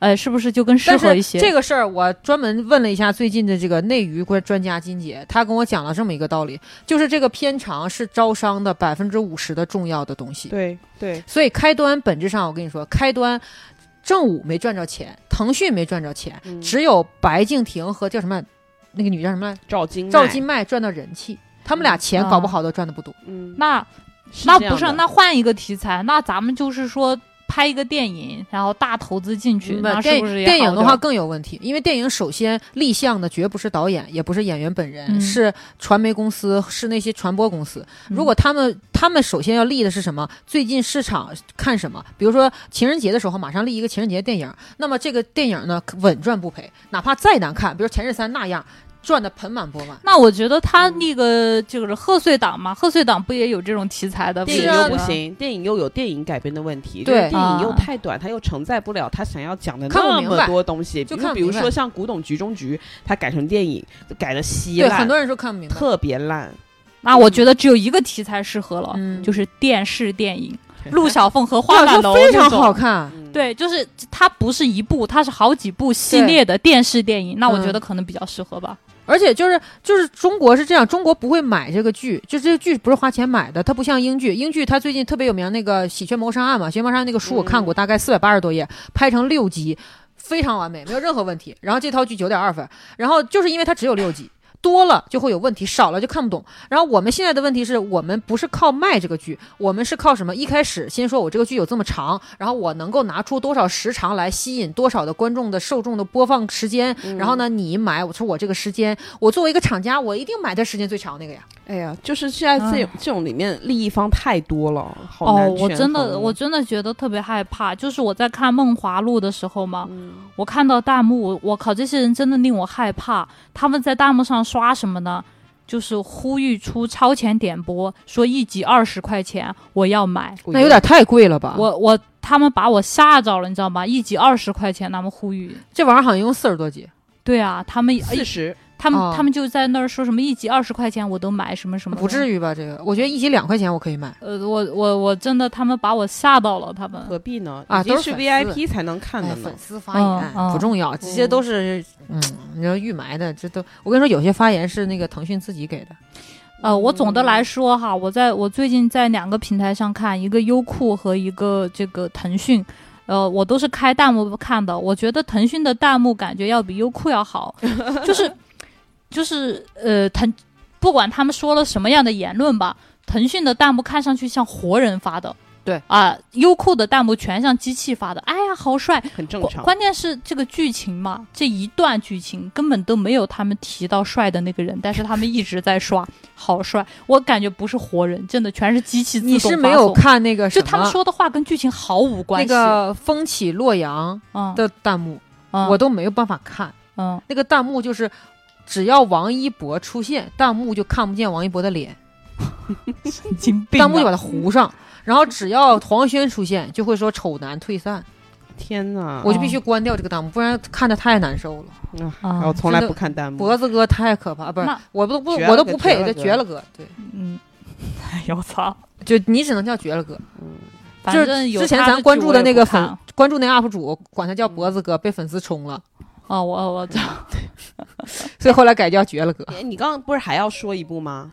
哎，是不是就更适
但
合
是
一些？
这个事儿，我专门问了一下最近的这个内娱专专家金姐，她跟我讲了这么一个道理，就是这个片长是招商的百分之五十的重要的东西。
对对，
所以开端本质上，我跟你说，开端正午没赚着钱，腾讯没赚着钱，
嗯
只有白敬亭和叫什么那个女叫什么来着
赵金
赵
麦
今麦赚到人气。他们俩钱搞不好都赚的不多，
嗯，
那
是
那
这
不
样
是啊
的
那换一个题材，那咱们就是说拍一个电影，然后大投资进去，那是
嗯电
不是也
电
好
影的
点嗯
话更有问题，因为电影首先立项的绝不是导演，也不是演员本人，
嗯
是传媒公司，是那些传播公司。如
嗯
果他们他们首先要立的是什么？最近市场看什么？比如说情人节的时候，马上立一个情人节电影，那么这个电影呢稳赚不赔，哪怕再难看，比如《前任三》那样，赚的盆满钵满。
那我觉得他那个就是贺岁档嘛，贺岁档不也有这种题材的？
电影
是啊
又不，行，电影又有电影改编的问
对
题，就是电影又
啊
太短，它又承载不了他想要讲的
看不
那
明
么
白
多东西。
就
比如
看不
比如
明白
说像《古董局中局》，它改成电影改的稀
对，
烂，
很多人说看不明白。
特别烂。
那我觉得只有一个题材适合了，
嗯
就是电视电影，陆 小凤和花
哇
满
这
楼
非常
那种
好。看，
嗯，
对，就是它不是一部，它是好几部系列的电视电影，那我觉得可能比较适合吧。
而且就是就是中国是这样，中国不会买这个剧，就这个剧不是花钱买的，它不像英剧，英剧它最近特别有名那个《喜鹊谋杀案》嘛，《喜鹊谋杀案》那个书我看过，大概四百八十多页，拍成六集。非常完美，没有任何问题。然后这套剧九点二分，然后就是因为它只有六集。多了就会有问题，少了就看不懂。然后我们现在的问题是我们不是靠卖这个剧，我们是靠什么？一开始先说我这个剧有这么长，然后我能够拿出多少时长来吸引多少的观众的受众的播放时间。然后呢，你买，我说我这个时间，我作为一个厂家，我一定买它时间最长那个呀。
哎呀，就是现在这、
啊
这种里面利益方太多了，好难
哦，我
权
真
衡啊
的我真的觉得特别害怕。就是我在看《梦华录》的时候嘛，
嗯
我看到弹幕，我靠，这些人真的令我害怕。他们在弹幕上刷什么呢？就是呼吁出超前点播，说一集二十块钱，我要买。
我
那有点太贵了
啊
吧？
我我他们把我吓着了，你知道吗？一集二十块钱，他们呼吁。
这玩意儿好像一共四十多集，
对啊，他们哎
四十，
他们、
哦
他们就在那儿说什么一集二十块钱我都买什么什么的，
不至于吧？这个我觉得一集两块钱我可以买。
呃，我我我真的，他们把我吓到了，他们。
何必呢？
啊
已经
都
是
是
VIP 才能看的
哎，
呢
粉。丝发言、
嗯嗯
不重要，这些都是嗯，你知道预埋的，这都我跟你说，有些发言是那个腾讯自己给的。
呃，我总的来说哈，我在我最近在两个平台上看，一个优酷和一个这个腾讯。呃，我都是开弹幕看的。我觉得腾讯的弹幕感觉要比优酷要好，就是就是呃，腾不管他们说了什么样的言论吧，腾讯的弹幕看上去像活人发的，
对
啊、优酷的弹幕全像机器发的。哎呀，好帅！
很正
关
常。
关键是这个剧情嘛，这一段剧情根本都没有他们提到帅的那个人，但是他们一直在刷好帅，我感觉不是活人，真的全是机器自动
你是
发
没有
送，
看那个什
就
么？
他们说的话跟剧情毫无关
那
系。
个风起洛阳
嗯，
的弹幕，
嗯，
我都没有办法看。
嗯
那个弹幕就是，只要王一博出现，弹幕就看不见王一博的脸，
神经病啊，
弹幕就把他糊上。然后只要黄轩出现，就会说丑男退散，
天哪！
我就必须关掉这个弹幕，不然看着太难受了。
啊
哎我从来
真的
不看弹幕。
脖子哥太可怕，不是
那
我不不
嗯绝
我
了
都
哥
不配，
绝了
这
哥
绝了哥，对，
嗯，哎呦我操，
就你只能叫绝了哥。
反
就是
正有
之前
他
咱关
剧
注
我
的
也
那
不
个
看嗯
粉，关注那 UP 主管他叫脖子哥，被粉丝冲了，
哦，我 我操，
所以后来改叫绝了哥。
哎你刚刚不是还要说一部吗？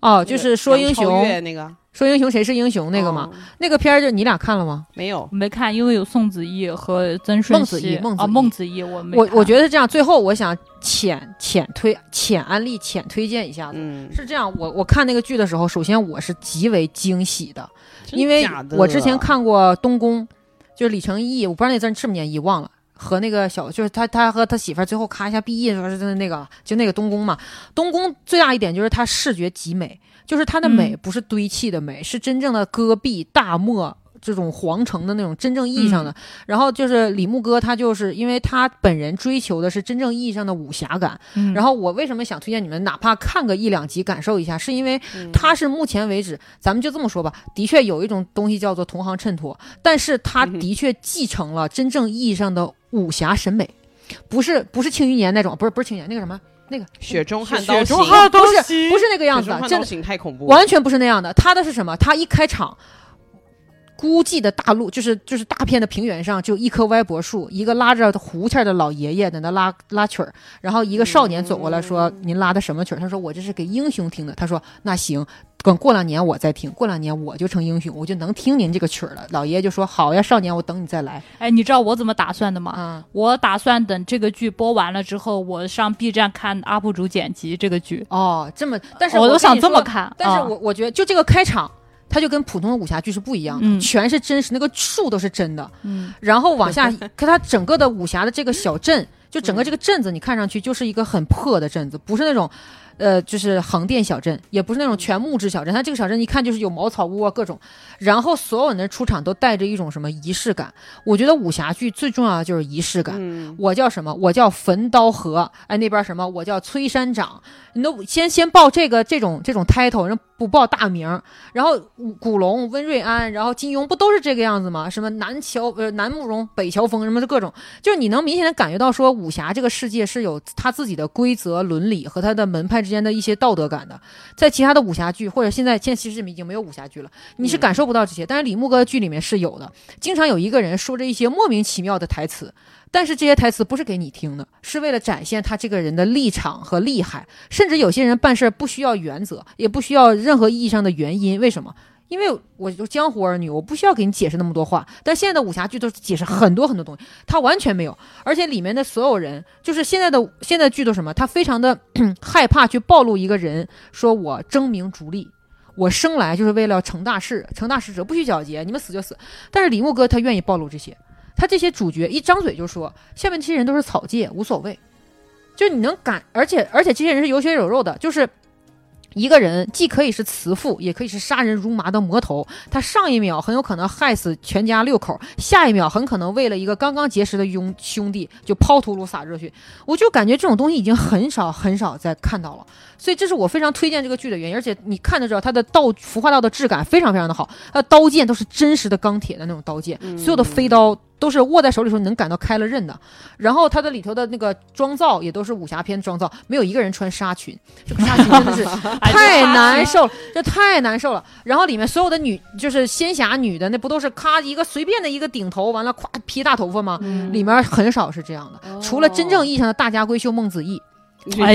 哦，
那
就
个
是说英
杨超越
雄，
那个
说英雄谁是英雄那个嘛，
哦
那个片儿就你俩看了吗？
没有
我没看，因为有宋子义和曾舜
孟子义
晞
孟子
啊，
义
孟子义，我没
我我
看
觉得是这样，最后我想浅浅推浅安利浅推荐一下子。
嗯，
是这样，我我看那个剧的时候，首先我是极为惊喜的，
真
因为
假的啊
我之前看过《东宫》，就是李承义，我不知道那字儿是不是念义，忘了。和那个小，就是他，他和他媳妇儿最后咔一下毕业，说是真的那个，就那个东宫嘛。东宫最大一点就是它视觉极美，就是它的美
嗯
不是堆砌的美，是真正的戈壁、大漠这种皇城的那种真正意义上的。然后就是李牧歌，他就是因为他本人追求的是真正意义上的武侠感，
嗯
然后我为什么想推荐你们，哪怕看个一两集感受一下，是因为
嗯
它是目前为止，咱们就这么说吧，的确有一种东西叫做同行衬托，但是它
嗯哼
的确继承了真正意义上的武侠审美，不是不是庆余年那种，不是不是庆余年那个什么那个
雪中悍刀
雪
行，
中
雪
悍刀不是不是那个样
中
子
悍，
真
刀
的
行太恐怖了。
完全不是那样的。他的是什么？他一开场，孤寂的大陆，就是就是大片的平原上，就一棵歪脖树，一个拉着胡签的老爷爷在那拉拉曲儿，然后一个少年走过来说：“
嗯
您拉的什么曲儿？”他说：“我这是给英雄听的。”他说：“那行，等过两年我再听，过两年我就成英雄，我就能听您这个曲儿了。”老爷爷就说：“好呀，少年，我等你再来。
哎，你知道我怎么打算的吗？
嗯”
我打算等这个剧播完了之后，我上 B 站看 UP 主剪辑这个剧。
哦，这么，但是
我
我
都
跟
想
你
这么
说
看，
但是
啊
我、我觉得就这个开场，它就跟普通的武侠剧是不一样的，
嗯
全是真实，那个树都是真的。
嗯
然后往下，看它整个的武侠的这个小镇，就整个这个镇子，你看上去就是一个很破的镇子，不是那种。呃，就是横店小镇，也不是那种全木质小镇，它这个小镇一看就是有茅草屋啊各种，然后所有人的出场都带着一种什么仪式感。我觉得武侠剧最重要的就是仪式感，
嗯，
我叫什么？我叫坟刀河，哎，那边什么？我叫崔山长。你都先先报这个这种这种 title，人不报大名儿。然后古古龙、温瑞安，然后金庸不都是这个样子吗？什么南乔呃南慕容、北乔峰什么的各种，就是你能明显的感觉到说武侠这个世界是有它自己的规则、伦理和它的门派之间的一些道德感的。在其他的武侠剧或者现在现在其实已经没有武侠剧了，你是
嗯
感受不到这些。但是李牧歌的剧里面是有的，经常有一个人说着一些莫名其妙的台词。但是这些台词不是给你听的，是为了展现他这个人的立场和厉害。甚至有些人办事儿不需要原则，也不需要任何意义上的原因，为什么？因为我就江湖儿女，我不需要给你解释那么多话。但现在的武侠剧都是解释很多很多东西，他完全没有。而且里面的所有人，就是现在的现在剧都什么，他非常的 害怕去暴露一个人，说我争名逐利，我生来就是为了成大事，成大事者不许皎洁，你们死就死。但是李牧哥他愿意暴露这些，他这些主角一张嘴就说，下面这些人都是草芥，无所谓。就你能感，而且而且这些人是有血有肉的，就是一个人既可以是慈父，也可以是杀人如麻的魔头。他上一秒很有可能害死全家六口，下一秒很可能为了一个刚刚结识的兄兄弟就抛头颅洒热血。我就感觉这种东西已经很少很少再看到了，所以这是我非常推荐这个剧的原因。而且你看的知道，它的道服化道的质感非常非常的好，它的刀剑都是真实的钢铁的那种刀剑，所有的飞刀都是握在手里时候你能感到开了刃的。然后它的里头的那个妆造也都是武侠片妆造，没有一个人穿纱裙，这个纱裙真的是太难受了，这太难受了。然后里面所有的女就是仙侠女的，那不都是咔一个随便的一个顶头，完了咵披大头发吗？
嗯
里面很少是这样的，除了真正意义上的大家闺秀孟子义，
哎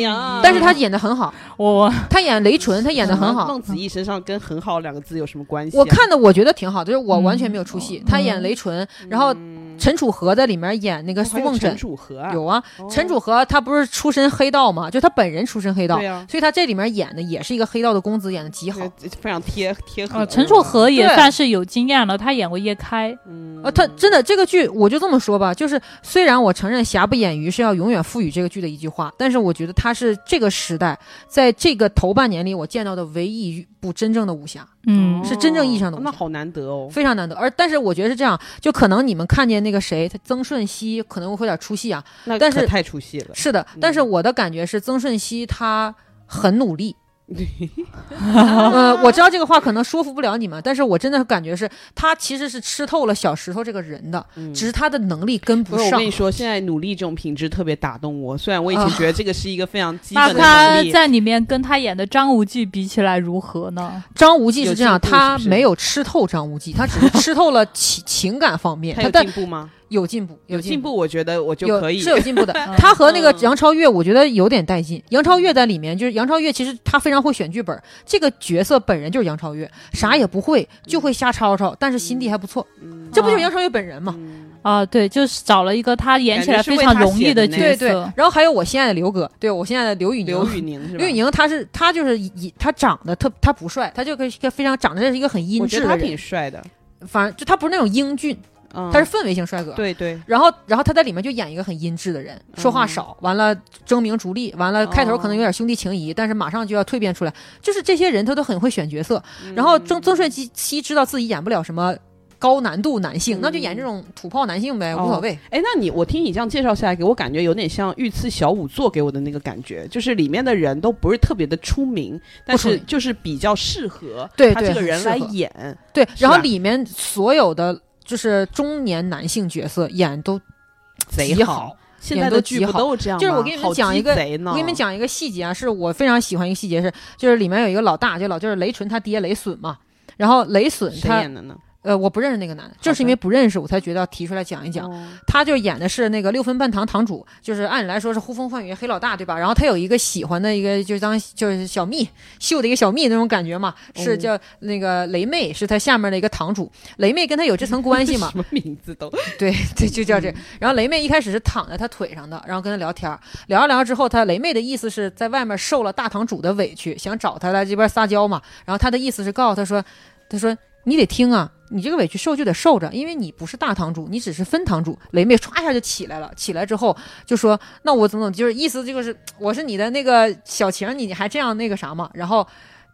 呀
但是她演的很好，
我
她演雷纯，她演的很好。
孟子义身上跟“很好”两个字有什么关系啊？
我看的我觉得挺好，就是我完全没有出戏
嗯。
她演雷纯，然后陈楚河在里面演那个
哦
苏
还有
梦
陈
枕，
楚河啊，
有啊。
哦
陈楚河他不是出身黑道吗？就他本人出身黑道，
对啊，
所以他这里面演的也是一个黑道的公子，演的极好啊
这。这非常贴贴合。
呃，陈楚河也
对
算是有经验了，他演过叶开，
嗯，
呃，他真的这个剧，我就这么说吧，就是虽然我承认“瑕不掩瑜”是要永远赋予这个剧的一句话，但是我觉得它是这个时代，在这个头半年里我见到的唯一一部真正的武侠，
嗯，
是真正意义上的
哦
武
那
侠
好难得哦。
非常难得。而但是我觉得是这样，就可能你们看见那个谁，他曾舜晞可能会有点出戏啊，
那
但
可
是
太出戏了，
是的，但是我的感觉是曾舜晞他很努 力。呃，我知道这个话可能说服不了你们，但是我真的感觉是他其实是吃透了小石头这个人的，
嗯
只是他的能力跟
不
不
是，我
上
跟你。说，现在努力这种品质特别打动我。虽然我以前
啊
觉得这个是一个非常基
那
本的能
他
力，
在里面跟他演的张无忌比起来如何呢？
张无忌是这
有
样，
进步
他
是不是
没有吃透张无忌，他只是吃透了情 情感方面，
他
他
有
但
进步吗？
有进步，
有
进
进。步，我觉得我就
有
可以
是。有进步的
嗯，
呃他和那个
嗯
杨超越，我觉得有点带劲。杨超越在里面，就是杨超越，其实他非常会选剧本，这个角色本人就是杨超越，啥也不会，就会瞎吵吵，但是心地还不错，
嗯
这不就是杨超越本人吗？
嗯
啊，对，就是找了一个他演起来
感觉
非
是为
常
他
容易
写的那
角
对对
色，。
然后还有我心爱的刘哥，对我心爱的刘宇宁，
刘宇宁是吧？
刘宇，宁他是他就是以他长得特他不帅，他就个非常长得是一个很阴
我觉
质
得他
的
挺
人，
帅的，
反正就他不是那种英俊，
嗯，
他是氛围型帅哥。
对对，
然后，然后他在里面就演一个很阴质的人，说话少，完了争名逐利，完了开头可能有点兄弟情谊，但是马上就要蜕变出来。就是这些人他都很会选角色。然后曾曾舜晞知道自己演不了什么高难度男性，
嗯
那就演这种土炮男性呗，
哦
无所谓。
哎，那你我听你这样介绍下来，给我感觉有点像《御赐小仵作》给我的那个感觉，就是里面的人都不是特别的出名，但
出
是
名
就是比较适合
对
他
对
这个
很
人
适
来
合
演。
对，
是
然后
啊
里面所有的就是中年男性角色演都
贼
极
好哦
好。
现
演
在
都
的
极
剧不
好
都是这样吗？
就是我给你们
好
讲
鸡
一个
贼呢
我给你们，讲一个细节啊，是我非常喜欢一个细节是，就是里面有一个老大，就老就是雷纯他爹雷隼嘛。然后雷隼
谁
他
演的呢？
呃，我不认识那个男的，
好
正
的
是因为不认识，我才觉得要提出来讲一讲。
哦
他就演的是那个六分半堂堂主，就是按理来说是呼风唤雨黑老大，对吧？然后他有一个喜欢的一个，就当就是小蜜秀的一个小蜜那种感觉嘛，是
哦
叫那个雷妹，是他下面的一个堂主。雷妹跟他有这层 关系嘛？
什么名字 都
对对，就叫这。然后雷妹一开始是躺在他腿上的，然后跟他聊天儿，聊着聊着之后，他雷妹的意思是在外面受了大堂主的委屈，想找他来这边撒娇嘛。然后他的意思是告诉他说，他说你得听啊，你这个委屈受就得受着，因为你不是大堂主，你只是分堂主。雷妹唰一下就起来了，起来之后就说，那我怎么怎么，就是意思就是我是你的那个小情，你还这样那个啥嘛？然后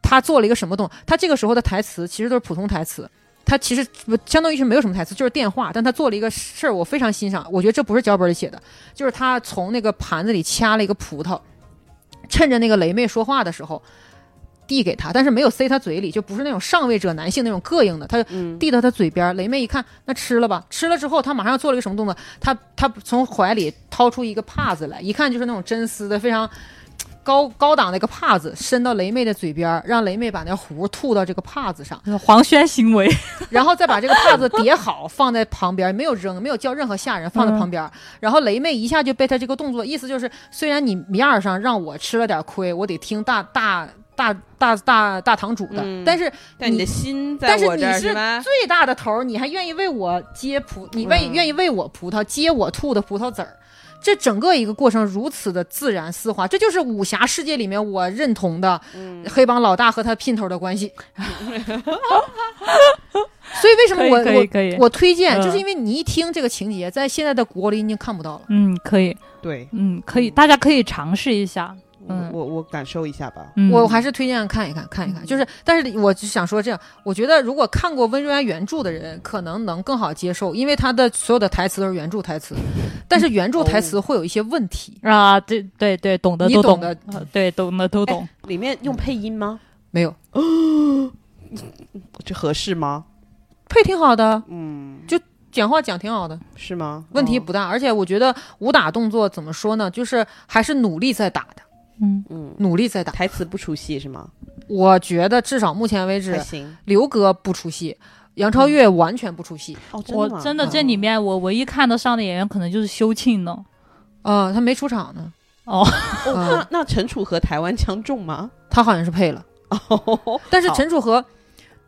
他做了一个什么动？他这个时候的台词其实都是普通台词。他其实不相当于是没有什么台词，就是电话。但他做了一个事儿，我非常欣赏，我觉得这不是脚本里写的，就是他从那个盘子里掐了一个葡萄，趁着那个雷妹说话的时候递给他，但是没有塞他嘴里，就不是那种上位者男性那种膈应的，他就
嗯
递到他嘴边儿。雷妹一看，那吃了吧。吃了之后，他马上做了一个什么动作？他他从怀里掏出一个帕子来，一看就是那种真丝的，非常。高高档的一个帕子伸到雷妹的嘴边儿，让雷妹把那壶吐到这个帕子上，
黄轩行为，
然后再把这个帕子叠好，放在旁边，没有扔，没有叫任何下人，放在旁边。
嗯
然后雷妹一下就被他这个动作，意思就是，虽然你面儿上让我吃了点亏，我得听大大大大大大堂主的，
嗯
但是
但你的心
嗯
在
但是
我
你
这儿
是
吧？
最大的头儿，你还愿意为我接葡，你愿意
嗯
愿意为我葡萄接我吐的葡萄籽儿，这整个一个过程如此的自然丝滑，这就是武侠世界里面我认同的
嗯
黑帮老大和他姘头的关 系。所以为什么
可以
我
可以可以
我我推荐，
嗯
就是因为你一听这个情节，在现在的古柏林已经看不到了。
嗯，可以，
对，
嗯，可以，大家可以尝试一下。嗯
我我感受一下吧。
嗯，
我还是推荐看一看，看一看。
嗯
就是，但是我就想说，这样，我觉得如果看过温瑞安原著的人，可能能更好接受，因为他的所有的台词都是原著台词，但是原著台词会有一些问题，
啊，对对对，懂的
你
都
懂
懂
的
呃对，懂的都懂。
里面用配音吗？
没有
这合适吗？
配挺好的，
嗯，
讲话讲挺好的，
是吗？
问题
嗯
不大。而且我觉得武打动作怎么说呢，就是还是努力在打的，
嗯，
嗯，
努力在打。
台词不出戏是吗？
我觉得至少目前为
还
止，
行。
刘哥不出戏，杨超越完全不出戏，
哦，
我
吗
真的这里面我唯一看得上的演员可能就是修庆了。
啊，他没出场呢，
哦，
啊
那那陈楚和台湾腔重吗？
他好像是配了。
哦，
但是
好
陈楚河，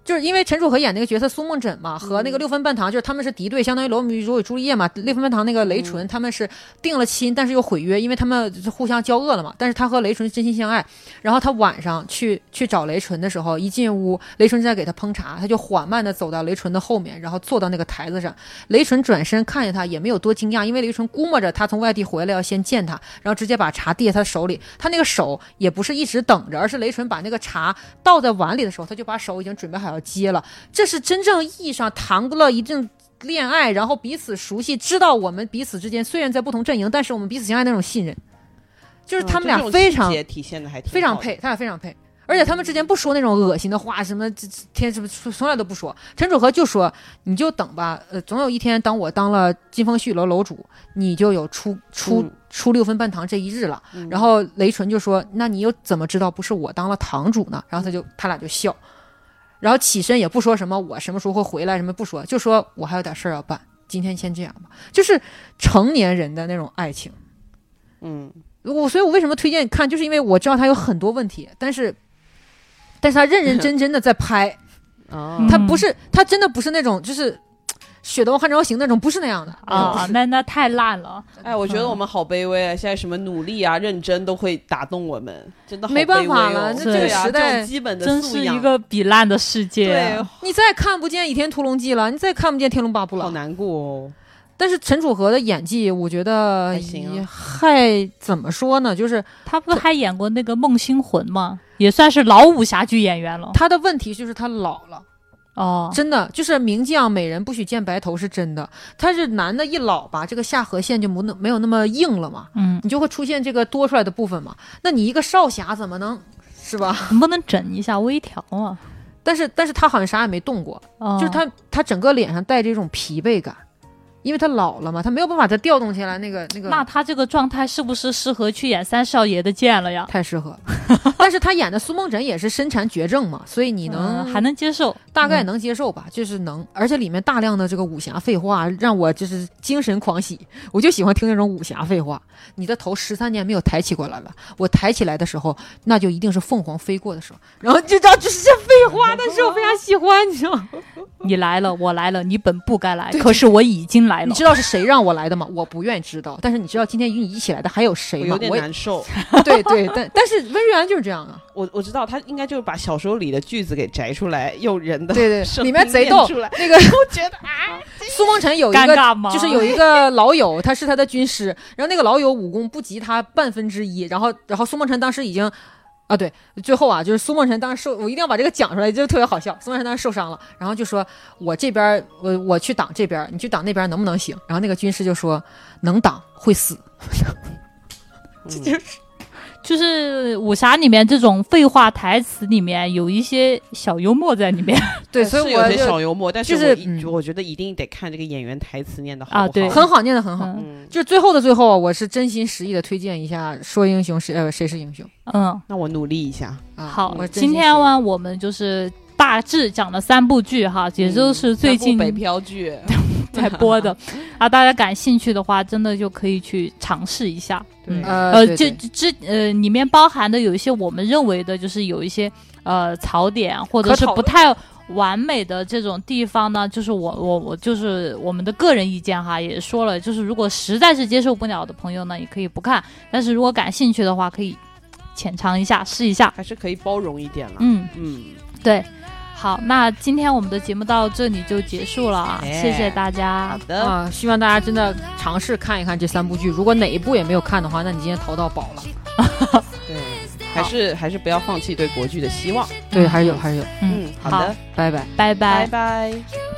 就是因为陈楚河演那个角色苏梦枕嘛，和那个六分半堂，就是他们是敌对，相当于罗密欧与朱丽叶嘛。六分半堂那个雷纯，他们是定了亲，但是又毁约，因为他们互相交恶了嘛。但是他和雷纯真心相爱，然后他晚上去去找雷纯的时候，一进屋，雷纯正在给他烹茶，他就缓慢的走到雷纯的后面，然后坐到那个台子上。雷纯转身看见他，也没有多惊讶，因为雷纯估摸着他从外地回来要先见他，然后直接把茶递在他手里。他那个手也不是一直等着，而是雷纯把那个茶倒在碗里的时候，他就把手已经准备好要接了。这是真正意义上谈了一定恋爱，然后彼此熟悉，知道我们彼此之间虽然在不同阵营，但是我们彼此相爱那种信任，就是他们
嗯
俩
就这种
非常
细节体现的还挺
非常
好的
配，他俩非常配。而且他们之间不说那种恶心的话，什么这这天什么从来都不说。陈楚河就说：“你就等吧，呃，总有一天，当我当了金风旭楼楼主，你就有出出、
嗯
出六分半堂这一日了。然后雷纯就说：“那你又怎么知道不是我当了堂主呢？”然后他就他俩就笑，然后起身也不说什么我什么时候会回来什么不说，就说我还有点事儿要办，今天先这样吧。就是成年人的那种爱情。
嗯，
我所以，我为什么推荐看，就是因为我知道他有很多问题，但是，但是他认认真真的在 拍，
哦
嗯
他不是他真的不是那种就是《雪的汉朝行》那种，不是那样的
啊，那那太烂了。
哎，我觉得我们好卑微啊！现在什么努力啊、认真都会打动我们，真的好
没办法了
卑微哦
这
这个
对啊
时代
这种基本的
真
素
是
养
一个比烂的世界
对
啊。，
你再看不见《倚天屠龙记》了，你再看不见《天龙八部》
好
了。
难过哦。
但是陈楚河的演技，我觉得
还行啊
也还怎么说呢？就是
他不是还演过那个《梦星魂》吗？也算是老武侠剧演员了。
他的问题就是他老了。
哦，
真的就是名将美人不许见白头是真的，他是男的一老吧，这个下颌线就没那没有那么硬了嘛，
嗯，
你就会出现这个多出来的部分嘛。那你一个少侠怎么能是吧？
能不能整一下微调啊？
但是但是他好像啥也没动过，
哦
就是他他整个脸上带着一种疲惫感，因为他老了嘛，他没有办法再调动起来那个那个。
那他这个状态是不是适合去演三少爷的剑了呀？
太适合了， 但是他演的苏梦枕也是身缠绝症嘛，所以你能、
嗯还能接受，
大概能接受吧，就是能，而且里面大量的这个武侠废话让我就是精神狂喜，我就喜欢听那种武侠废话。你的头十三年没有抬起过来了，我抬起来的时候，那就一定是凤凰飞过的时候，然后就知道就是这废话，但是我非常喜欢，你知道吗？
你来了，我来了，你本不该来，可是我已经来
你
了。
知道是谁让我来的吗？我不愿意知道，但是你知道今天与你一起来的还有
我
谁
有
吗？
点
我也
难受，
对对，但但是温瑞安就是这样啊，
我我知道他应该就是把小说里的句子给摘出来，用人的
对对，
声
里
音
面贼
念
逗
出来，
那 个
我觉得啊，
苏梦辰有一
尴
个
尬吗？
就是有一个老友，他是他的军师，然后那个老友武功不及他半分之一，然后然后苏梦辰当时已经。啊，对，最后啊，就是苏梦辰当时受，我一定要把这个讲出来，就特别好笑。苏梦辰当时受伤了，然后就说：“我这边儿，我我去挡这边儿，你去挡那边儿能不能行？”然后那个军师就说：“能挡会死。
嗯
就是武侠里面这种废话台词里面有一些小幽默在 里面
对，
哎是
所以
有
我
些
就
小幽默，但
就是
我
是
一
嗯
我觉得一定得看这个演员台词念的好
啊
不
对
好
很好，念的很好。
嗯
嗯，
就是最后的最后啊，我是真心实意的推荐一下《说英雄谁呃谁是英雄
嗯，》
那我努力一下。
啊。
好
我，真
今
心
天
实意
呢，我
嗯
嗯
们就是大致讲了三部剧哈，也就是最近
北漂剧，
在播的啊，大家感兴趣的话，真的就可以去尝试一下。
对
嗯
呃
呃，
对
这
对
这呃里面包含的有一些我们认为的，就是有一些呃槽点或者
可
是
讨
不太完美的这种地方呢，就是我我我就是我们的个人意见哈，也说了，就是如果实在是接受不了的朋友呢，也可以不看，但是如果感兴趣的话，可以浅尝一下，试一下。
还是可以包容一点了。
嗯，
嗯，
对。好，那今天我们的节目到这里就结束了啊，
哎
谢谢大家。
好的，
啊，希望大家真的尝试看一看这三部剧。如果哪一部也没有看的话，那你今天淘到宝了。
对，还是还是不要放弃对国剧的希望。
嗯对，还是有，还是有。
嗯
嗯，好的，
拜拜。
拜拜
拜拜